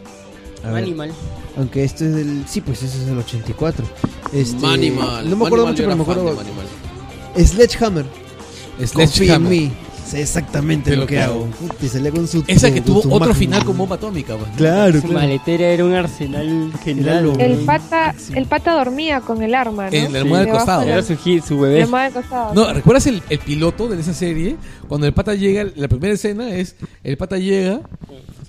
S2: A ver,
S3: Animal.
S2: aunque esto es del... Sí, pues ese es del 84. Este,
S4: Manimal.
S2: No me acuerdo
S4: Manimal,
S2: mucho,
S4: yo era
S2: pero me
S4: fan
S2: acuerdo...
S4: de Manimal.
S2: Sledgehammer. Confía en
S1: Sledgehammer.
S2: mí. Sé exactamente
S1: De
S2: lo
S1: lo
S2: que
S1: que
S2: hago. Y salía con su.
S1: Esa que
S2: con
S1: tuvo
S2: su
S1: otro
S2: máquina.
S1: final con bomba atómica, pues, ¿no?
S2: Claro,
S3: Su
S2: claro.
S3: maletera era un arsenal
S2: Era
S3: genial.
S2: lo-
S3: güey.
S5: El pata, el pata dormía con el arma, ¿no?
S1: En la
S3: almohada del
S5: Debajo
S1: costado.
S5: de la-
S3: Era su hit, su
S5: la
S3: bebé.
S5: almohada del costado.
S1: No, ¿recuerdas el, el piloto de esa serie? Cuando el pata llega, la primera escena es el pata llega,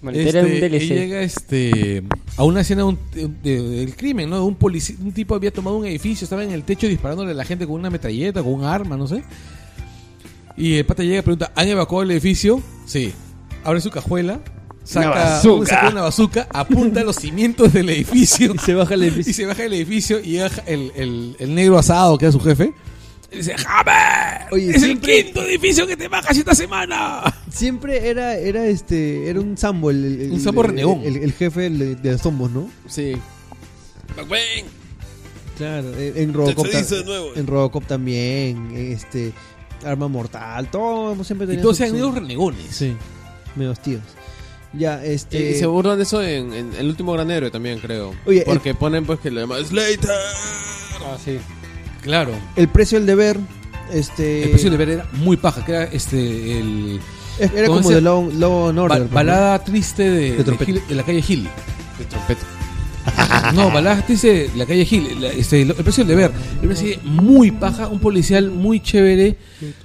S3: Su maletera
S1: este,
S3: era un
S1: y
S3: DLC.
S1: llega este a una escena de un- de- de- del crimen, ¿no? Un policía, un tipo había tomado un edificio, estaba en el techo disparándole a la gente con una metralleta, con un arma, no sé. Y el pata llega y pregunta, ¿han evacuado el edificio? Sí. Abre su cajuela, saca
S3: Una
S1: una
S3: bazooka.
S1: bazooka, apunta a los cimientos del edificio.
S2: Se baja el
S1: Y
S2: edificio.
S1: se baja del edificio y llega el, el- el negro asado, que era su jefe. Y dice, ¡Hammer!
S2: Oye,
S1: ¡Es
S2: siempre-
S1: el quinto edificio que te bajas esta semana!
S2: Siempre era, era este. Era un sambo el, el-
S1: Un sambo
S2: el-
S1: renegón.
S2: El, el jefe de, de los zombos, ¿no?
S4: Sí. McBain.
S2: Claro. En Robocop.
S4: Te
S2: ta-
S4: dice de
S8: eh.
S4: nuevo.
S2: En Robocop también. Este. Arma mortal. Todo siempre
S1: Y
S2: tenía
S1: todos
S2: su-
S1: eran
S2: su-
S1: negros renegones.
S2: Sí. Medios tíos. Ya,
S4: Y,
S2: este.
S4: y se burlan de eso en, en El último gran héroe también, creo.
S2: Oye,
S4: Porque ponen pues que lo llaman Slater.
S3: Ah, sí.
S1: Claro.
S2: El precio del deber. Este.
S1: El precio de ver era muy paja, que era este el
S2: es- Era
S1: ¿cómo
S2: como
S1: se-
S2: de Law, Law and Order.
S1: ba-
S2: ¿no?
S1: balada triste de,
S2: De
S1: de,
S2: trompeta.
S1: Hill- de la calle Hill.
S4: De trompeta.
S1: No, balada triste de la calle Hill, la- este, lo- el precio del deber. Era una serie muy paja, un policial muy chévere,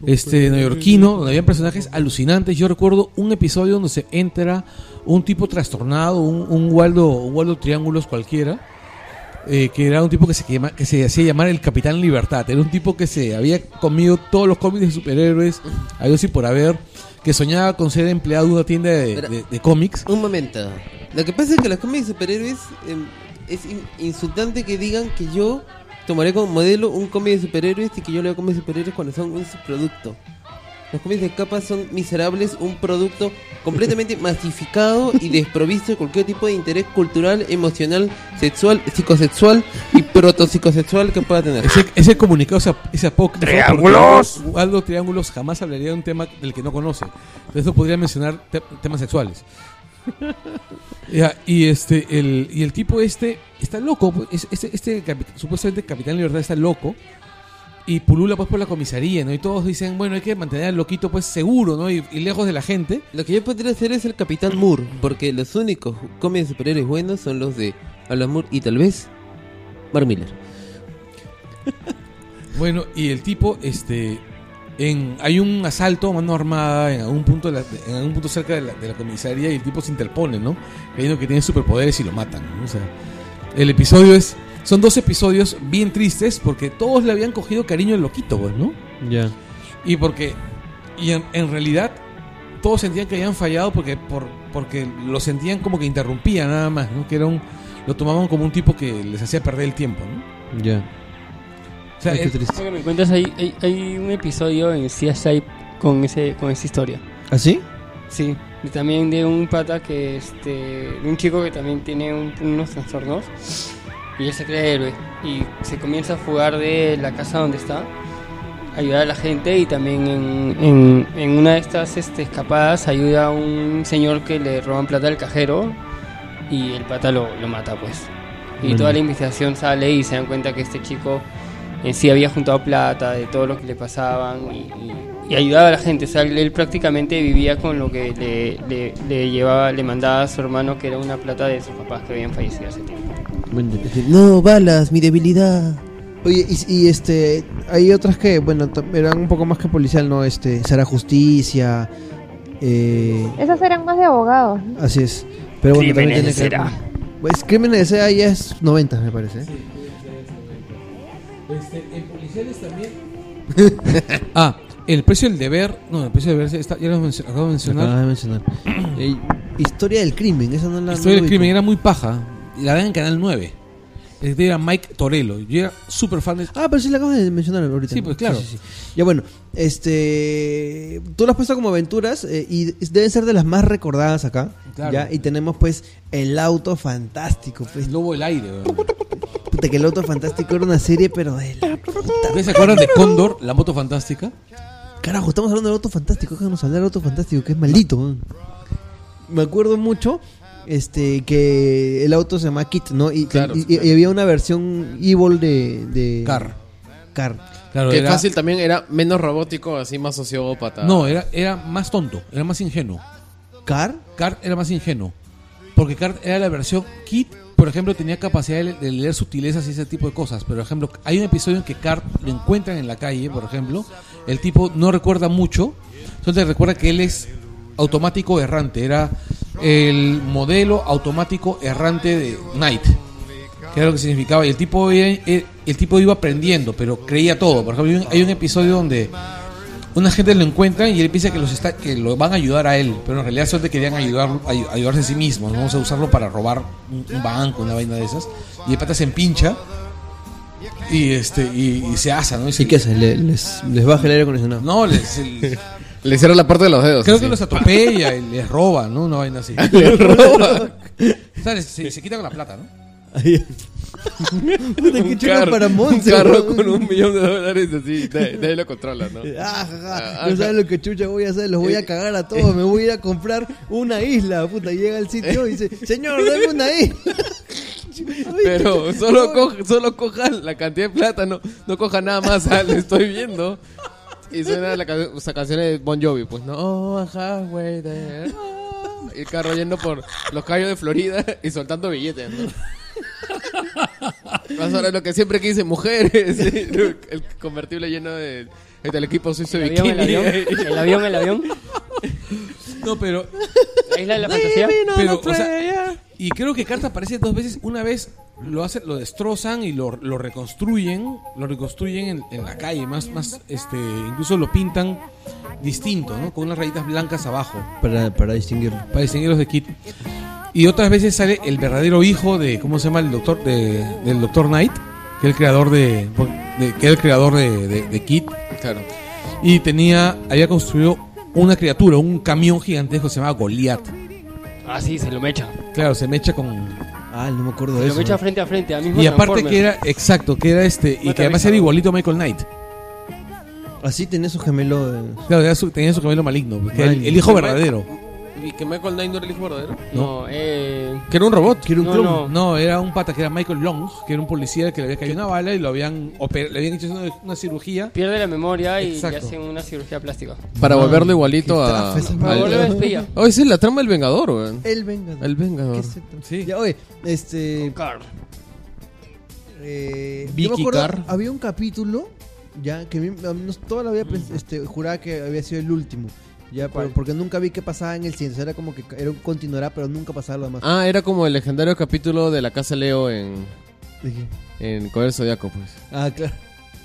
S1: este neoyorquino, donde había personajes alucinantes. Yo recuerdo un episodio donde se entra un tipo trastornado, un, un Waldo, un Waldo Triángulos cualquiera. eh, que era un tipo que se, quema- que se hacía llamar el Capitán Libertad. Era un tipo que se había comido todos los cómics de superhéroes, algo así por haber, que soñaba con ser empleado de una tienda de,
S8: Pero-
S1: de- de cómics.
S8: Un momento. Lo que pasa es que los cómics de superhéroes eh, es in- insultante que digan que yo tomaré como modelo un cómic de superhéroes y que yo leo cómics de superhéroes cuando son un subproducto. Los cómics de capas son miserables, un producto completamente masificado y desprovisto de cualquier tipo de interés cultural, emocional, sexual, psicosexual y protopsicosexual que pueda tener.
S1: Ese, ese comunicado es, ap- es apócrifo. ¡Triángulos! Waldo Triángulos jamás hablaría de un tema del que no conoce. Entonces no podría mencionar te- temas sexuales. Ya, y este el, y el tipo este está loco. pues, es- Este, este capi- supuestamente Capitán Libertad está loco. Y pulula pues por la comisaría, ¿no? Y todos dicen, bueno, hay que mantener al loquito pues seguro, ¿no? Y, y lejos de la gente.
S8: Lo que yo podría hacer es el Capitán Moore, porque los únicos cómics de superhéroes buenos son los de Alan Moore y tal vez Mark Miller.
S1: Bueno, y el tipo, este, en, hay un asalto a mano armada en algún punto, de la- en algún punto cerca de la, de la comisaría y el tipo se interpone, ¿no? Creyendo que tiene superpoderes y lo matan. ¿no? O sea, el episodio es, son dos episodios bien tristes porque todos le habían cogido cariño al loquito, pues, ¿no?
S2: Ya.
S1: Y porque, y en, en realidad todos sentían que habían fallado porque, por, porque lo sentían como que interrumpía nada más, ¿no? Que era un, lo tomaban como un tipo que les hacía perder el tiempo, ¿no?
S2: Ya.
S1: O sea,
S2: Ay, qué
S1: el-
S2: triste.
S3: Lo que me cuentas, hay, hay, hay un episodio en CSI con, ese, con esa historia.
S2: ¿Así?
S3: Sí, y también de un pata que, este, de un chico que también tiene un- unos trastornos y él se cree héroe y se comienza a fugar de la casa donde está, ayudar a la gente y también en, en- en una de estas este, escapadas ayuda a un señor que le roban plata al cajero y el pata lo, lo mata pues. Y
S2: Bueno.
S3: toda la investigación sale y se dan cuenta que este chico en sí había juntado plata de todo lo que le pasaban y, y- y ayudaba a la gente. O sea, él prácticamente vivía con lo que le, le- le llevaba, le mandaba a su hermano, que era una plata de sus papás que habían fallecido hace tiempo.
S8: No, balas, mi debilidad.
S2: Oye, y, y, este. Hay otras que, bueno, tam- eran un poco más que policial, ¿no? Este. Será justicia. Eh.
S5: Esas eran más de abogados. ¿no?
S2: Así es. Pero bueno,
S3: Crímenes
S2: también tiene
S3: de
S2: que- Pues Crímenes de Seda ya es 90, me parece. ¿eh?
S1: Ah, el precio del deber. No, el precio del deber está- ya lo menc- acabo de
S2: Lo acabas
S1: mencionar.
S2: de mencionar. Eh, historia del crimen, esa no la.
S1: La
S2: no
S1: historia
S2: la
S1: del
S2: ubico.
S1: crimen era muy paja. y La dan en Canal 9. El que era Mike Torello. Yo era súper fan de.
S2: Ah, pero sí la acabas de mencionar ahorita.
S1: Sí,
S2: ¿no?
S1: pues, claro.
S2: Ya bueno, este. Tú las has puesto como aventuras eh, y es- deben ser de las más recordadas acá.
S1: Claro.
S2: ¿ya? Y tenemos pues el auto fantástico. Pues,
S1: El lobo del aire. weón.
S2: puta, que el auto fantástico era una serie, pero de la puta.
S1: ¿Ustedes se acuerdan de Cóndor, la moto fantástica?
S2: Carajo, estamos hablando del auto fantástico, déjanos hablar del auto fantástico, que es maldito. weón. Me acuerdo mucho este que el auto se llama Kit, ¿no? Y,
S4: Claro,
S2: y-
S4: claro.
S2: y había una versión evil de, de
S1: Car.
S2: sacar.
S1: Claro,
S4: que
S1: era-
S4: fácil también era menos robótico, así más sociópata.
S1: No, eh, era, era más tonto, era más ingenuo.
S2: ¿Car?
S1: Cart era más ingenuo. Porque Cart era la versión Kit, por ejemplo, tenía capacidad de, de leer sutilezas y ese tipo de cosas. Pero, por ejemplo, hay un episodio en que Cart lo encuentran en la calle, por ejemplo. El tipo no recuerda mucho. Solo recuerda que él es automático errante. Era el modelo automático errante de Knight. Que era lo que significaba. Y el tipo, era- el, el tipo iba aprendiendo, pero creía todo. Por ejemplo, hay un- hay un episodio donde una gente lo encuentra y él piensa que los está, que lo van a ayudar a él, pero en realidad solo te querían ayudar, ay- ayudarse a sí mismos, no vamos a usarlo para robar un, un banco, una vaina de esas. Y el pata se empincha y este y, y se asa, ¿no? Y se-
S2: ¿Y qué hace? Le- les, les baja el aire acondicionado.
S1: No, le- se-
S4: Le hicieron la parte de los dedos.
S1: creo
S4: así.
S1: que los atropella y les roba, ¿no? Una vaina así.
S4: Le roba.
S1: O sea, se, se quita con la plata, ¿no?
S2: Puta, qué chulo para
S4: un
S2: Monse,
S4: carro
S2: weón.
S4: con un millón de dólares así, nadie, nadie lo controla, ¿no?
S2: Ah, ja,
S4: Ah, Eh,
S2: ja. No sabes lo que chucha voy a hacer, los voy a cagar a todos, me voy a ir a comprar una isla, puta, y llega al sitio y dice, señor, dame una isla.
S4: Eh. Pero solo coja, solo coja la cantidad de plata, no, no coja nada más, ah, le estoy viendo. Y suena la ca- o sea, canción de Bon Jovi, pues no, ajá, güey. de- ah. El carro yendo por los callos de Florida y soltando billetes, ¿no? Más ahora lo que siempre quise, mujeres. sí, El convertible lleno de. El equipo suizo
S3: El avión, el
S4: bikini.
S3: avión, el avión, el avión.
S1: No, pero
S3: La isla de la fantasía.
S1: Pero, o sea, y creo que Carta aparece dos veces. Una vez lo hacen, lo destrozan y lo, lo reconstruyen. Lo reconstruyen en, en la calle. Más, más, este, incluso lo pintan distinto, ¿no? Con unas rayitas blancas abajo.
S2: Para, para distinguirlo.
S1: Para distinguirlos de Kit. Y otras veces sale el verdadero hijo de. ¿Cómo se llama el doctor? De, del Doctor Knight. Que es el creador de. de- que es el creador de, de, de Kit.
S4: Claro.
S1: Y tenía. Había construido una criatura, un camión gigantesco que se llamaba Goliath.
S3: Ah, sí, se lo mecha.
S1: Claro, se mecha con,
S2: Ah, no me acuerdo
S3: Se
S2: de
S3: lo
S2: eso.
S3: mecha frente a frente. A mismo
S1: Y aparte
S3: Transformer.
S1: que era, exacto, que era este, y
S3: Mata
S1: que además
S3: Richard.
S1: era igualito a Michael Knight.
S2: Así tenía su gemelo. de-
S1: Claro, era su- tenía su cabello maligno, porque era el,
S2: Maligno.
S1: el hijo verdadero.
S4: ¿Y que Michael Knight no era el hijo verdadero?
S3: No, eh.
S1: Que era un robot. Que era
S3: No,
S1: clon.
S3: no.
S1: No. era un pata que era Michael Long, que era un policía que le había caído una bala y lo habían oper- le habían hecho una, una cirugía.
S3: Pierde la memoria y le
S1: Exacto.
S3: hacen una cirugía plástica.
S4: Para volverlo igualito
S2: qué
S4: a.
S2: trafe esa
S4: al-
S3: Para volver a despedida.
S4: Oh, esa es la trama del Vengador, weón.
S2: El Vengador.
S4: El Vengador.
S2: ¿Qué es esto?
S1: Sí.
S2: Ya, oye, este.
S3: Car.
S2: Eh, yo
S4: Vicky
S2: me acuerdo,
S4: Carr.
S2: había un capítulo ya que a mí- a mí no- toda la vida
S4: Mm.
S2: pens- este, juraba que había sido el último. Ya, pero- porque nunca vi qué pasaba en el ciencia. Era como que ca- era un continuará, pero nunca pasaba lo demás.
S4: Ah, era como el legendario capítulo de la Casa Leo en,
S2: Dije,
S4: en Coder Zodiaco, pues.
S2: Ah, claro.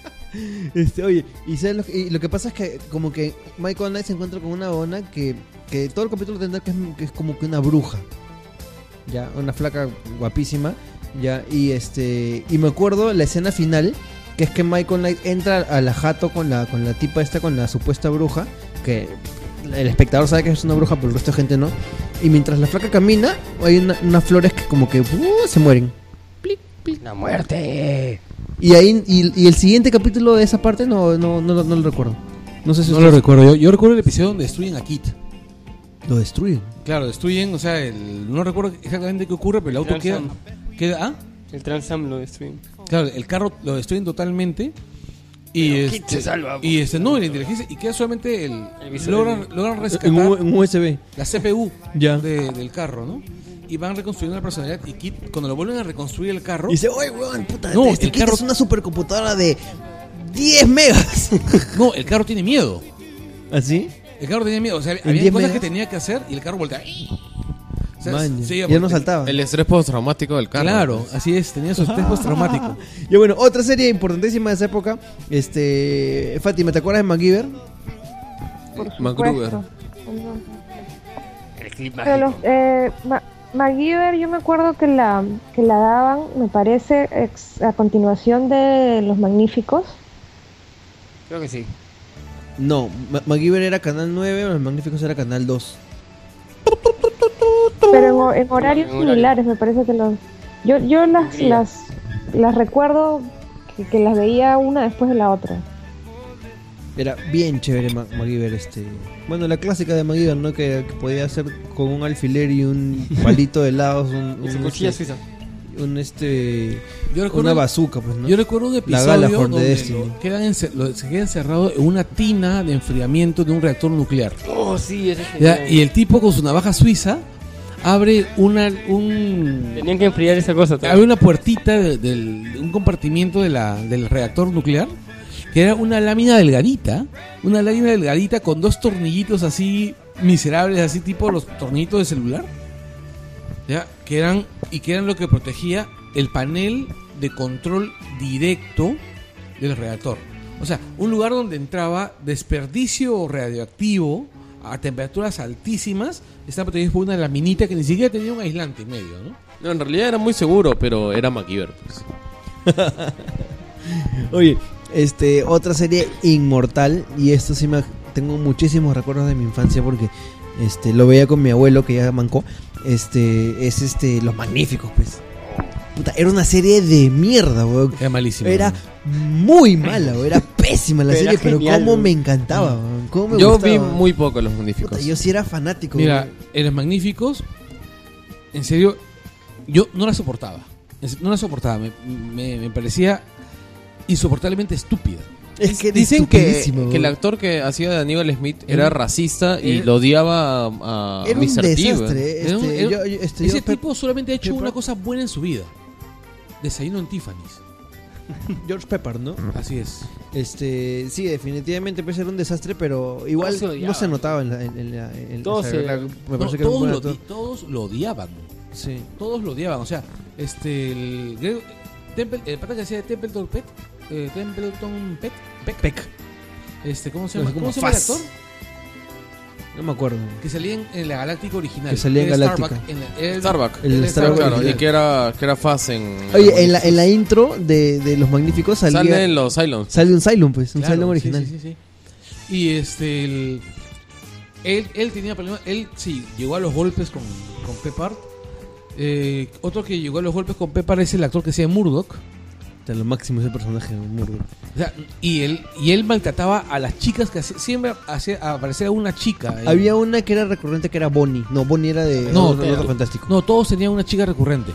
S2: Este, oye, y, ¿sabes lo, que- y lo que pasa es que como que Michael Knight se encuentra con una bona que, que todo el capítulo tendrá que es, que es como que una bruja. Ya, una flaca guapísima. Ya, y este. Y me acuerdo la escena final, que es que Michael Knight entra a la jato con la, con la tipa esta, con la supuesta bruja, que el espectador sabe que es una bruja, pero el resto de gente no. Y mientras la flaca camina, hay una- unas flores que como que uh, se mueren.
S3: La muerte.
S2: Y ahí y, y el siguiente capítulo de esa parte no, no, no, lo- no lo recuerdo. No sé si
S1: No lo
S2: ustedes-
S1: recuerdo. Yo, yo recuerdo el episodio donde destruyen a Kit.
S2: lo destruyen.
S1: Claro, destruyen, o sea, el- no recuerdo exactamente qué ocurre, pero el auto queda,
S3: Lanzan.
S1: queda. ¿ah?
S3: El Transam lo destruyen.
S1: Claro, el carro lo destruyen totalmente. Y este,
S3: Kit se salva,
S1: Y este, no, y la inteligencia. Y queda solamente el.
S3: El visor
S1: Logran,
S3: del-
S1: logran rescatar.
S2: Eh, En un, en un USB.
S1: la CPU
S2: Ya.
S1: de- del carro, ¿no? Y van reconstruyendo la personalidad. Y Kit, cuando lo vuelven a reconstruir el carro,
S2: Y dice, oye, weón, puta,
S1: No,
S2: este
S1: el
S2: kit
S1: carro-
S2: es una supercomputadora de 10 megas.
S1: no, el carro tiene miedo.
S2: ¿Así?
S1: El carro tenía miedo. O sea, había
S2: 10
S1: cosas
S2: megas?
S1: que tenía que hacer y el carro volteaba. O sea,
S2: Man,
S1: se
S2: ya
S1: iba
S2: ya
S1: por-
S2: no saltaba.
S4: El estrés postraumático del carro.
S1: Claro, así es, tenía su estrés postraumático.
S2: Ah. Y bueno, otra serie importantísima de esa época. Este. Fátima, ¿te acuerdas de MacGyver?
S5: Por supuesto.
S4: pues. MacGruber.
S5: No.
S3: El clip
S5: Pero los,
S3: mágico.
S5: eh, Ma- MacGyver, yo me acuerdo que la, que la daban, me parece, ex- a continuación de Los Magníficos.
S3: Creo que sí.
S2: No, Ma- MacGyver era canal 9, Los Magníficos era canal 2.
S5: Pero en, ho- en horarios
S3: En horario.
S5: similares, me parece que los. Yo, yo las,
S3: Gris.
S5: las, las recuerdo que, que las veía una después de la otra.
S2: Era bien chévere Ma- MacGyver este. Bueno, la clásica de MacGyver, ¿no? Que, que podía hacer con un alfiler y un palito de lados un,
S3: Y su
S2: un,
S3: cuchilla
S2: este,
S3: suiza.
S2: un este
S1: Yo recuerdo-
S2: una bazooka, pues, ¿no?
S1: Yo recuerdo un
S2: La Gala
S1: episodio
S2: for the
S1: donde
S2: Destiny.
S1: lo quedan ence- lo- se queda encerrado en una tina de enfriamiento de un reactor nuclear.
S3: Oh, sí, ese es
S1: Ya,
S3: genial.
S1: Y el tipo con su navaja suiza abre una un
S3: Tenían que enfriar esa cosa. también.
S1: abre una puertita de, del- de un compartimiento de la, del reactor nuclear que era una lámina delgadita, una lámina delgadita con dos tornillitos así miserables, así tipo los tornillitos de celular, ya que eran y que eran lo que protegía el panel de control directo del reactor. O sea, un lugar donde entraba desperdicio radioactivo a temperaturas altísimas, estaba protegido por una laminita que ni siquiera tenía un aislante en medio, ¿no?
S4: No, en realidad era muy seguro, pero era MacGyver. pues.
S2: Oye, este, otra serie inmortal, y esto sí me tengo muchísimos recuerdos de mi infancia porque este, lo veía con mi abuelo que ya mancó. Este, es este, Los Magníficos, pues. Puta, era una serie de mierda, weón.
S1: Era malísimo.
S2: Era muy mala, weón. Era pésima la
S3: Pero era
S2: serie, pero
S3: genial,
S2: cómo
S3: weón.
S2: me encantaba, weón. Cómo me
S4: Yo
S2: gustaba.
S4: vi
S2: weón.
S4: muy poco Los
S2: Puta,
S4: Magníficos.
S2: yo sí era fanático,
S1: Mira,
S2: weón.
S1: en los magníficos, en serio, yo no la soportaba. En se- No la soportaba, me, me- me parecía insoportablemente estúpida.
S2: Es que era
S4: Dicen que,
S2: estupidísimo,
S4: que el
S2: weón.
S4: actor que hacía de Aníbal Smith era
S1: Era-
S4: racista y
S1: era-
S4: lo odiaba a, a
S2: Era un
S4: Mr. T, weón.
S2: desastre.
S1: Era un-
S2: este,
S1: era-
S2: yo- yo- este,
S1: Ese
S2: yo pe-
S1: tipo solamente ha hecho
S2: Pepper-
S1: una cosa buena en su vida. Desayuno en Tiffany's.
S2: George Pepper, ¿no?
S1: Así es.
S2: Este, sí, definitivamente puede ser un desastre, pero igual
S3: Todos se odiaban.
S2: no se notaba en la. En, en la- en-
S3: Todos se-
S2: la- me
S1: No,
S2: parece que era un
S1: todos,
S2: buen
S1: lo,
S2: actor.
S1: di- todos lo odiaban.
S2: Sí.
S1: Todos lo odiaban. O sea, este. El, Greg- Temple, el pata que hacía de Templeton Pet. eh, Templeton Pet. Peck. Este, ¿Cómo se
S2: No
S1: llama?
S2: sé, como
S1: ¿Cómo se llama el
S2: Faz.
S1: actor?
S2: No me acuerdo.
S1: Que salía en, en la Galáctica original.
S2: Que salía en
S1: Era
S2: Galáctica.
S1: Starbuck en la- era el-
S4: Starbuck.
S2: El
S1: Era
S2: Starbuck
S1: Starbuck,
S4: Claro,
S2: original.
S4: y que era, que era Faz en...
S2: Oye, en la, en la intro de, de Los Magníficos salía,
S4: Sale en los Cylons.
S2: sale un Cylon, pues, un
S1: Claro,
S2: Cylon
S1: sí,
S2: original.
S1: sí, sí, sí. Y este. el- él, él tenía problemas. Él sí, llegó a los golpes con, con Peppard. Eh, otro que llegó a los golpes con Peppard es el actor que se llama Murdoch.
S2: Puta, Lo máximo ese personaje, muy bueno.
S1: O sea, y él, y él maltrataba a las chicas que hacía- siempre hacía aparecía una chica. eh. en-
S2: Había una que era recurrente que era Bonnie. No, Bonnie era de
S1: No,
S2: otro,
S1: pero-
S2: otro fantástico.
S1: No, todos tenían una chica recurrente.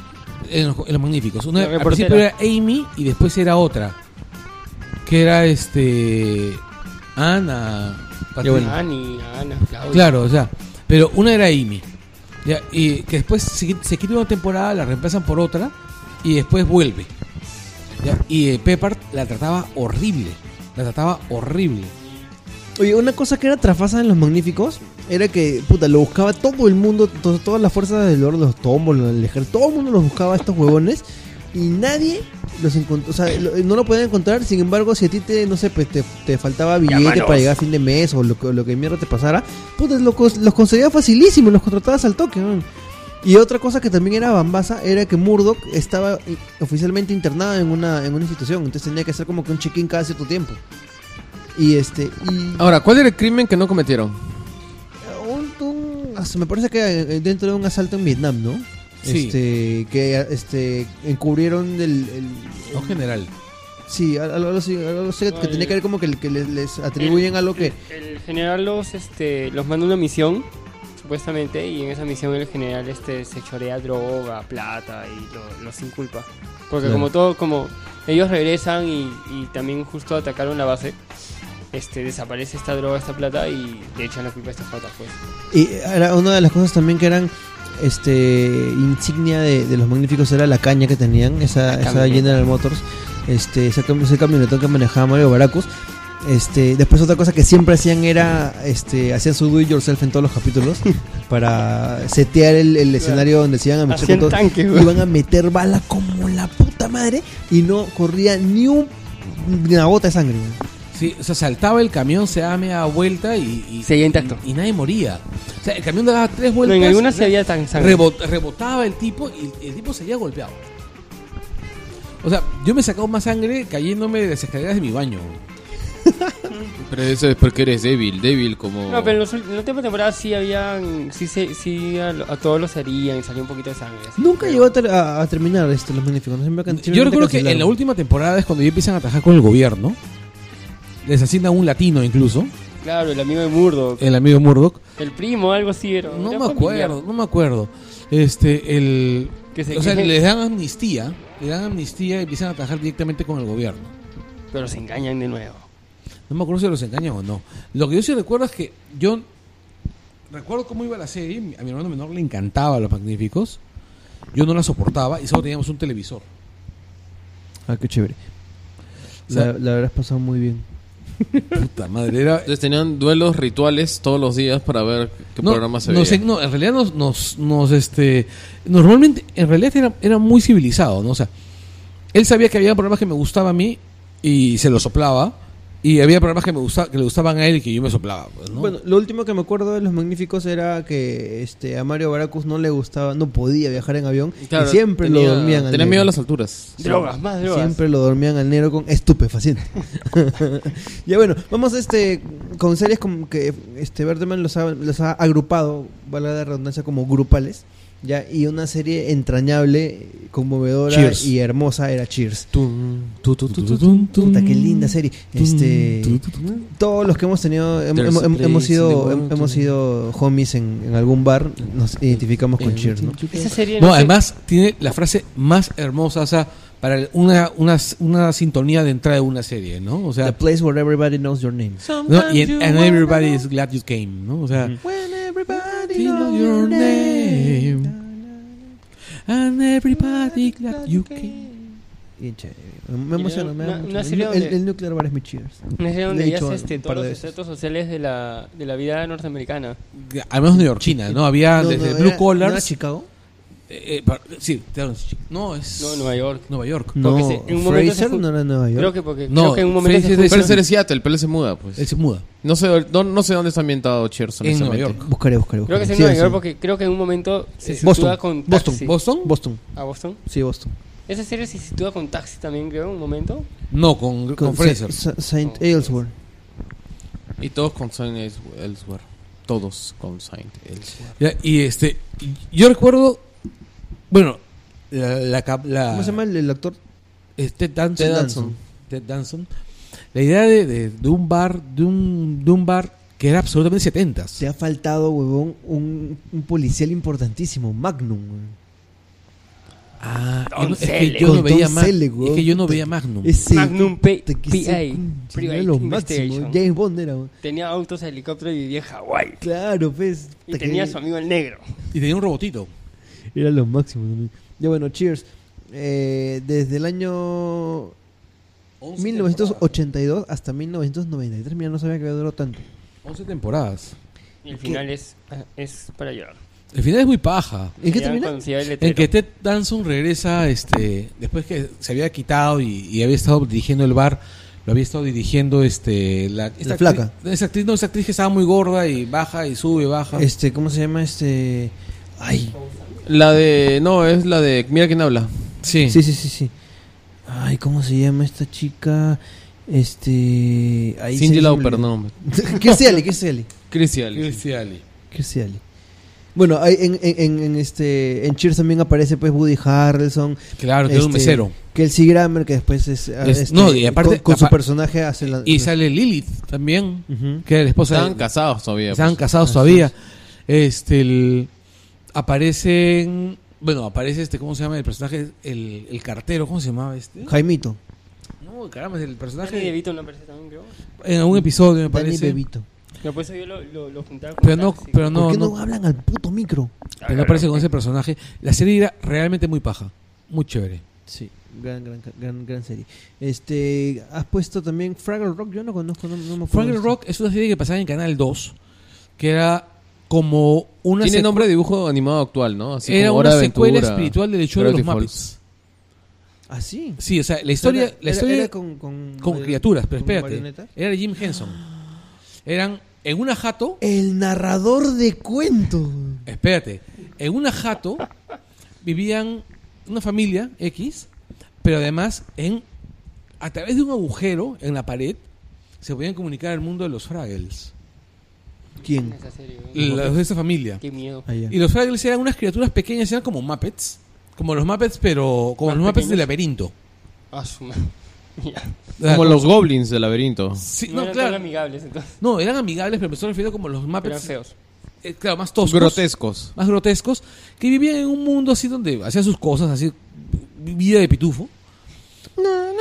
S1: En los, en los magníficos. Una,
S3: La
S1: al principio era Amy y después era otra. Que era este. Ana. Patricia.
S3: Ani, Ana, Claudia.
S1: Claro, o sea, pero una era Amy. Ya, y que después se, qui- se quita una temporada, la reemplazan por otra y después vuelve. Ya, y eh, Peppard la trataba horrible. La trataba horrible.
S2: Oye, una cosa que era trafasa en Los Magníficos era que, puta, lo buscaba todo el mundo, to- todas las fuerzas del orden, los tombos, el ejército, todo el mundo los buscaba a estos huevones y nadie los encontró, o sea, lo- no lo podían encontrar, sin embargo, si a ti te, no sé, pues te, te faltaba billete para llegar a fin de mes o lo, que- lo que mierda te pasara, puta, lo cos- los conseguías facilísimo, los contratabas al toque, man. Y otra cosa que también era bambaza era que Murdoch estaba eh, oficialmente internado en una, en una institución, entonces tenía que hacer como que un check-in cada cierto tiempo. Y este, y
S4: Ahora, ¿cuál era el crimen que no cometieron?
S3: Eh,
S2: un, un- ah, se me parece que eh, dentro de un asalto en Vietnam, ¿no?
S1: Sí.
S2: Este, que este, encubrieron el, el-
S1: En general.
S2: sí, al- algo así, algo así que
S3: No,
S2: tenía
S3: el-
S2: que ver como que, el- que les, les atribuyen algo que
S3: El general los, este, los manda a una misión, supuestamente, y en esa misión el general este, se chorea droga, plata y lo- los inculpa. Porque
S2: Claro.
S3: como todo, como ellos regresan y, y también justo atacaron la base, este, desaparece esta droga, esta plata y le echan la culpa a estos patas, pues.
S2: y era una de las cosas también que eran este insignia de, de los magníficos era la caña que tenían, esa, esa
S3: camioneta.
S2: General Motors, este, ese, cam- ese camionetón que manejaba Mario Baracus. Este, después otra cosa que siempre hacían era este, hacían su do it yourself en todos los capítulos para setear el, el escenario donde se iban a meter con
S3: Hacían
S2: todos.
S3: tanque, güey.
S2: iban a meter bala como la puta madre y no corría ni un ni una gota de sangre.
S1: Sí, o sea, saltaba el camión, se daba media vuelta y, y,
S3: Seguía intacto.
S1: y, y nadie moría. O sea, el camión daba tres
S3: No,
S1: vueltas.
S3: en alguna se
S1: re-
S3: había tan sangre.
S1: rebot- rebotaba el tipo y el tipo seguía golpeado. O sea, yo me he sacado más sangre cayéndome de las escaleras de mi baño.
S4: Pero eso es porque eres débil, débil como...
S3: No, pero en, los ul- en la última temporada sí habían, sí, se, sí a, lo- a todos los herían y salió un poquito de sangre. así.
S2: Nunca llegó a, ter- a- a terminar esto los magníficos. no sé, me can-
S1: Yo recuerdo
S2: simplemente
S1: que en la
S2: cancelaron.
S1: última temporada es cuando ya empiezan a atajar con el gobierno. Les asigna un latino incluso,
S3: Claro, el amigo de Murdoch,
S1: el amigo Murdoch.
S3: el primo, algo así. Era,
S1: No
S3: era
S1: me
S3: familiar.
S1: acuerdo, no me acuerdo. Este, el.
S3: Que se
S1: O sea,
S3: quejen,
S1: les dan amnistía, le dan amnistía y empiezan a trabajar directamente con el gobierno.
S3: pero se engañan de nuevo.
S1: No me acuerdo si los engañan o no. Lo que yo sí recuerdo es que yo recuerdo cómo iba la serie. A mi hermano menor le encantaba Los Magníficos. Yo no la soportaba y solo teníamos un televisor.
S2: Ah, qué chévere.
S1: O sea-
S2: La, la verdad has pasado muy bien.
S1: Puta madre, era...
S4: Entonces tenían duelos rituales todos los días para ver qué
S1: No,
S4: programa se
S1: nos-
S4: veía.
S1: no, en realidad nos, nos, nos, este, normalmente, en realidad era, era muy civilizado, ¿no? O sea, él sabía que había programas que me gustaban a mí y se los soplaba. Y había programas que me gusta, que le gustaban a él y que yo me soplaba. pues, ¿no?
S2: Bueno, lo último que me acuerdo de Los Magníficos era que este, a Mario Baracus no le gustaba, no podía viajar en avión.
S4: Claro,
S2: y siempre
S4: tenía-
S2: lo dormían al
S4: Tenía
S2: negro.
S4: miedo a las alturas.
S3: Drogas, más drogas.
S2: Siempre lo dormían al negro con estupefaciente. ya bueno, vamos este con series como que este Berteman los ha, los ha agrupado, valga la redundancia, como grupales. Ya, y una serie entrañable, conmovedora
S1: Cheers.
S2: y hermosa era Cheers.
S1: Tum, tu, tu, tu, tu, tum, tum.
S2: Puta, qué linda serie.
S1: Tum,
S2: Este,
S1: tu, tu, tu.
S2: todos los que hemos tenido, hem-
S4: There's
S2: hem-
S4: a
S2: hem- hemos,
S4: place in the
S2: sido, hem-
S4: world
S2: hemos
S4: to-
S2: sido homies en, en algún bar, nos identificamos
S1: Eh,
S2: con Cheers, ¿no?
S3: Esa serie
S1: No,
S3: sé-
S1: además tiene la frase más hermosa, o sea, para una, una, una sintonía de entrada de una serie, ¿no? O
S2: The
S1: sea,
S2: place where everybody knows your name.
S1: ¿no? y en- and everybody is glad you came, ¿no? O sea,
S2: When everybody
S1: you know your name. And everybody glad you came.
S2: Bien chévere. Me
S3: Y
S2: emociona,
S3: luego
S2: me
S3: una-
S2: da mucho.
S3: una
S2: El
S3: serie
S2: nu- el,
S3: donde-
S2: el nuclear bar es mi cheers.
S3: Una serie donde
S2: Le he
S3: veías
S2: dicho
S3: este,
S2: un
S3: todos
S2: par
S3: los
S2: de
S3: estratos sociales de la, de la vida norteamericana.
S1: Al menos neoyorquina, ¿no? Había
S2: No,
S1: Ah, desde
S2: no,
S1: Blue
S2: era-
S1: Collars.
S2: ¿no era Chicago?
S1: eh, eh, par- sí, claro, no, es
S3: No, Nueva York.
S1: Nueva York.
S2: No,
S3: se- en un momento
S2: Fraser
S3: se ju-
S2: no era en Nueva York.
S3: Creo que porque
S1: No,
S3: creo que en un momento
S1: Fraser
S3: se
S1: es-
S3: juntan-
S4: Pero es de Seattle, pero él se muda, pues.
S1: Él se muda
S4: No sé, no, no sé dónde está ambientado Cheers,
S1: en Nueva
S4: honestamente.
S1: York.
S2: Buscaré, buscaré,
S3: Creo
S2: buscaré.
S3: que es en
S2: Sí,
S3: Nueva
S2: sí.
S3: York porque creo que en un momento se
S1: Eh,
S3: sitúa
S2: Boston,
S3: con
S2: Boston,
S3: Taxi.
S1: ¿Boston?
S2: Boston.
S3: ¿A Boston?
S2: Sí, Boston.
S3: Esa serie se sitúa con Taxi también, creo, en un momento.
S1: No, con, con,
S2: Sa-
S1: Fraser.
S2: Sa-
S3: Oh,
S2: Saint Elsewhere.
S4: Y todos con Saint Else- Elsewhere. Todos con Saint Elsewhere.
S1: Ya, y este, yo recuerdo, bueno, la, la, cap- la-
S2: ¿Cómo se llama el, el actor?
S1: es Ted Danson.
S2: Ted Danson.
S1: Ted Danson. La idea de, de- de un bar, de un, de un bar que era absolutamente setentas.
S2: Te ha faltado, huevón, un, un policial importantísimo, Magnum. huevón.
S1: Ah, yo
S3: Don
S1: no- es que
S3: Cele.
S1: yo no
S2: Con
S1: veía
S2: Don
S1: más.
S2: Cele,
S1: Es
S2: weón.
S1: que yo no veía Magnum.
S2: Ese-
S3: Magnum P-
S2: puta que
S3: PI,
S2: ese conche,
S3: Private
S2: era lo
S3: Investigation.
S2: máximo. James Bond era, huevón.
S3: Tenía autos, helicóptero y vivía en Hawái.
S2: Claro, pues.
S3: Y
S2: puta que-
S3: tenía a su amigo el negro.
S1: Y tenía un robotito.
S2: Era lo máximo también. Ya bueno, cheers. Eh, desde el año 1982 hasta 1993. Mira, no sabía que había durado tanto.
S1: 11 temporadas.
S3: Y el final es, es para llorar.
S1: El final es muy paja.
S2: ¿En qué
S3: Ya
S2: termina?
S3: cuando se lleva el
S1: En
S3: letrero.
S1: que Ted Danson regresa, este, después que se había quitado y, y había estado dirigiendo el bar, lo había estado dirigiendo este, la, esta
S2: La flaca.
S1: actriz- esa actriz, no, esa actriz que estaba muy gorda y baja y sube, baja.
S2: Este, ¿cómo se llama este? Ay,
S4: La de. No, es la de. Mira quién habla.
S1: sí.
S2: sí, sí, sí, sí. Ay, ¿cómo se llama esta chica? Este, ahí
S4: Cindy
S2: se-
S4: Lauper, no. hombre.
S2: Kirstie Alley, Kirstie Alley,
S4: Chris y Alice.
S1: Kirstie Alley.
S2: Kirstie Alley. Bueno, ahí en, en- en- en este en Cheers también aparece pues Woody Harrelson,
S1: Claro, que era un
S2: Este,
S1: mesero.
S2: Kelsey Grammer, que después es. ah,
S1: Es-
S2: este,
S1: no, y aparte-
S2: Con, con su
S1: apa-
S2: personaje hace la.
S1: Y sale Lilith también,
S2: Ujú.
S1: que era la esposa
S4: Estaban
S1: de-
S4: casados todavía.
S1: Estaban
S4: pues.
S1: casados todavía. Este, el- aparecen, bueno, aparece este, ¿cómo se llama el personaje? El, el cartero, ¿cómo se llamaba este?
S2: Jaimito.
S1: No, caramba, el
S3: Danny
S1: personaje
S3: DeVito no aparece también, creo.
S1: en algún episodio me
S2: Danny
S1: parece.
S2: Bebito.
S3: No, por eso yo lo, lo, lo juntaba con
S1: Pero no,
S3: Taxi.
S1: pero
S2: ¿Por
S1: no,
S2: qué no,
S1: no,
S2: hablan al puto micro?
S1: pero no aparece con ese personaje. La serie era realmente muy paja, muy chévere.
S2: Sí, gran, gran, gran, gran serie. Este, has puesto también Fraggle Rock. Yo no conozco, no, no me acuerdo.
S1: Fraggle
S2: de
S1: Rock es una serie que pasaba en Canal 2, que era como una
S4: Tiene
S1: secu-
S4: nombre de dibujo animado actual, ¿no? Así
S1: era
S4: como
S1: una
S4: Hora de
S1: secuela
S4: Aventura,
S1: espiritual del show de los
S4: Gravity
S1: Muppets.
S4: Falls.
S2: esto. Ah, sí.
S1: Sí, o sea, la historia,
S2: Era-
S1: la
S2: era-
S1: historia
S2: era
S1: con,
S2: con, con,
S1: criaturas, pero
S2: con
S1: espérate.
S2: marionetas.
S1: Era Jim Henson. Eran en una jato,
S2: El narrador de cuentos.
S1: espérate, en una jato vivían una familia X, pero además en a través de un agujero en la pared se podían comunicar al mundo de los Fraggles,
S2: ¿Quién?
S3: Esa serie, ¿no?
S1: los de esa familia.
S3: Qué miedo.
S2: Ah, ya.
S1: Y los Fraggles eran unas criaturas pequeñas, eran como Muppets, como los Muppets, pero como
S3: Más
S1: los Muppets del
S3: pequeños.
S1: laberinto.
S3: Ah, su ma- Ya.
S1: O sea,
S4: Como los Goblins del laberinto.
S1: Sí,
S3: No,
S1: no,
S3: eran tan
S1: claro.
S3: amigables, entonces.
S1: No, eran amigables, pero me estoy refiriendo como los
S3: Eran
S1: Muppets
S3: feos.
S1: eh, claro, más toscos.
S4: Grotescos.
S1: más grotescos, que vivían en un mundo así donde hacían sus cosas, así, vida de pitufo.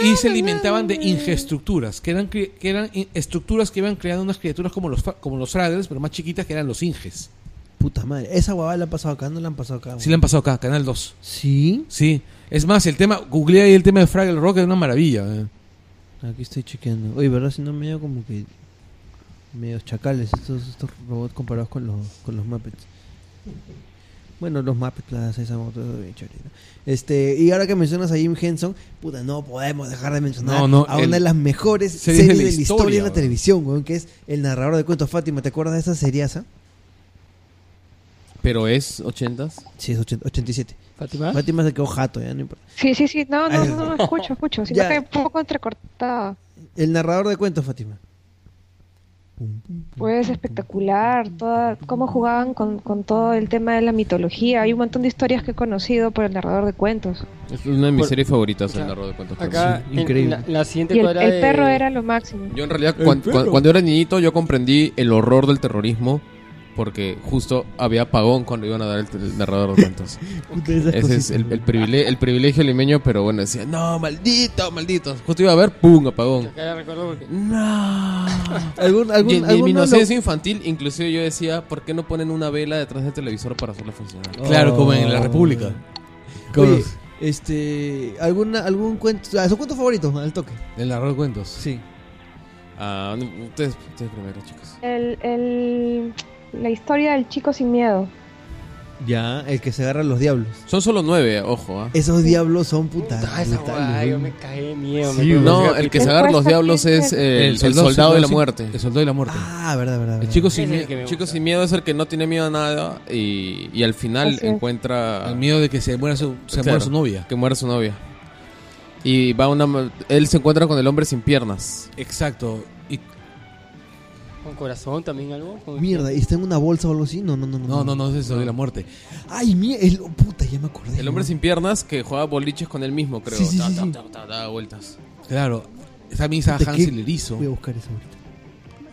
S1: y se alimentaban de ingestructuras, que eran, cri- que eran in- estructuras que iban creando unas criaturas como los, fa- como los fraggles, pero más chiquitas que eran los inges.
S2: Puta madre. Esa guava la han pasado acá, no la han pasado acá.
S1: Sí, le han pasado acá, Canal 2.
S2: Sí.
S1: Sí. Es más, el tema, googleé ahí el tema de Fraggle Rock, es una maravilla. eh.
S2: Aquí estoy chequeando. Oye, ¿verdad? Si no medio como que. Medios chacales estos, estos robots comparados con los, con los Muppets. Bueno, los Muppets, las esa moto es bien chévere, ¿no? Este, y ahora que mencionas a Jim Henson, puta, no podemos dejar de mencionar
S1: No, no,
S2: a una
S1: el-
S2: de las mejores
S1: series de
S2: series de
S1: la
S2: la historia,
S1: historia,
S2: en la
S1: weón.
S2: televisión, weón, que es El narrador de cuentos Fátima. ¿Te acuerdas de esa seriaza?
S4: Pero es 80s.
S2: Sí, es 80 87.
S3: ¿Fátima?
S2: Fátima se quedó jato, ya no importa.
S5: Sí, sí, sí. No, no,
S2: Ay,
S5: no, no, escucho, escucho. Sino
S2: Ya.
S5: que un poco entrecortada.
S2: El narrador de cuentos, Fátima. Pum, pum.
S5: Pues espectacular, toda, cómo jugaban con, con todo el tema de la mitología. Hay un montón de historias que he conocido por el narrador de cuentos.
S4: Es una de mis
S3: Por-
S4: series favoritas, el
S3: Claro.
S4: narrador de cuentos.
S3: Acá,
S2: Sí,
S3: en-
S2: increíble.
S3: la, la siguiente
S5: Y el,
S3: cuadra
S5: el
S3: de-
S5: perro era lo máximo.
S4: Yo en realidad, cuan- cuan- cuando, era niñito, yo comprendí el horror del terrorismo porque justo había apagón cuando iban a dar el, el narrador de cuentos.
S2: Puta, esas
S4: Ese
S2: cositas,
S4: es el, el
S2: weón.
S4: privile- el privilegio limeño, pero bueno, decía, no, maldito, maldito. Justo iba a ver, pum, apagón.
S3: Acá ya recuerdo porque...
S4: No.
S2: ¿Algún, algún,
S4: Y en- y en
S2: alguno
S4: mi
S2: lo-
S4: inocencia infantil, inclusive yo decía, ¿por qué no ponen una vela detrás del televisor para hacerla funcionar?
S1: Oh. Claro, como en
S2: Oh.
S1: la República. Como
S2: Oye, este, ¿alguna, algún cuento, ah, su cuento favorito, al toque.
S1: el narrador de cuentos.
S2: Sí.
S4: Ah, no, ustedes, ustedes primero, chicos.
S5: El, el- la historia del chico sin miedo.
S2: Ya, el que se agarra a los diablos.
S4: Son solo nueve, ojo, ¿ah?
S2: Esos diablos son putas.
S3: Ah, esa guada, yo me caí de miedo. me
S1: Sí,
S3: acuerdo.
S4: No, el que se agarra los diablos es eh, el, el soldado de la
S1: sin-
S4: muerte.
S1: El soldado de la muerte.
S2: Ah, verdad, verdad.
S1: el chico sin
S3: Ese es el
S1: miedo.
S3: que me gusta.
S4: Chicos sin miedo es el que no tiene miedo a nada y, y al final
S5: Así es.
S4: encuentra
S1: El miedo de que se muera su, se
S4: Claro.
S1: muera su novia.
S4: que muere su novia. Y va una ma- él se encuentra con el hombre sin piernas.
S1: Exacto. Y,
S3: Con corazón también algo. con-
S2: Mierda, ¿y está en una bolsa o algo así? No, no, no.
S1: no, no, no, es el soldado de la muerte.
S2: Ay, mierda, el, oh, puta, ya me acordé.
S4: El hombre
S2: ¿no?
S4: sin piernas que juega boliches con él mismo, creo.
S2: Sí, sí,
S4: Ta,
S2: sí,
S4: ta,
S2: sí.
S4: ta, ta, da vueltas.
S1: Claro. Esa misa
S2: Puta,
S1: Hansel
S2: ¿qué?
S1: Erizo.
S2: Voy a buscar eso ahorita.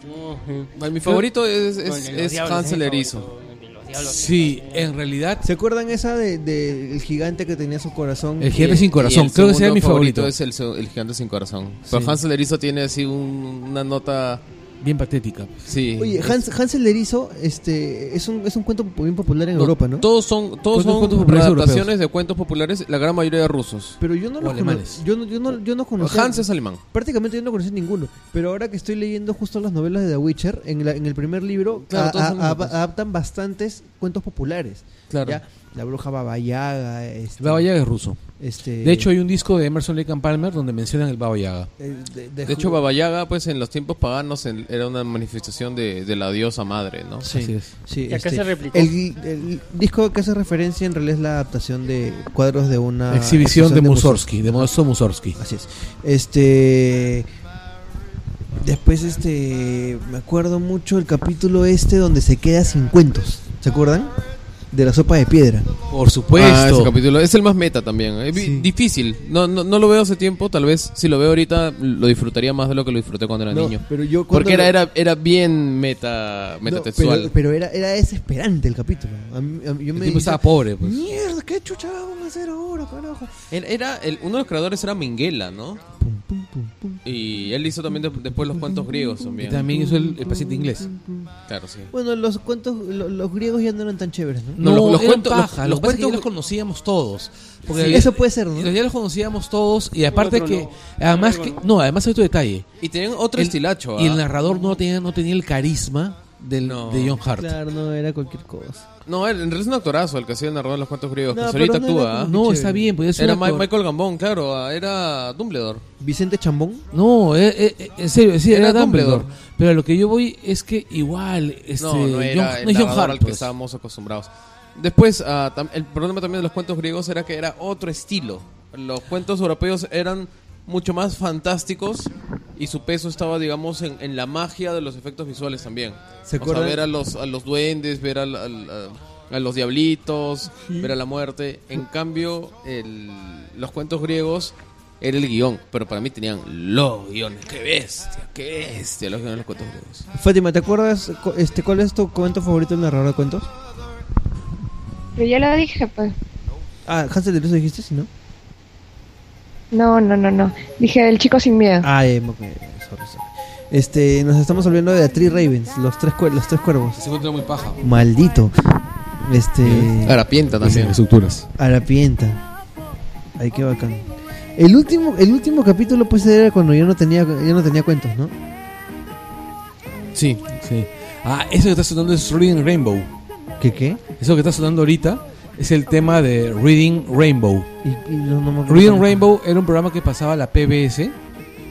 S3: No, sí.
S4: Ay, Mi favorito es, es-
S3: eh. Con el de los
S4: es
S3: diablos,
S4: Hansel
S3: mi
S4: Erizo.
S3: favorito, el de los diablos, ¿eh?
S1: Sí,
S3: mi favorito.
S1: en realidad.
S2: ¿Se acuerdan esa del de, del gigante que tenía su corazón?
S1: El gigante
S4: Y-
S1: sin
S4: y
S1: corazón.
S4: el
S1: Creo que ese es
S4: segundo
S1: mi favorito.
S4: es el, so- el gigante sin corazón. Pero
S2: Sí.
S4: Hansel Erizo tiene así un- una nota.
S1: Bien patética.
S4: Sí.
S2: Oye, Hans, Hansel Erizo, este, es un, es un cuento bien popular en
S4: No,
S2: Europa, ¿no?
S4: Todos son,
S1: Cuentos-
S4: todos son
S1: cuentos populares
S4: adaptaciones de cuentos populares, la gran mayoría de rusos.
S2: Pero yo no
S1: O
S2: lo
S1: alemanes.
S2: cono- Yo no, yo no, yo no conocía.
S4: Hans es alemán.
S2: Prácticamente yo no conocí ninguno, pero ahora que estoy leyendo justo las novelas de The Witcher, en, la- en el primer libro
S4: Claro,
S2: a-
S4: todos son
S2: a-
S4: notas.
S2: adaptan bastantes cuentos populares.
S4: Claro.
S2: ¿ya? La bruja Baba Yaga, este,
S1: Baba Yaga es ruso.
S2: este,
S1: De hecho, hay un disco de Emerson Lake and Palmer donde mencionan el Baba Yaga.
S2: eh, de,
S4: De hecho, Baba Yaga, pues en los tiempos paganos en- era una manifestación de, de la diosa madre, ¿no?
S2: Sí.
S1: Así es.
S2: sí,
S3: Y acá
S2: este,
S3: se replicó.
S2: el, el disco que hace referencia en realidad es la adaptación de cuadros Ah, de una
S1: Exhibición de
S2: Mussorgsky. Ah,
S1: Mussorgsky, de Modesto Mussorgsky.
S2: Así es. Este. Después, este. Me acuerdo mucho el capítulo este donde se queda sin cuentos. ¿Se acuerdan? De la sopa de piedra.
S1: Por
S4: Ah, ese
S1: supuesto.
S4: capítulo es el más meta también. Es vi-
S2: Sí.
S4: difícil. No, no, no lo veo hace tiempo. Tal vez si lo veo ahorita lo disfrutaría más de lo que lo disfruté cuando era
S2: No,
S4: niño.
S2: pero yo cuando
S4: Porque era,
S2: lo-
S4: era, era bien meta,
S2: no,
S4: metatextual.
S2: pero pero era, era desesperante el capítulo. A mí- a mí- yo
S1: el
S2: me
S1: tipo
S2: decía,
S1: estaba pobre, pues.
S2: Mierda, ¿qué chucha vamos a hacer ahora, carajo?
S4: Era- era el- uno de los creadores era Minguela, ¿no?
S2: Pum, pum, pum, pum.
S4: Y él hizo también de- después los cuentos griegos
S1: Y
S4: también.
S1: también hizo el, el paciente inglés.
S4: Claro, sí.
S2: Bueno, los cuentos, lo- los griegos ya no eran tan chéveres, ¿no?
S1: No,
S4: los- los
S1: eran
S4: cuentos- los-
S1: paja,
S4: los
S1: lo que pasa es que ya
S4: cuentos-
S1: los conocíamos todos.
S2: Sí,
S1: había-
S2: eso puede ser, ¿no?
S1: Ya los conocíamos todos y aparte
S3: otro
S1: que
S3: no.
S1: además
S3: Otro
S1: que
S3: no.
S1: no, además hay otro detalle.
S4: Y tenían otro
S1: El-
S4: estilacho.
S1: Y
S4: ¿ah?
S1: el narrador no tenía no tenía el carisma del
S4: No.
S1: de John Hart.
S2: Claro, no era cualquier cosa.
S4: No, él- en realidad es un actorazo el que hacía el narrador de los cuentos griegos.
S2: No,
S4: que ahorita
S2: pero no era
S4: actúa. ¿ah?
S2: como-
S1: No,
S2: Qué
S1: está
S2: chévere.
S1: bien, pues es un
S4: Era Ma-
S1: actor.
S4: Michael Gambón, claro, ah, era Dumbledore.
S2: Vicente Chambón.
S1: No, eh, eh, eh, en serio, sí, era,
S4: Era
S1: Dumbledore.
S4: Dumbledore.
S1: Pero a lo que yo voy es que igual este
S4: no, no era
S1: John,
S4: el
S1: no es John
S4: narrador
S1: Hart,
S4: al que
S1: pues.
S4: estábamos acostumbrados. Después, ah, tam- el problema también de los cuentos griegos era que era otro estilo. Los cuentos europeos eran mucho más fantásticos y su peso estaba, digamos, en, en la magia de los efectos visuales también.
S2: ¿Se
S4: o sea,
S2: acuerdan?
S4: ver a los, a los duendes, ver al- al- a, a los diablitos, ver a la muerte. En cambio, el- los cuentos griegos era el guión, pero para mí tenían los guiones. ¡Qué bestia! ¡Qué bestia! Los guiones, los cuentos de Dios.
S2: Fátima, ¿te acuerdas cu- este, cuál es tu cuento favorito del narrador de cuentos?
S5: Pero ya lo dije, pues.
S2: Ah, Hansel de Luso dijiste, si no.
S5: No, no, no, no. Dije el chico sin miedo.
S2: Ah, eh, ok, sorry, sorry. Este, nos estamos olvidando de The Three Ravens, los tres, cuer- los tres cuervos.
S1: Se encuentra muy paja.
S2: Maldito. Este.
S4: Harapienta también.
S1: estructuras.
S2: Harapienta. Ay, qué bacán. El último, el último capítulo pues era cuando yo no tenía, yo no tenía cuentos, ¿no?
S1: Sí, sí. Ah, eso que está sonando es Reading Rainbow.
S2: ¿Qué qué?
S1: Eso que está sonando ahorita es el tema de Reading Rainbow.
S2: Y, y no, no me acuerdo
S1: Reading
S2: cuál-
S1: Rainbow era un programa que pasaba la PBS,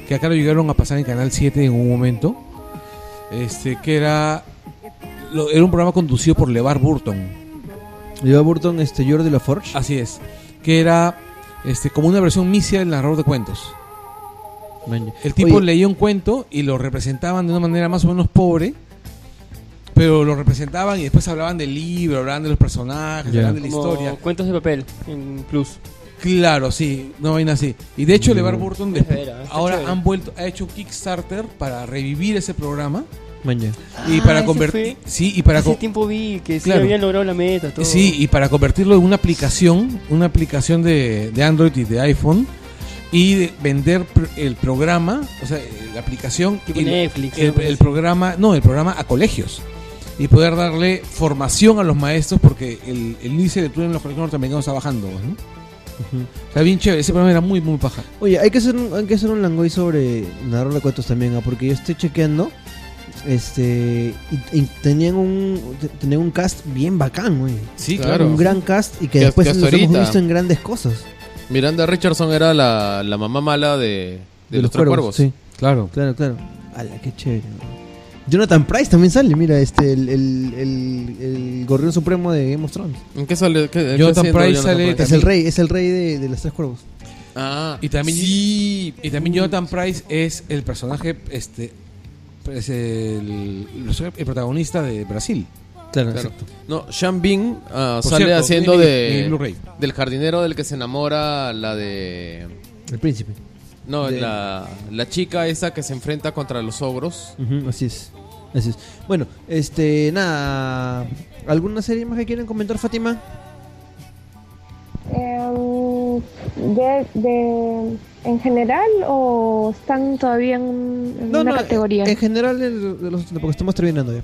S1: que acá lo llegaron a pasar en Canal 7 en un momento. Este, que era. lo- era un programa conducido por Levar Burton.
S2: Lleva Burton, este, Jordi LaForge.
S1: Así es. Que era este, como una versión misia del narrador de cuentos.
S2: Man,
S1: El tipo
S2: Oye.
S1: leía un cuento y lo representaban de una manera más o menos pobre, pero lo representaban y después hablaban del libro, hablaban de los personajes,
S2: Ya.
S1: hablaban de la
S3: Como
S1: historia.
S3: cuentos de papel en plus.
S1: Claro, sí, no vaina así. Y de hecho,
S3: Mm.
S1: LeVar Burton después-
S3: Es vera, está
S1: ahora
S3: chévere.
S1: han vuelto, ha hecho un Kickstarter para revivir ese programa
S2: man, ya.
S1: y
S3: Ah,
S1: para
S3: ese
S1: convertir,
S3: fue-
S1: sí, y para
S3: Hace
S1: co-
S3: tiempo vi que sí
S1: Claro.
S3: habían logrado la meta. Todo.
S1: Sí, y para convertirlo en una aplicación, una aplicación de, de Android y de iPhone, y de vender pr- el programa, o sea, eh, la aplicación
S3: Tipo
S1: y lo-
S3: Netflix,
S1: el,
S3: algo
S1: el
S3: así.
S1: programa, no, el programa a colegios. Y poder darle formación a los maestros porque el, el índice de lectura en los colegios norteamericanos está bajando. ¿no? O sea, bien chévere, ese programa era muy, muy paja.
S2: Oye, hay que hacer un, hay que hacer un langoy sobre narrador de cuentos también, ¿ah? porque yo estoy chequeando. Este. Y, y tenían un. te- Tenían un cast bien bacán, güey.
S1: Sí,
S4: Claro.
S2: Un gran cast y que,
S4: Que-
S2: después
S4: que hasta
S2: nos hemos
S4: ahorita-
S2: visto en grandes cosas.
S4: Miranda Richardson era la, la mamá mala de, de los, tres cuervos.
S2: Sí,
S1: Claro.
S2: claro, claro. Ala, qué chévere. güey. Jonathan Price también sale, mira, este, el, el, el, el gorrión supremo de Game of Thrones.
S4: ¿En qué sale? ¿Qué- qué
S1: Jonathan
S4: haciendo
S1: Pryce
S4: Jonathan
S1: sale-
S4: Pryce?
S2: Es el rey, es el rey de, de los tres cuervos.
S4: Ah,
S1: Y también,
S4: sí.
S1: y también Jonathan Price es el personaje, este, es el, el protagonista de Brasil.
S2: Claro,
S4: exacto. No, Sean Bean ah,
S1: Por
S4: sale
S1: cierto,
S4: haciendo
S1: mi- mi- mi
S4: de
S1: Blu-ray.
S4: del jardinero del que se enamora la de
S2: El príncipe.
S4: no,
S2: De-
S4: la, la chica esa que se enfrenta contra los ogros.
S2: Ujú, así es. Así es. Bueno, este, nada. ¿Alguna serie más que quieran comentar, Fátima?
S5: Em, de, de- ¿En general o están todavía en, un- en una categoría?
S2: En general, el- de los- porque estamos terminando ya.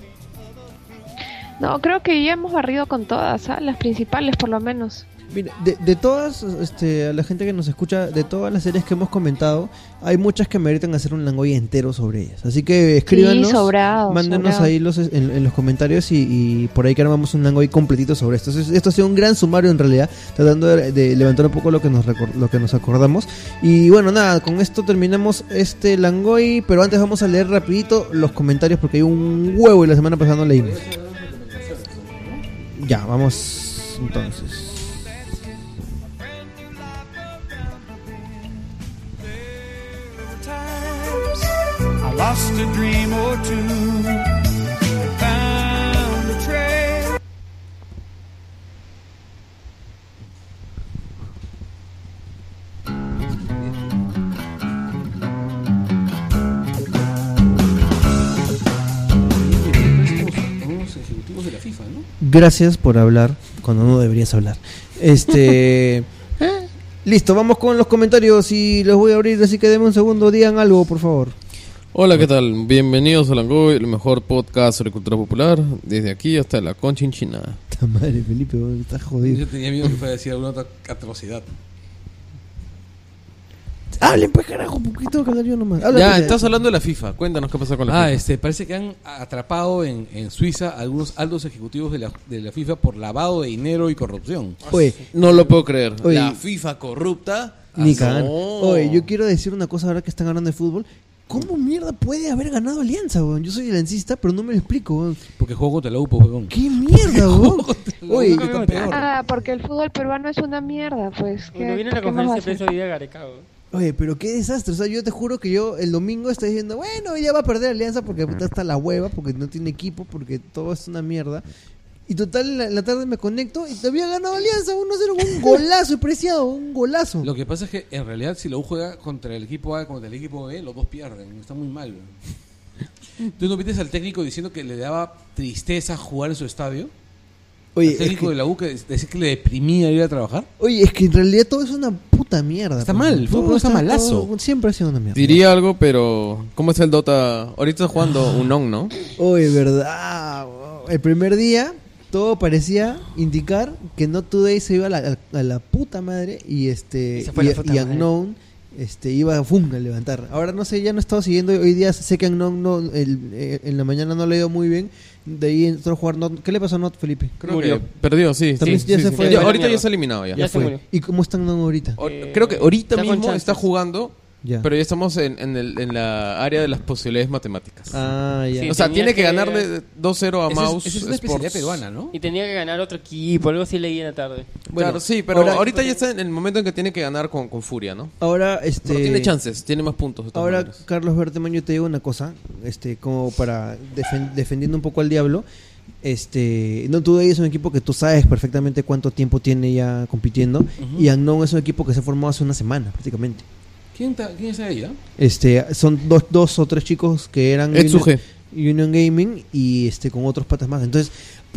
S5: No, creo que ya hemos barrido con todas, ¿ah? las principales por lo menos.
S2: Mira, de, de todas, este, a la gente que nos escucha, de todas las series que hemos comentado, hay muchas que meritan hacer un langoy entero sobre ellas. Así que escríbanos,
S5: sí, sobrado.
S2: mándenos
S5: sobrado.
S2: ahí los, en, en los comentarios y, y por ahí que armamos un langoy completito sobre esto. Entonces, esto ha sido un gran sumario en realidad, tratando de, de levantar un poco lo que, nos recor- lo que nos acordamos. Y bueno, nada, con esto terminamos este langoy, pero antes vamos a leer rapidito los comentarios porque hay un huevo y la semana pasada no leímos. Ya, vamos entonces.
S7: times. I lost a dream or two. Found a trail.
S2: Gracias por hablar cuando no deberías hablar.
S4: ¿Eh?
S2: Este. Listo, vamos con los comentarios y los voy a abrir, así que denme un segundo, digan algo, por favor.
S4: Hola, ¿qué tal? Bienvenidos a Langoy, el mejor podcast sobre cultura popular desde aquí hasta la conchinchina.
S2: Puta madre, Felipe, vos estás jodido.
S1: tenía miedo que fuera a decir alguna otra atrocidad.
S2: Hablen, pues, carajo, poquito tengo que hablar yo nomás. Habla,
S4: Ya,
S2: pues,
S4: estás hablando de la FIFA. Cuéntanos qué pasó con la
S1: Ah,
S4: FIFA.
S1: este, parece que han atrapado en, en Suiza a algunos altos ejecutivos de la, de la FIFA por lavado de dinero y corrupción.
S2: Oye,
S4: No lo puedo creer.
S2: Oye.
S4: La FIFA corrupta.
S2: ni
S4: Ah,
S2: cagar.
S4: no.
S2: Oye, yo quiero decir una cosa ahora que están hablando de fútbol. ¿Cómo mierda puede haber ganado Alianza, weón? Yo soy aliancista, pero no me lo explico, weón.
S1: Porque jugó contra la pues, UPO, huevón.
S2: ¿Qué mierda, weón? Oye,
S1: Nunca me metí.
S5: Ah, porque el fútbol peruano es una mierda, pues. ¿qué-
S3: Cuando viene la
S5: qué más
S3: conferencia de
S5: va a hacer?
S3: prensa hoy día Garecao.
S2: Oye, pero qué desastre. O sea, yo te juro que yo el domingo estoy diciendo, bueno, ya va a perder Alianza porque puta, está la hueva, porque no tiene equipo, porque todo es una mierda. Y total, en la, en la tarde me conecto y todavía ha ganado Alianza 1-0. Un golazo, preciado, un golazo.
S1: Lo que pasa es que en realidad si la U juega contra el equipo A contra el equipo B, los dos pierden. Está muy mal. weón. ¿Tú no viste al técnico diciendo que le daba tristeza jugar en su estadio?
S2: Oye,
S1: el
S2: es
S1: técnico
S2: que,
S1: de la U que de- decía que le deprimía ir a trabajar.
S2: oye, es que en realidad todo es una puta mierda.
S1: Está
S2: pues.
S1: mal, el fútbol
S2: Todo
S1: está malazo.
S2: todo- siempre ha sido una mierda.
S4: Diría algo, pero. ¿Cómo está el Dota? Ahorita está jugando un on, ¿no?
S2: Oye, verdad. weón. El primer día todo parecía indicar que No Today se iba a la, a la puta madre y este
S3: Se fue la
S2: y-
S3: puta
S2: y
S3: madre.
S2: Unknown este iba a funga a levantar. Ahora no sé, ya no he estado siguiendo. Hoy día sé que Unknown no, el- eh, en la mañana no le ha ido muy bien. De ahí entró a jugar Not. ¿Qué le pasó a Not, Felipe?
S4: Creo
S3: Murió.
S4: que perdió, sí.
S2: También
S4: sí,
S2: ya
S4: sí,
S2: se
S4: sí.
S2: fue.
S4: Ya,
S2: Ya
S4: ahorita
S3: murió.
S4: ya está eliminado ya.
S3: Ya
S4: Ya
S3: se
S4: fue.
S3: murió.
S2: ¿Y cómo está Unknown ahorita?
S4: O-
S3: Eh,
S4: Creo que ahorita
S3: está con
S4: mismo
S3: chances.
S4: está jugando,
S2: Ya.
S4: pero ya estamos en, en el- en la área de las posibilidades matemáticas.
S2: Ah, ya.
S3: Sí.
S4: o sea,
S3: tenía
S4: tiene que,
S3: que-
S4: ganarle 2-0 a
S1: Esa es-
S4: Mouse.
S1: esa es una especialidad
S4: Sports.
S1: peruana, ¿no?
S3: Y tenía que ganar otro equipo, algo así leí en la tarde.
S4: Bueno, claro, sí, pero
S2: ahora-
S4: ahorita ya está en el momento en que tiene que ganar con, con furia, ¿no?
S2: Ahora, este.
S4: Pero tiene chances, tiene más puntos. de todas
S2: Ahora,
S4: maneras.
S2: Carlos Bertemaño, te digo una cosa, este, como para defen- defendiendo un poco al diablo, este, No Today es un equipo que tú sabes perfectamente cuánto tiempo tiene ya compitiendo, y Unknown es un equipo que se formó hace una semana prácticamente.
S1: ¿Quién, ta- quién está ahí? ah?
S2: Este, son dos, dos o tres chicos que eran
S4: Etsuge.
S2: Union, Union Gaming y este con otros patas más. Entonces,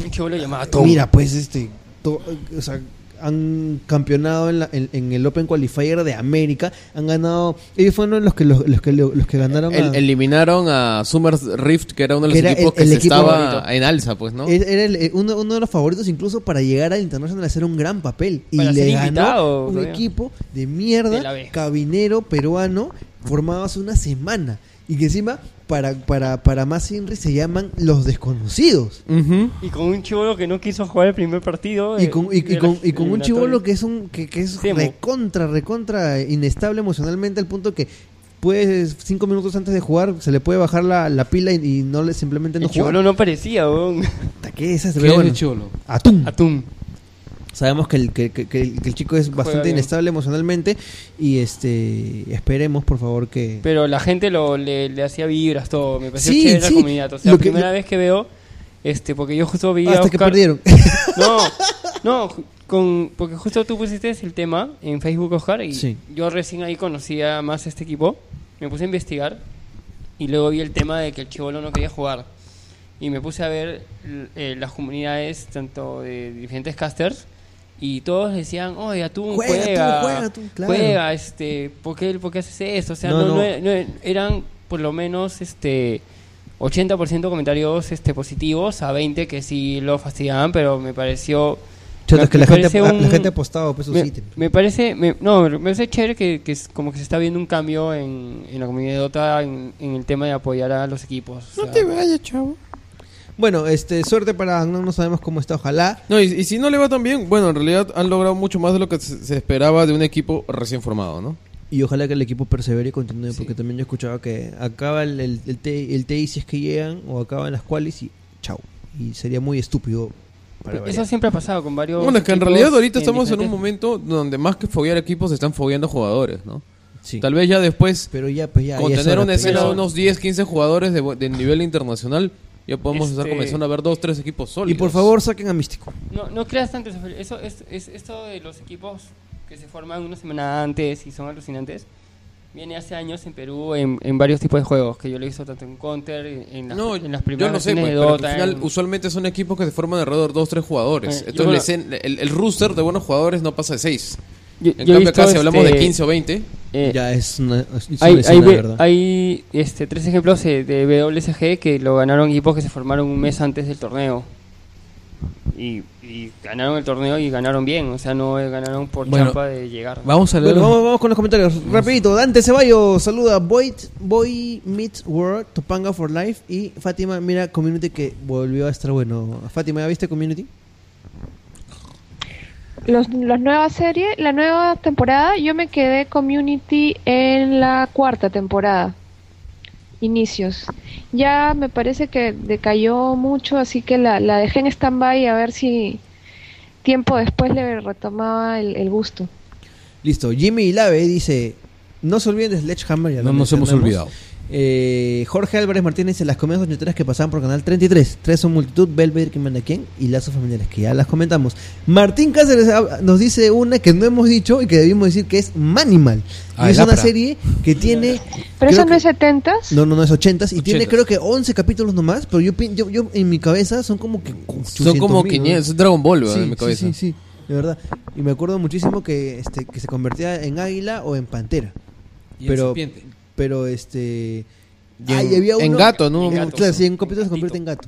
S3: Un chivolo llamado Tom.
S2: mira, pues este, to- o sea, han campeonado en, la- en- en el Open Qualifier de América, han ganado, ellos fueron los que los, los que los que ganaron
S4: El-
S2: a-
S4: eliminaron a Summers Rift, que era uno de
S2: Que era
S4: los equipos
S2: el-
S4: que
S2: el
S4: se
S2: equipo
S4: estaba
S2: favorito.
S4: en alza, pues, ¿no?
S2: Es- Era el- eh, uno, uno de los favoritos incluso para llegar al Internacional a hacer un gran papel. Y
S3: Para ser
S2: le ganó
S3: invitado,
S2: un
S3: creo.
S2: equipo de mierda,
S3: De la B.
S2: cabinero peruano, formado hace una semana. Y que encima, para, para, para más Henry, se llaman los desconocidos.
S4: Ujú.
S3: Y con un chivolo que no quiso jugar el primer partido.
S2: Y
S3: eh,
S2: con, y, y
S3: de
S2: con,
S3: la-
S2: y con un
S3: eliminatoria.
S2: chivolo que es un que, que es
S3: Temo.
S2: recontra, recontra inestable emocionalmente al punto que puedes cinco minutos antes de jugar se le puede bajar la, la pila y, y no le simplemente no
S3: El chivolo
S2: juega.
S3: no parecía, weón.
S2: ¿Qué
S1: ¿Quién
S2: desastre, pero
S1: es
S2: bueno.
S1: el cholo?
S2: Atún.
S3: Atún.
S2: Sabemos que el, que, que- que el, que el chico es bastante
S3: bien.
S2: inestable emocionalmente y este esperemos por favor que...
S3: Pero la gente lo, le, le hacía vibras, todo. Me pareció
S2: Sí,
S3: chévere
S2: sí.
S3: la comunidad. O sea,
S2: Lo
S3: la
S2: que-
S3: primera
S2: lo-
S3: vez que veo, este, porque yo justo vi. a
S2: Hasta que
S3: Oscar-
S2: perdieron.
S3: No, no, ju- con, porque justo tú pusiste el tema en Facebook, Oscar, y
S2: Sí.
S3: yo recién ahí conocía más este equipo. Me puse a investigar y luego vi el tema de que el chivolo no quería jugar. Y me puse a ver l- eh, las comunidades, tanto de diferentes casters, y todos decían, oye, tú
S2: Juega,
S3: juega,
S2: Atún,
S3: juega,
S2: juega, Atún", claro.
S3: juega, este, ¿por qué, por qué haces eso? O sea,
S2: No,
S3: no,
S2: no.
S3: no e- no e- eran por lo menos este 80% comentarios este positivos a 20 que sí lo fastidiaban, pero me pareció
S2: Chato, es que la
S3: me
S2: gente,
S3: parece
S2: la
S3: un-
S2: gente ha apostado pues sus
S3: me,
S2: ítems.
S3: me parece me- no me parece chévere que, que es como que se está viendo un cambio en, en la comunidad de Dota en, en el tema de apoyar a los equipos. O sea,
S2: Bueno, este suerte para no, no sabemos cómo está, ojalá.
S4: No, y, y si no le va tan bien, bueno, en realidad han logrado mucho más de lo que se, se esperaba de un equipo recién formado, ¿no?
S2: Y ojalá que el equipo persevere y continúe, porque también yo he escuchado que acaba el, el, el T- el TI si es que llegan, o acaban las cuales y chao. Y sería muy estúpido para
S3: eso
S2: variar.
S3: siempre ha pasado con varios
S4: Bueno, es que en
S3: equipos
S4: realidad ahorita estamos en
S3: diferentes-
S4: un momento donde más que foguear equipos se están fogueando jugadores, ¿no?
S2: Sí.
S4: Tal vez ya después,
S2: Pero ya, pues ya.
S4: con
S2: ya es
S4: tener
S2: hora,
S4: una
S2: pues,
S4: escena
S2: ya.
S4: de unos 10, 15 jugadores de, bu- de nivel internacional, ya podemos estar
S3: Este-
S4: comenzando a ver dos, tres equipos
S2: Y
S4: sólidos.
S2: por favor saquen a Místico.
S3: No, no creas tanto, Sofía. eso es, es- esto de los equipos que se forman una semana antes y son alucinantes. Viene hace años en Perú en, en varios tipos de juegos, que yo lo he visto tanto en Counter, en, en las,
S4: No,
S3: en las
S4: yo
S3: primeras
S4: no sé,
S3: versiones de
S4: pues, pero que
S3: Dota,
S4: al final
S3: en-
S4: usualmente son equipos que se forman alrededor de dos, tres jugadores.
S3: Eh, yo
S4: Entonces, la
S3: creo-
S4: escena- el, el roster de buenos jugadores no pasa de seis.
S3: Yo-
S4: En
S3: yo he
S4: cambio,
S3: visto,
S4: acá si hablamos de
S3: este,
S4: 15 o 20,
S3: eh,
S2: Ya es una, es una
S3: hay,
S2: escena,
S3: hay
S2: de
S3: ve-
S2: verdad.
S3: hay, este, tres ejemplos eh, de WSG que lo ganaron equipos que se formaron un mes antes del torneo. Y, y ganaron el torneo y ganaron bien, o sea, no eh, ganaron por
S1: Bueno,
S3: champa de llegar.
S1: Vamos a leer.
S2: Bueno, vamos, vamos con los comentarios. Rapidito, Dante Ceballos saluda Boy, Boy Meets World, Topanga for Life y Fátima, mira Community que volvió a estar bueno. Fátima, ¿ya viste Community?
S5: Los, la nueva serie, la nueva temporada, yo me quedé community en la cuarta temporada. Inicios. Ya me parece que decayó mucho, así que la, la dejé en stand-by a ver si tiempo después le retomaba el, el gusto.
S2: Listo, Jimmy Lave dice, no se olviden de Sledgehammer. ya
S1: No
S2: lo
S1: nos hemos
S2: mencionamos.
S1: olvidado.
S2: Eh, Jorge Álvarez Martínez dice las comedias ochenteras que pasaban por Canal 33. Tres son Multitud, Belvedere, que manda quién y Lazos Familiares, que ya las comentamos. Martín Cáceres hab- nos dice una que no hemos dicho y que debimos decir que es Manimal.
S1: Ah,
S2: y es
S1: el
S2: una
S1: Apra.
S2: serie que tiene... creo
S5: Pero eso
S2: que-
S5: no es 70s.
S2: no, no, no, es 80s. Y tiene
S1: 80s.
S2: creo que 11 capítulos nomás, pero yo, pin- yo, yo en mi cabeza son como que...
S4: Son como
S2: 800.000, ¿no?
S4: 500, es Dragon Ball, weón,
S2: Sí,
S4: en mi
S2: sí,
S4: cabeza.
S2: Sí, sí, de verdad. Y me acuerdo muchísimo que, este, que se convertía en águila o en pantera.
S1: Y el
S2: Pero-
S1: serpiente.
S2: Pero este.
S4: Y en-
S2: ahí había
S4: en
S2: uno-
S4: gato, ¿no?
S2: En-
S4: En gato.
S2: claro, sí, en un capítulo se convierte en gato.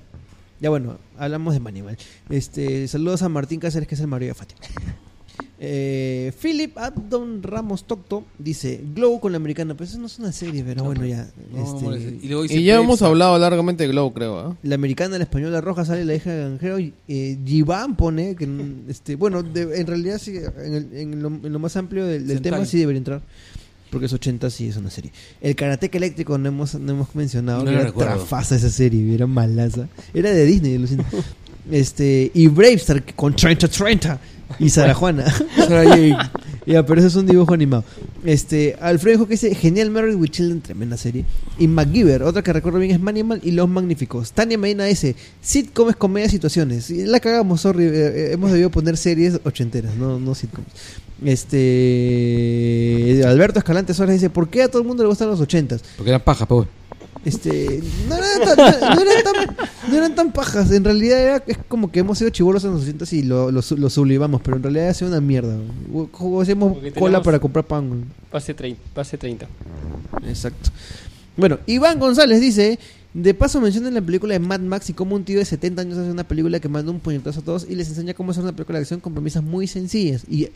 S2: Ya bueno, hablamos de Manimal. Este, saludos a Martín Cáceres, que es el marido de Fátima. Eh, Philip Abdon Ramos Tocto dice Globo con la americana, pero eso no es una serie, pero bueno, ya.
S1: No,
S2: este,
S1: me molestes. y, luego dice
S4: Y ya
S1: Pepsi.
S4: hemos hablado largamente de Glow, creo, ¿ah?
S2: la americana, la española roja sale la hija de granjero. y, Eh, Giván pone que, mm, este, bueno, de- en realidad sí, en, el- en lo, en lo más amplio del, del
S1: Sentai.
S2: tema sí debería entrar. Porque es 80 sí es una serie. El Karateka Eléctrico no hemos, no hemos mencionado.
S1: No
S2: que
S1: lo
S2: era
S1: recuerdo.
S2: trafaza esa serie, era malaza. Era de Disney, alucina. Este, y Bravestar con 30 30 y Sara Juana. Sara Jane. ya, pero eso es un dibujo animado. Este, Alfredo dijo que dice Genial Mary with Children, tremenda serie. Y MacGyver, otra que recuerdo bien es Manimal y Los Magníficos. Tania Medina dice, sitcoms, comedia, situaciones. Y la cagamos, sorry, eh, eh, hemos debido poner series ochenteras, no, no sitcoms. Este Alberto Escalante Suárez dice, ¿por qué a todo el mundo le gustan los ochentas?
S1: Porque eran paja, pues.
S2: Este, no eran tan, no eran tan, no eran tan pajas. En realidad era, es como que hemos sido chivolos en los 80 y lo, lo, su- lo sublivamos, pero en realidad ha sido una mierda. güey. Ju- Hacemos
S3: Porque
S2: cola
S3: tenemos-
S2: para comprar pan. güey.
S3: Pase, trein- pase 30.
S2: Exacto. Bueno, Iván González dice, de paso mencionan la película de Mad Max y cómo un tío de 70 años hace una película que manda un puñetazo a todos y les enseña cómo hacer una película de acción con premisas muy sencillas. Y,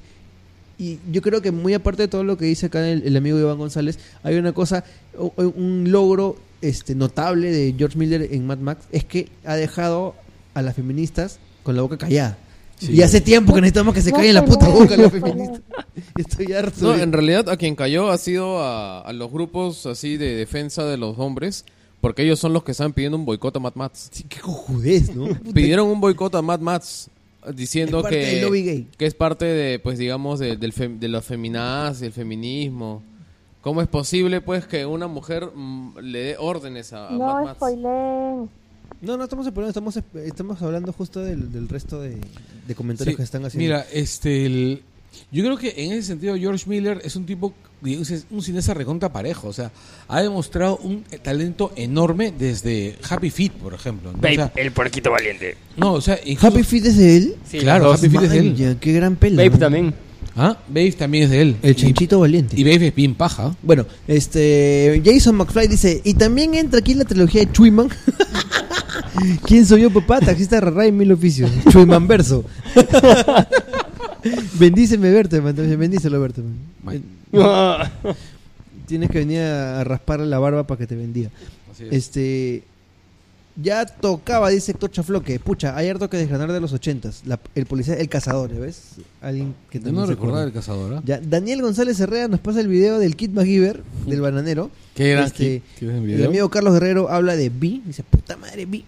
S2: y yo creo que muy aparte de todo lo que dice acá el, el amigo Iván González, hay una cosa, o- o un logro este, notable de George Miller en Mad Max, es que ha dejado a las feministas con la boca callada. Y hace tiempo que necesitamos que se
S5: No
S2: calle la
S5: se
S2: puta
S5: mueve,
S2: boca las
S5: no se
S2: feministas. Estoy harto.
S4: No,
S2: de-
S4: en realidad a quien cayó ha sido a, a los grupos así de defensa de los hombres, porque ellos son los que están pidiendo un boicot a Mad Max.
S2: Sí, qué cojudez, ¿no?
S4: Pidieron un boicot a Mad Max
S2: Es
S4: diciendo
S2: parte del lobby
S4: que,
S2: gay.
S4: que es parte de, pues digamos, de, del fem- de las feminadas, del feminismo. ¿Cómo es posible, pues, que una mujer mm, le dé órdenes a, a Ah, Mad
S5: No,
S4: Max?
S5: spoileen.
S2: No, no estamos esperando, estamos, estamos hablando justo del, del resto de, de comentarios
S1: Sí,
S2: que están haciendo.
S1: Mira, este, el- yo creo que en ese sentido George Miller es un tipo, digamos, es un cineasta recontra parejo. O sea, ha demostrado un eh, talento enorme desde Happy Feet, por ejemplo. ¿no? O sea,
S9: el puerquito valiente.
S1: no, o sea, incluso-
S2: Happy Feet es de él.
S3: Sí,
S1: Claro,
S3: los
S1: Happy
S3: dos.
S1: Feet es de él.
S2: Manja, qué gran pelo.
S3: Babe también.
S1: Ah, Babe también es de él.
S2: El
S1: Y-
S2: chanchito valiente.
S1: Y Babe es bien paja.
S2: bueno, este Jason McFly dice, y también entra aquí la trilogía de Chuyman. ¿Quién soy yo, papá? Taxista Rara y mil oficios. Chuyman verso. Bendíceme, Berteman. también, Bendícelo, Berteman.
S1: Man.
S2: Ah, Tienes que venir a raspar la barba para que te bendiga.
S1: Así es.
S2: Este. Ya tocaba, dice Héctor Chafloque. Pucha, hay harto que desgranar de los ochentas. La- el policía, el cazador, ¿ya ves? Alguien que
S1: Yo
S2: también
S1: no
S2: se
S1: recordaba el
S2: acuerda.
S1: cazador. ¿ah?
S2: Ya, Daniel González Herrera nos pasa el video del Kid MacGyver, del bananero.
S4: Qué gran
S2: Este,
S4: hit. ¿Qué gran
S2: El
S4: video.
S2: amigo Carlos Guerrero habla de B. Dice, puta madre, B.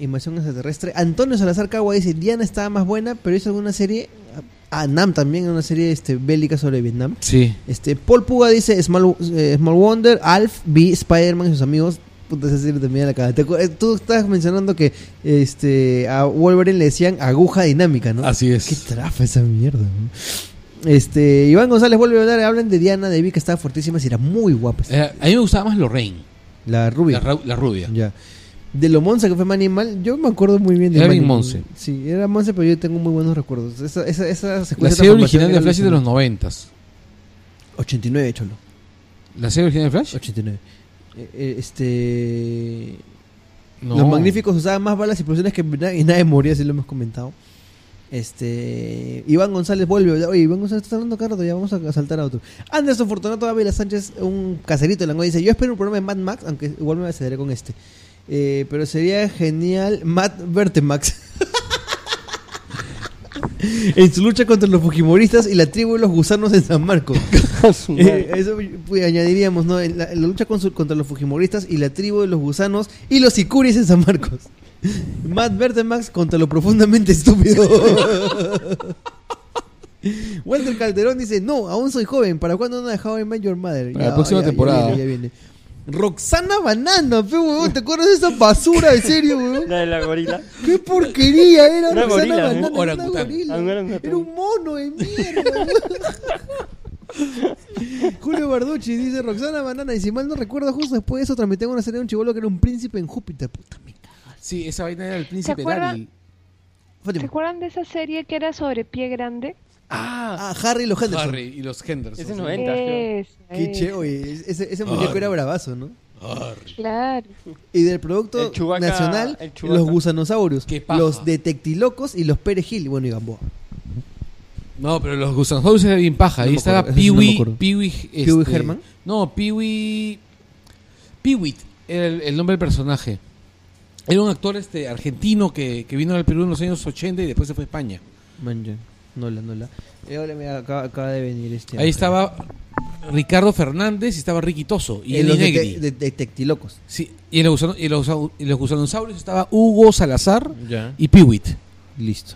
S2: Invasión extraterrestre. Antonio Salazar Cagua dice, Diana estaba más buena, pero hizo alguna serie... Ah, Nam también, una serie este, bélica sobre Vietnam.
S1: Sí.
S2: Este, Paul Puga dice Small, eh, Small Wonder, Alf, B, Spider-Man y sus amigos. Puta, esa serie también era cagada. Te acu- eh, Tú estabas mencionando que este, a Wolverine le decían aguja dinámica, ¿no?
S1: Así es.
S2: Qué trafa esa mierda, ¿no? Este, Iván González vuelve a hablar, hablan de Diana, de Vi que estaba fortísima y era muy guapa.
S1: Eh, a mí me gustaba más Lorraine,
S2: La
S1: la,
S2: rubia.
S1: ra- la rubia.
S2: Ya. De lo Monza que fue Manimal, yo me acuerdo muy bien de
S1: Era bien
S2: Manimal.
S1: Monse.
S2: Sí, era Monse, pero yo tengo muy buenos recuerdos. Esa, esa, esa
S1: La
S2: secuencia
S1: serie
S2: transformación
S1: original de
S2: era
S1: Flash es de los
S2: alucinante.
S1: noventas.
S2: 89, cholo.
S1: ¿La serie original de Flash?
S2: 89. Eh, eh, Este.
S1: No.
S2: Los magníficos usaban más balas y explosiones que na- y nadie moría, si lo hemos comentado. Este. Iván González vuelve. Oye, Iván González está hablando cada rato, ya vamos a saltar a otro. Anderson Fortunato Ávila Sánchez, un caserito de Langoy, dice: Yo espero un programa de Mad Max, aunque igual me accederé con este. Eh, pero sería genial Matt Vertemax. en su lucha contra los Fujimoristas y la tribu de los gusanos en San Marcos. Eh, eso pues, añadiríamos, ¿no? En La, en la lucha con su- contra los Fujimoristas y la tribu de los gusanos y los sicuris en San Marcos. Matt Bertemax contra lo profundamente estúpido. Walter Calderón dice, no, aún soy joven, ¿para cuándo una joven Major Mother?
S1: Para la próxima temporada.
S2: viene, ya viene. Roxana Banana, pe, huevón, ¿te acuerdas de esa basura de serio, huevón?
S3: La de la gorila.
S2: ¡Qué porquería era
S3: Una
S2: Roxana
S3: gorila, ¿no?
S2: Banana! era una
S4: Orangután.
S2: gorila.
S3: Ah, no era un gato.
S2: Era un mono de mierda, huevón. Julio Barducci dice Roxana Banana, y si mal no recuerdo, justo después de eso transmitían una serie de un chivolo que era un príncipe en Júpiter. Puta mierda.
S1: Sí, esa vaina era el príncipe
S5: acuerdan?
S1: Dali.
S2: Fátima.
S5: ¿Recuerdan de esa serie que era sobre pie grande?
S2: Ah, Harry y los Henderson.
S1: Harry y los Henderson.
S3: Ese es 90. creo.
S5: Es,
S2: Qué che, oye, ese,
S1: Ah.
S2: ese muñeco era bravazo, ¿no? eh.
S5: Claro.
S2: Y del producto
S3: El Chewbacca-
S2: nacional,
S3: el Chewbacca.
S2: los gusanosaurios,
S1: Qué paja.
S2: los detectilocos y los perejil, bueno, y Gamboa.
S1: No, pero los gusanos era bien paja.
S2: No
S1: Ahí
S2: me
S1: estaba
S2: acuerdo, ese sí no me
S1: Peewee.
S2: acuerdo.
S1: Peewee. este,
S2: ¿Pee-wee Herman?
S1: No, Peewee. Peewit era el, el nombre del personaje. Era un actor este argentino que, que vino al Perú en los años 80 y después se fue a España.
S2: Manja, no la, no la. Eh, hola, mira, acaba, acaba de venir este.
S1: Ahí estaba Ricardo Fernández y estaba Ricky Toso y
S2: Eh,
S1: Eli
S2: los dete-
S1: Negri.
S2: de- detectilocos.
S1: Sí, y en los, gusano- y los au- y los gusanosaurios estaba Hugo Salazar
S2: Ya.
S1: y Peewit.
S2: Listo.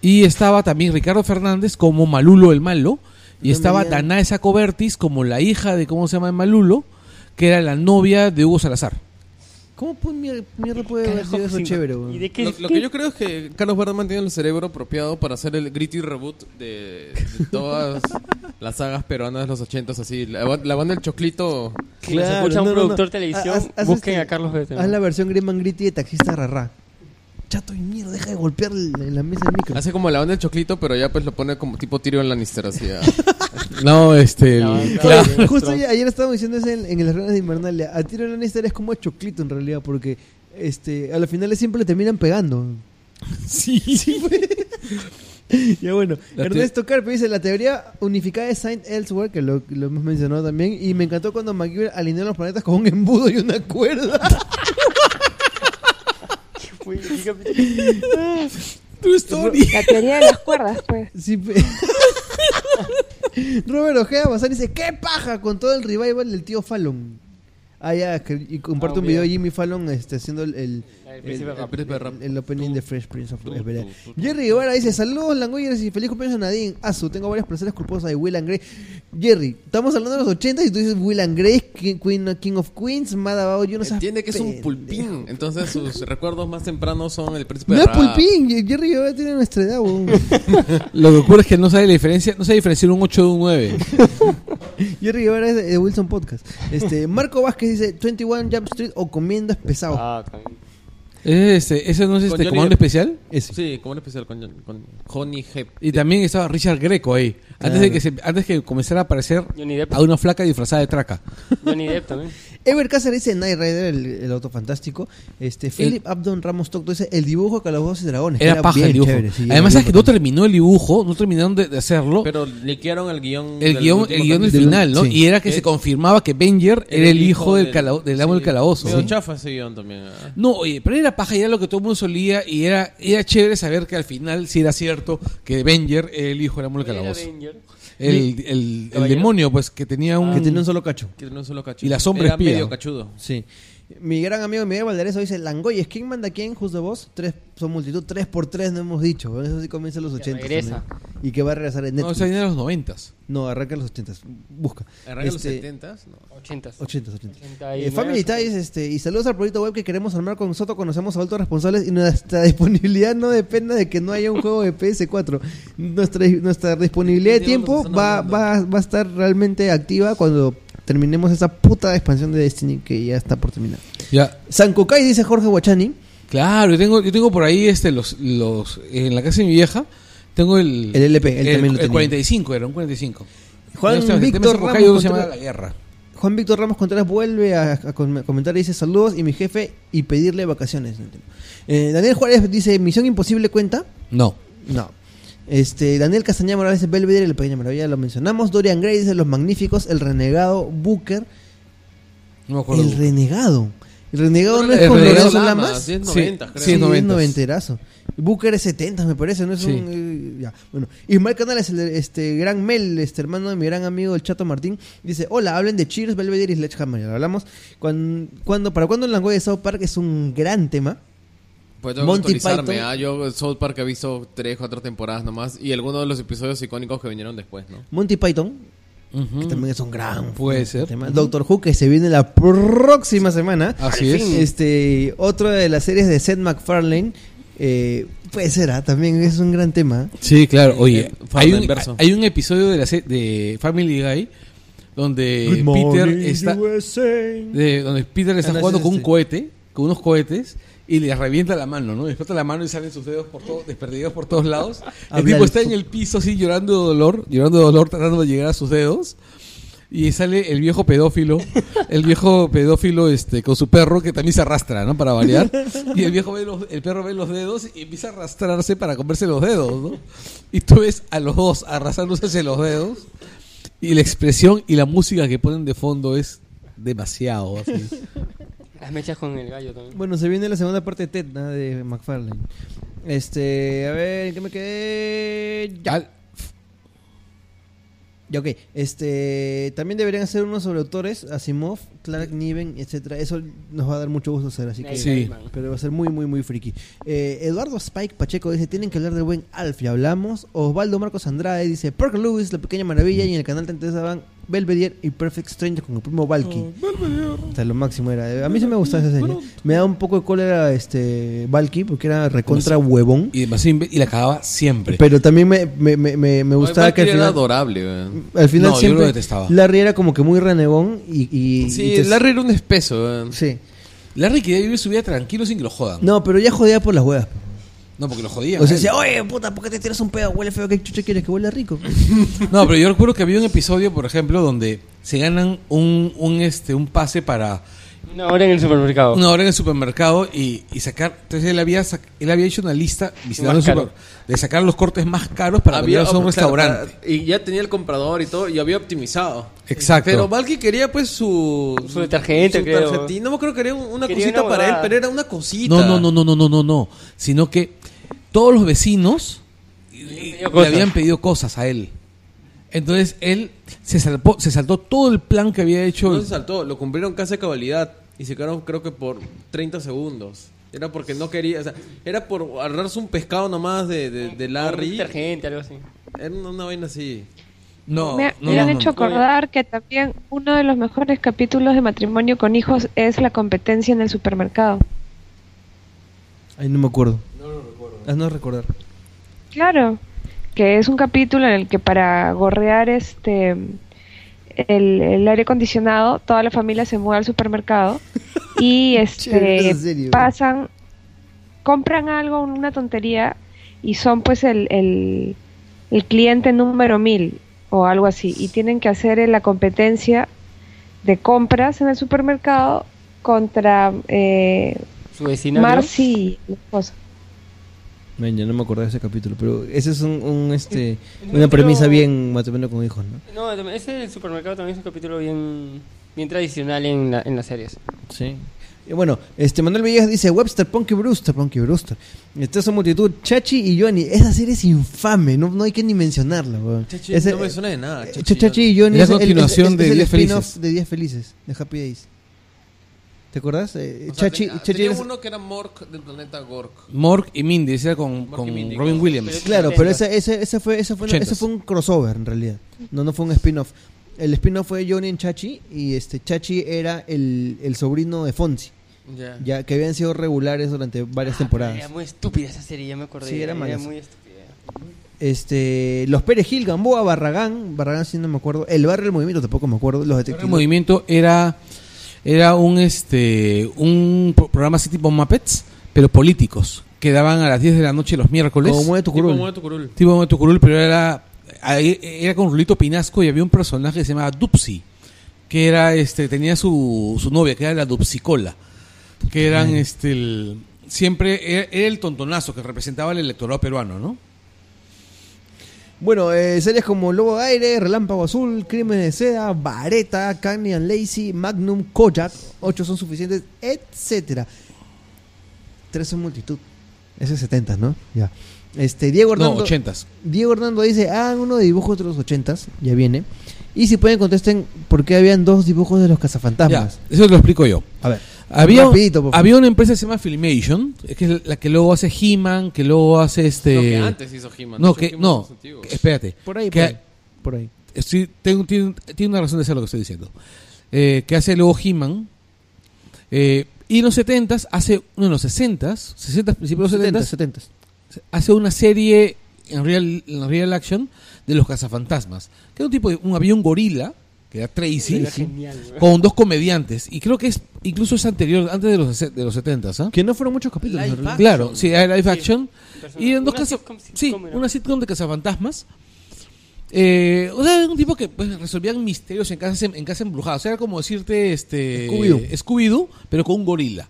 S1: Y estaba también Ricardo Fernández como Malulo el Malo. Y
S2: No me
S1: estaba
S2: digas.
S1: Danae Sacobertis como la hija de, ¿cómo se llama? Malulo, que era la novia de Hugo Salazar.
S2: ¿Cómo pu- mier- mierda puede haber
S3: Carajo,
S2: sido eso
S3: sí.
S2: chévere, weón?
S3: ¿Y de qué?
S4: Lo, lo que yo creo es que Carlos Berman tiene el cerebro apropiado para hacer el gritty reboot de, de todas las sagas peruanas de los ochentas, así. La, ba- la banda del Choclito.
S3: Si nos escucha un productor de televisión,
S2: Ah, Haz- haz
S3: busquen
S2: este-
S3: a Carlos Beto.
S2: Haz la versión Grim and Gritty de taxista rarra. Chato y mierda, deja de golpear la, la mesa del micro.
S4: Hace como la banda del Choclito, pero ya pues lo pone como tipo tiro en Lannister, así. ah.
S1: No, este.
S3: La banda.
S1: claro.
S3: Claro.
S2: Justo ayer, ayer estábamos diciendo eso en, en las reuniones de Invernalia. A Tyrion Lannister es como a Choclito en realidad, porque este, a los finales siempre le terminan pegando.
S1: Sí,
S2: ya bueno,
S1: La
S2: Ernesto Carpe dice la teoría unificada de Saint Elsewhere, que lo, lo hemos mencionado también, y me encantó cuando McGuire alineó los planetas con un embudo y una cuerda.
S3: Uy, dígame.
S1: True story.
S5: La teoría de las cuerdas, pues.
S2: Sí, pe- Robert Ojea Bazán dice, ¿qué paja con todo el revival del tío Fallon? Ah, ya, que- y comparte
S3: Ah,
S2: un video de
S3: mira.
S2: Jimmy Fallon este, haciendo el, el,
S3: El
S2: el,
S3: príncipe rap.
S4: príncipe rap.
S2: el- el opening de Fresh Prince of
S4: tú,
S2: es verdad.
S4: tú, tú,
S2: Jerry Guevara dice, saludos Langoyers y feliz cumpleaños a Nadine. Azu, tengo varias placeres culposas de Will and Grace. Jerry, estamos hablando de los 80 y tú dices Will and Grace, King, Queen- King of Queens, Mad About You, no seas
S4: Entiende que es un
S2: pendejo.
S4: pulpín. Entonces sus recuerdos más tempranos son el príncipe
S2: No es
S4: Ra.
S2: pulpín, Jerry Guevara tiene nuestra edad, weón.
S1: Lo que ocurre es que no sabe la diferencia, no sabe diferenciar un 8 de un 9.
S2: Jerry Guevara es de, de Wilson Podcast. Este, Marco Vázquez dice 21 Jump Street o comiendas pesado.
S3: Ah, también.
S1: ¿Es este, ¿Ese no es
S2: Pues
S1: este
S4: Con Johnny
S1: comando
S4: Depp.
S1: especial?
S4: Sí, como un especial con, con Johnny Hep.
S1: Y también estaba Richard Greco ahí. Antes de que se- antes que comenzara a aparecer
S3: Johnny Depp.
S1: a una flaca disfrazada de traca.
S3: Johnny Depp también.
S2: Ever Cáceres dice Night Rider, el, el auto fantástico. Este, Philip Abdon Ramos Tocto dice el dibujo de Calabozos y Dragones. que
S1: Era paja
S2: bien
S1: el dibujo.
S2: chévere, sí, era
S1: Además
S2: bien
S1: es que no
S2: bacán.
S1: terminó el dibujo, no terminaron de, de hacerlo.
S4: Pero liquearon el guión.
S1: Oh. el
S4: del
S1: guión, el
S4: último
S1: guión del
S4: capítulo.
S1: final, ¿no?
S2: Sí.
S1: Y era que
S4: Eh,
S1: se confirmaba que Benger era el hijo del, calao- del amo
S4: sí,
S1: del calabozo.
S4: medio
S1: Sí.
S4: chafa ese guión también. ah.
S1: No, oye, pero era paja y era lo que todo el mundo solía y era, era chévere saber que al final sí era cierto que Benger era el hijo del amo del
S3: Era
S1: calabozo.
S3: Avenger.
S1: El, el- el
S3: Caballero.
S1: demonio, pues, que tenía un...
S2: Ah, Que tenía un solo cacho.
S4: Que no es solo cachudo.
S1: Y la sombra
S4: Era
S1: espía.
S4: medio cachudo.
S2: Sí. Mi gran amigo Miguel Valderezo dice Langoyes, ¿quién manda quién? Justo vos, tres, son multitud, 3 por 3 no hemos dicho. Eso sí comienza en los 80.
S3: regresa.
S2: también. Y que va a regresar en
S1: No,
S2: Netflix.
S1: esa viene de los noventas.
S2: No, arranca en los 80. Busca.
S4: Arranca los
S2: Este,
S4: 70s. No.
S3: 80.
S2: 80, 80.
S3: Ochenta y
S2: Eh, Family
S3: nueve,
S2: Ties, este, y saludos al proyecto web que queremos armar con Soto. Conocemos a adultos responsables y nuestra disponibilidad no depende de que no haya un juego de PS4. Nuestra, nuestra disponibilidad de
S4: Dios, nos
S2: tiempo
S4: están
S2: va, va, va a estar realmente activa cuando terminemos esa puta expansión de Destiny que ya está por terminar.
S1: Ya,
S2: San Kokai, dice Jorge Guachani.
S1: Claro, yo tengo, yo tengo por ahí este los, los en la casa de mi vieja tengo el
S2: El LP, él
S1: el,
S2: también lo
S1: el
S2: tenía.
S1: 45 era un 45.
S2: Juan
S1: No sé, el tema
S2: Víctor
S1: es Hokkaido,
S2: Ramos
S1: se llama
S2: Contreras.
S1: la guerra.
S2: Juan Víctor Ramos Contreras vuelve a, a com- comentar y dice saludos y mi jefe y pedirle vacaciones. Eh, Daniel Juárez dice Misión Imposible cuenta.
S1: No.
S2: No. Este, Daniel Castañeda Morales es Belvedere, el Pequeña Maravilla, lo mencionamos. Dorian Gray dice Los Magníficos, El Renegado, Booker.
S1: No me acuerdo.
S2: El Renegado. El Renegado no
S1: El
S2: es con
S1: Renegado
S2: Lorenzo
S4: Lamas,
S2: Lamas.
S4: sí es
S1: Sí,
S4: 90, creo.
S1: sí,
S2: es
S1: 90s.
S2: noventerazo. Booker es 70, me parece, no es
S1: Sí.
S2: un eh, ya. Bueno, y Mike Canales, el de- este gran Mel, este hermano de mi gran amigo el Chato Martín, dice, "Hola, hablen de Cheers, Belvedere y Sledgehammer." Ya lo hablamos. Cuando, para cuando el Langoy de South Park es un gran tema.
S4: Pues tengo
S2: Monty
S4: que actualizarme.
S2: Python.
S4: ah, Yo South Park he visto 3, 4 temporadas nomás. Y algunos de los episodios icónicos que vinieron después, ¿no?
S2: Monty Python
S1: Ujú.
S2: que también es un gran
S1: Mm. Puede ser. Mm.
S2: tema. Doctor Who, que se viene la próxima semana.
S1: Así es.
S2: Este, otra de las series de Seth MacFarlane. eh, puede ser, ah, también es un gran tema.
S1: Sí, claro. Oye, hay
S4: Farden
S1: un,
S4: verso.
S1: hay un episodio de la se- de Family Guy donde Eh, Peter está de- donde Peter está
S2: Ah, no,
S1: jugando
S2: ese es
S1: con un
S2: este.
S1: cohete, con unos cohetes y le revienta la mano, ¿no? Le explota la mano y salen sus dedos por todos, desperdigados por todos lados. El
S2: Habla
S1: tipo
S2: el
S1: está en
S2: fu-
S1: el piso así llorando de dolor, llorando de dolor, tratando de llegar a sus dedos. Y sale el viejo pedófilo, el viejo pedófilo este con su perro que también se arrastra, ¿no? Para variar. Y el viejo ve los- el perro ve los dedos y empieza a arrastrarse para comerse los dedos, ¿no? Y tú ves a los dos arrastrándose hacia los dedos. Y la expresión y la música que ponen de fondo es demasiado así.
S3: Las mechas con el gallo también.
S2: Bueno, se viene la segunda parte de Ted, ¿no? de McFarlane. Este, a ver, ¿en ¿qué me quedé? Ya.
S1: Al-
S2: Ya, ok. Este, también deberían hacer uno sobre autores, Asimov, Clark Niven, etcétera. Eso nos va a dar mucho gusto hacer, así que...
S3: Neil
S1: Sí.
S3: Gaiman.
S2: Pero va a ser muy, muy, muy friki. Eh, Eduardo Spike Pacheco dice, tienen que hablar del buen Alf, ya hablamos. Osvaldo Marcos Andrade dice, Parker Lewis, La Pequeña Maravilla, y en el canal 33 van Belvedere y Perfect Stranger con el primo Valky. O sea, lo máximo era. eh, A mí se me gustaba esa serie. Me da un poco de cólera este Valky, porque era recontra huevón.
S1: Y demasiado imbe- y la cagaba siempre.
S2: Pero también me, me, me, me, me gustaba que al
S4: era
S2: final...
S4: adorable, eh. weón.
S2: Al final
S1: No, yo
S2: siempre
S1: lo detestaba.
S2: Larry era como que muy renegón y... y y
S4: Sí,
S2: te-
S4: Larry era un espeso, eh. weón.
S2: Sí.
S1: Larry quería vivir su vida tranquilo sin que lo jodan. No,
S2: No, pero ya jodía por las huevas.
S1: porque lo jodían. ¿eh?
S2: O sea, decía, oye, puta, ¿por qué te tiras un pedo? Huele feo, ¿qué chucha quieres? Que huele rico.
S1: No, pero yo recuerdo que había un episodio, por ejemplo, donde se ganan un, un, este, un pase para
S3: Una hora en el supermercado.
S1: una hora en el supermercado y, y sacar. Entonces él había, sac- él había hecho una lista visitando
S3: Más
S1: el
S3: caro.
S1: super- de sacar los cortes más caros para enviarlos a un
S4: claro,
S1: restaurante.
S4: para- y ya tenía el comprador y todo, y había optimizado.
S1: Exacto.
S4: Pero Valky quería pues su...
S3: Su detergente,
S4: su
S3: creo.
S4: tarjetín. No me creo que quería un- una
S3: Quería
S4: cosita
S3: una
S4: para él,
S3: huevada.
S4: pero era una cosita.
S1: No, no, no, no, no, no, no, no. Sino que todos los vecinos eh,
S3: pedido
S1: le
S3: cosas.
S1: habían pedido cosas a él. Entonces él se salpó- se saltó todo el plan que había hecho.
S4: No se saltó, lo cumplieron casi a cabalidad y se quedaron creo que por 30 segundos. Era porque no quería, o sea, era por agarrarse un pescado nomás de, de, de
S3: Un
S4: Larry.
S3: detergente, algo así.
S4: Era una, una vaina así.
S1: No,
S5: Me,
S1: no,
S5: me
S1: no,
S5: han
S1: no.
S5: hecho acordar que también uno de los mejores capítulos de matrimonio con hijos es la competencia en el supermercado.
S2: Ay, no me acuerdo. Ah, No lo recuerdo. Haznos recordar.
S5: Claro, que es un capítulo en el que para gorrear este el, el aire acondicionado, toda la familia se mueve al supermercado y
S2: Che,
S5: este
S2: ¿en serio?
S5: pasan, compran algo, una tontería, y son pues el, el, el cliente número mil o algo así, y tienen que hacer eh, la competencia de compras en el supermercado contra eh,
S3: Su vecina.
S5: Marcy y la esposa.
S2: Man, ya no me acordaba de ese capítulo, pero ese es un, un, este, una premisa bien matrimonio con hijos, ¿no?
S3: No, ese del supermercado también es un capítulo bien, bien tradicional en, la- en las series.
S2: Sí. Y bueno, este Manuel Villegas dice Webster, Punky Brewster, Punky Brewster. Esta es su multitud, Chachi y Johnny. Esa serie es infame, no, no hay que ni mencionarla, weón.
S4: Chachi,
S2: Ese-
S4: no me suena de nada.
S2: eh, Chachi, y Johnny
S1: Es la
S2: el- el-
S1: continuación de
S2: el
S1: 10
S2: spin-off
S1: felices.
S2: de 10 felices, de Happy Days. ¿Te acuerdas? Eh,
S4: O sea,
S2: Chachi,
S4: tenía-
S2: Chachi
S4: tenía
S2: era-
S4: uno que era Mork del planeta Gork.
S1: Mork y Mindy, ese era con,
S4: Mork
S1: con
S4: y Mindy,
S1: Robin
S4: con-
S1: Williams.
S2: Claro, pero
S3: Ochentas.
S2: ese, ese, ese fue, ese, fue,
S1: Ochentas.
S2: ese fue un crossover en realidad. No, no fue un spin-off. El spin-off fue Johnny en Chachi y este Chachi era el, el sobrino de Fonsi,
S4: Ya.
S2: ya que habían sido regulares durante
S4: Ah,
S2: varias
S3: Era
S2: temporadas.
S3: muy estúpida esa serie, ya me acordé.
S2: Sí, era malaza.
S3: muy estúpida.
S2: Este, los Pérez Gil, Gamboa, Barragán, Barragán sí no me acuerdo, El Barrio del Movimiento tampoco me acuerdo, los
S1: El
S2: detectives.
S1: Este movimiento era era un este un pro- programa así tipo Muppets, pero políticos, que daban a las 10 de la noche los miércoles.
S2: Como mueve tu
S4: Tipo
S2: curul.
S4: Mueve tu curul.
S1: Tipo de Tucurul, pero era, ahí- era con Rulito Pinasco y había un personaje que se llamaba Dupsi, que era este, tenía su, su novia, que era la Dupsicola, que eran este el- siempre era, era el tontonazo que representaba el electorado peruano, ¿no?
S2: Bueno, eh, series como Lobo de Aire, Relámpago Azul, Crímenes de Seda, Vareta, Candy and Lacey, Magnum, Kojak, Ocho son suficientes, etcétera. Tres son multitud. Ese es 70, ¿no? Ya. Este, Diego Hernando,
S1: No, ochentas.
S2: Diego Hernando dice, hagan uno de dibujos de los 80 ya viene. Y si pueden contesten por qué habían dos dibujos de los
S1: Ya,
S2: cazafantasmas.
S1: eso te lo explico yo.
S2: A ver.
S1: Había,
S2: Rapidito, por favor.
S1: había una empresa que se llama Filmation, que es la que luego hace He-Man, que luego hace este...
S4: No, que antes hizo He-Man.
S1: No,
S4: Ese
S1: que,
S4: He-Man
S1: no,
S4: es antiguo.
S1: espérate.
S2: Por ahí,
S1: Que-
S2: por ahí. Por ahí.
S1: estoy- tengo- tiene, tiene una razón de ser lo que estoy diciendo. Eh, que hace luego He-Man. Eh, y en los 70s, hace, no, en los 60s, 60s, principios de los 70s,
S2: 70.
S1: hace una serie en real, en real action de los cazafantasmas. Que era un tipo de un avión gorila, que era Tracy,
S3: Era genial, güey.
S1: con dos comediantes. Y creo que es incluso es anterior, antes de los, de los 70s. ¿ah?
S2: Que no fueron muchos capítulos.
S4: Live
S2: en realidad.
S4: action.
S1: Claro, sí, hay live action.
S3: Persona-
S1: Y en dos
S3: una
S1: casos.
S3: sitcom- sitcom
S1: Sí,
S3: era.
S1: una sitcom de cazafantasmas. Eh, o sea, era un tipo que pues, resolvían misterios en casas, en, en casas embrujadas. O sea, era como decirte este,
S2: Scooby-Doo.
S1: Scooby-Doo, pero con un gorila.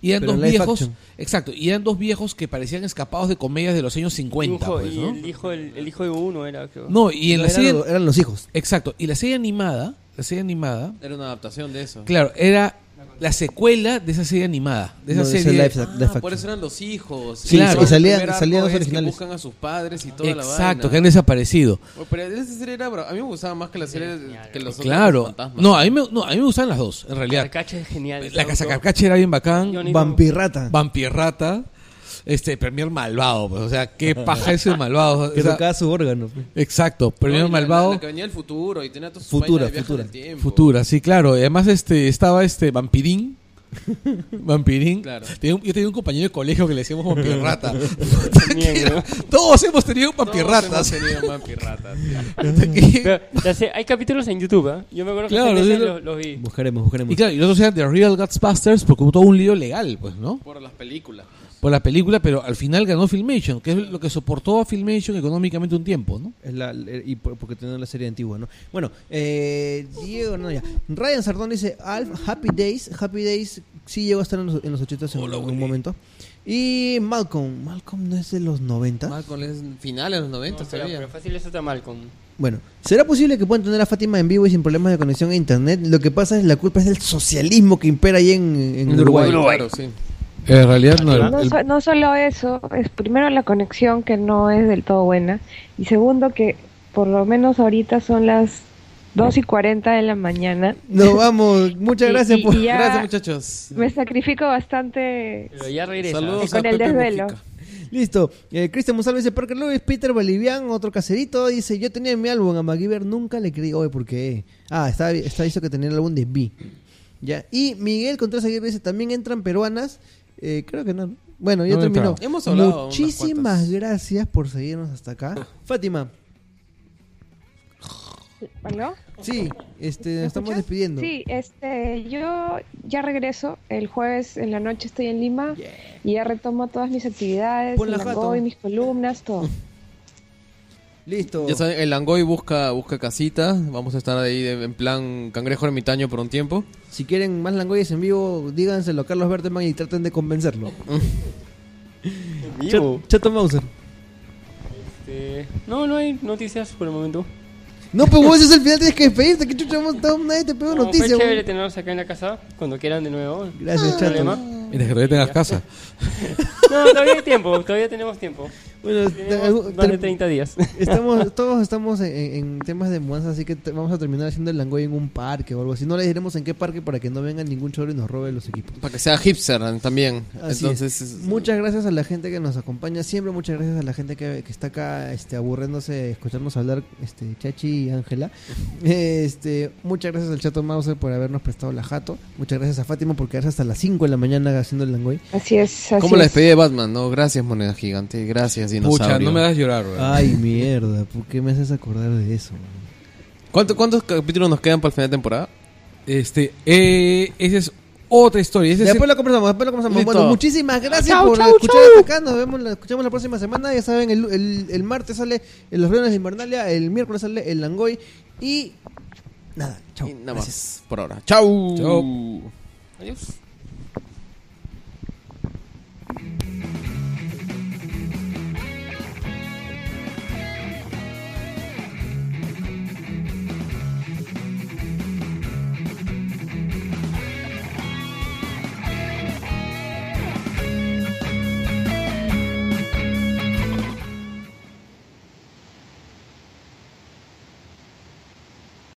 S1: Y eran
S2: Pero
S1: dos
S2: live
S1: viejos.
S2: action.
S1: Exacto, y eran dos viejos que parecían escapados de comedias de los años 50.
S3: Y un hijo-
S1: pues,
S3: y
S1: ¿no?
S3: el, hijo, el, el hijo de uno era, creo.
S1: No, y en la
S2: Eran
S1: serie.
S2: los- eran los hijos.
S1: Exacto, y la serie animada. La serie animada.
S4: Era una adaptación de eso.
S1: Claro, era la secuela de esa serie animada. De esa
S2: No, de ese
S1: serie.
S2: live action.
S4: Ah, por eso eran los hijos.
S1: Sí,
S4: Claro.
S1: y
S2: salían-
S4: El primer
S2: salían
S4: arco
S2: los
S4: es que
S2: originales.
S4: buscan a sus padres y toda la vaina.
S1: Exacto, que han desaparecido.
S4: Pero esa serie era bra- A mí me gustaba más que la serie que los otros
S1: Claro.
S4: fantasmas.
S1: No, a mí me, no, a mí me gustan las dos, en realidad.
S3: Carcacha es genial.
S1: La Casa
S3: Sauco.
S1: Carcache era bien bacán.
S3: Johnny
S2: Vampirrata.
S1: Vampirrata. Este, Premier Malvado. pues, o sea, qué paja ese malvado. o
S2: Que
S1: sea,
S2: tocaba su órgano. pues. pe.
S1: exacto,
S4: No, y
S1: Premier
S4: la-
S1: Malvado.
S4: la que venía del futuro y tenía todas sus
S2: Futura,
S4: vainas de viajes
S2: futura.
S4: del tiempo.
S1: Futura, sí, claro. Y además este estaba este Vampirín. Vampirín.
S4: Claro.
S1: Tenía un- yo tenía un compañero de colegio que le decíamos vampirrata.
S3: También,
S1: Que era-
S3: ¿no?
S1: Todos hemos tenido un
S4: Todos
S1: vampirratas.
S4: hemos tenido vampirratas.
S3: Pero, ya sé, hay capítulos en YouTube, ¿ah? Yo me acuerdo
S1: Claro,
S3: que
S1: sí,
S3: antes
S1: lo-
S3: los, los vi.
S2: Buscaremos, buscaremos.
S1: Y claro, y los otros eran The Real Ghostbusters porque hubo todo un lío legal, pues, ¿no?
S4: Por las películas.
S1: Por la película, pero al final ganó Filmation, que es lo que soportó a Filmation económicamente un tiempo, ¿no?
S2: Es la- eh, y por- porque tenía la serie antigua, ¿no? Bueno, eh, Diego, no, ya. Ryan Sardón dice, Alf, Happy Days. Happy Days sí llegó a estar en los, en los 80 en algún momento. Y Malcolm. Malcolm no es de los 90.
S4: Malcolm es finales de los 90
S3: No, pero, pero fácil eso está mal con...
S2: bueno, ¿será posible que puedan tener a Fátima en vivo y sin problemas de conexión a internet? Lo que pasa es la culpa es del socialismo que impera ahí en, en Uruguay.
S4: Claro, sí.
S1: En realidad no.
S4: Ah,
S5: No, so- no solo eso, es primero la conexión que no es del todo buena y segundo que por lo menos ahorita son las 2 y 40 de la mañana.
S2: Nos vamos. Muchas
S5: Y-
S2: gracias
S5: y-
S2: por...
S5: y ya
S4: Gracias, muchachos.
S5: Me sacrifico bastante.
S3: Pero ya regresa.
S4: Saludos
S5: Con
S4: a
S5: el
S4: Pepe
S5: desvelo.
S4: Mujica.
S2: Listo. Eh, Cristian González dice Parker Lewis, Peter Bolivian, otro caserito. Dice, yo tenía en mi álbum a MacGyver, nunca le creí. Oye, ¿por qué? Ah, está, está dicho que tenía el álbum de B. Ya. Y Miguel Contreras Aguirre dice, también entran peruanas. Eh, creo que no. Bueno,
S1: No
S2: ya
S1: han
S2: terminó.
S1: entrado.
S4: Hemos hablado unas
S2: Muchísimas
S4: cuantas.
S2: gracias por seguirnos hasta acá. Fátima,
S5: ¿Aló?
S2: sí, este, nos
S5: ¿Me
S2: estamos
S5: escuchas?
S2: despidiendo.
S5: Sí, este, yo ya regreso. El jueves en la noche estoy en Lima y ya retomo todas mis actividades,
S2: Pon la
S5: el
S2: jato.
S5: Angoy, mis columnas, todo.
S2: Listo.
S4: Ya saben, el Angoy busca, busca casita. Vamos a estar ahí de- en plan cangrejo ermitaño por un tiempo.
S2: Si quieren más langoyes en vivo, díganselo a Carlos Berteman y traten de convencerlo.
S3: Vivo.
S2: Ch- Chato Mauser.
S3: Este, No, no hay noticias por el momento.
S2: No, pues vos es el final, tienes que despedirte. Que chucha, vos, todo- nadie te pegó
S3: No,
S2: noticia.
S3: Fue
S2: vos.
S3: chévere tenerlos acá en la casa, cuando quieran de nuevo.
S2: Gracias,
S3: No hay
S2: Chato.
S3: problema.
S1: Mira, que todavía tengas casa.
S3: No, todavía hay tiempo, todavía tenemos tiempo.
S2: Bueno, te- algo-
S3: Tenemos más de
S2: eh, ter-
S3: 30 días.
S2: estamos, todos estamos en, en- en temas de mudanza, así que te- vamos a terminar haciendo el langoy en un parque o algo así. No les diremos en qué parque para que no venga ningún chorro y nos robe los equipos.
S4: Para que sea hipster también.
S2: Así
S4: Entonces, es-
S2: Muchas gracias a la gente que nos acompaña siempre, muchas gracias a la gente que, que está acá este, aburriéndose de escucharnos hablar, este, Chachi y Ángela. Este, muchas gracias al Chato Mauser por habernos prestado la jato. Muchas gracias a Fátima por quedarse hasta las 5 de la mañana haciendo el langoy.
S5: Así es, así
S4: ¿Cómo la
S5: es.
S4: despedí de Batman? No, gracias, moneda gigante. Gracias, dinosaurio.
S1: Pucha, no me das llorar, weón.
S2: Ay, mierda, ¿por qué me haces acordar de eso?
S4: ¿Cuánto- ¿Cuántos capítulos nos quedan para el final de temporada?
S1: Este, eh, esa es otra historia. Ese es
S2: Después lo conversamos, después lo conversamos.
S4: Listo.
S2: Bueno, muchísimas gracias
S5: Chau,
S2: por
S5: chau,
S2: escuchar
S5: chau.
S2: hasta acá. Nos vemos, la, escuchamos la próxima semana. Ya saben, el, el- el martes sale en los Reuniones de Invernalia, el miércoles sale el Langoy y nada, chao.
S4: Y nada más por ahora. ¡Chau!
S1: Chau.
S4: Adiós.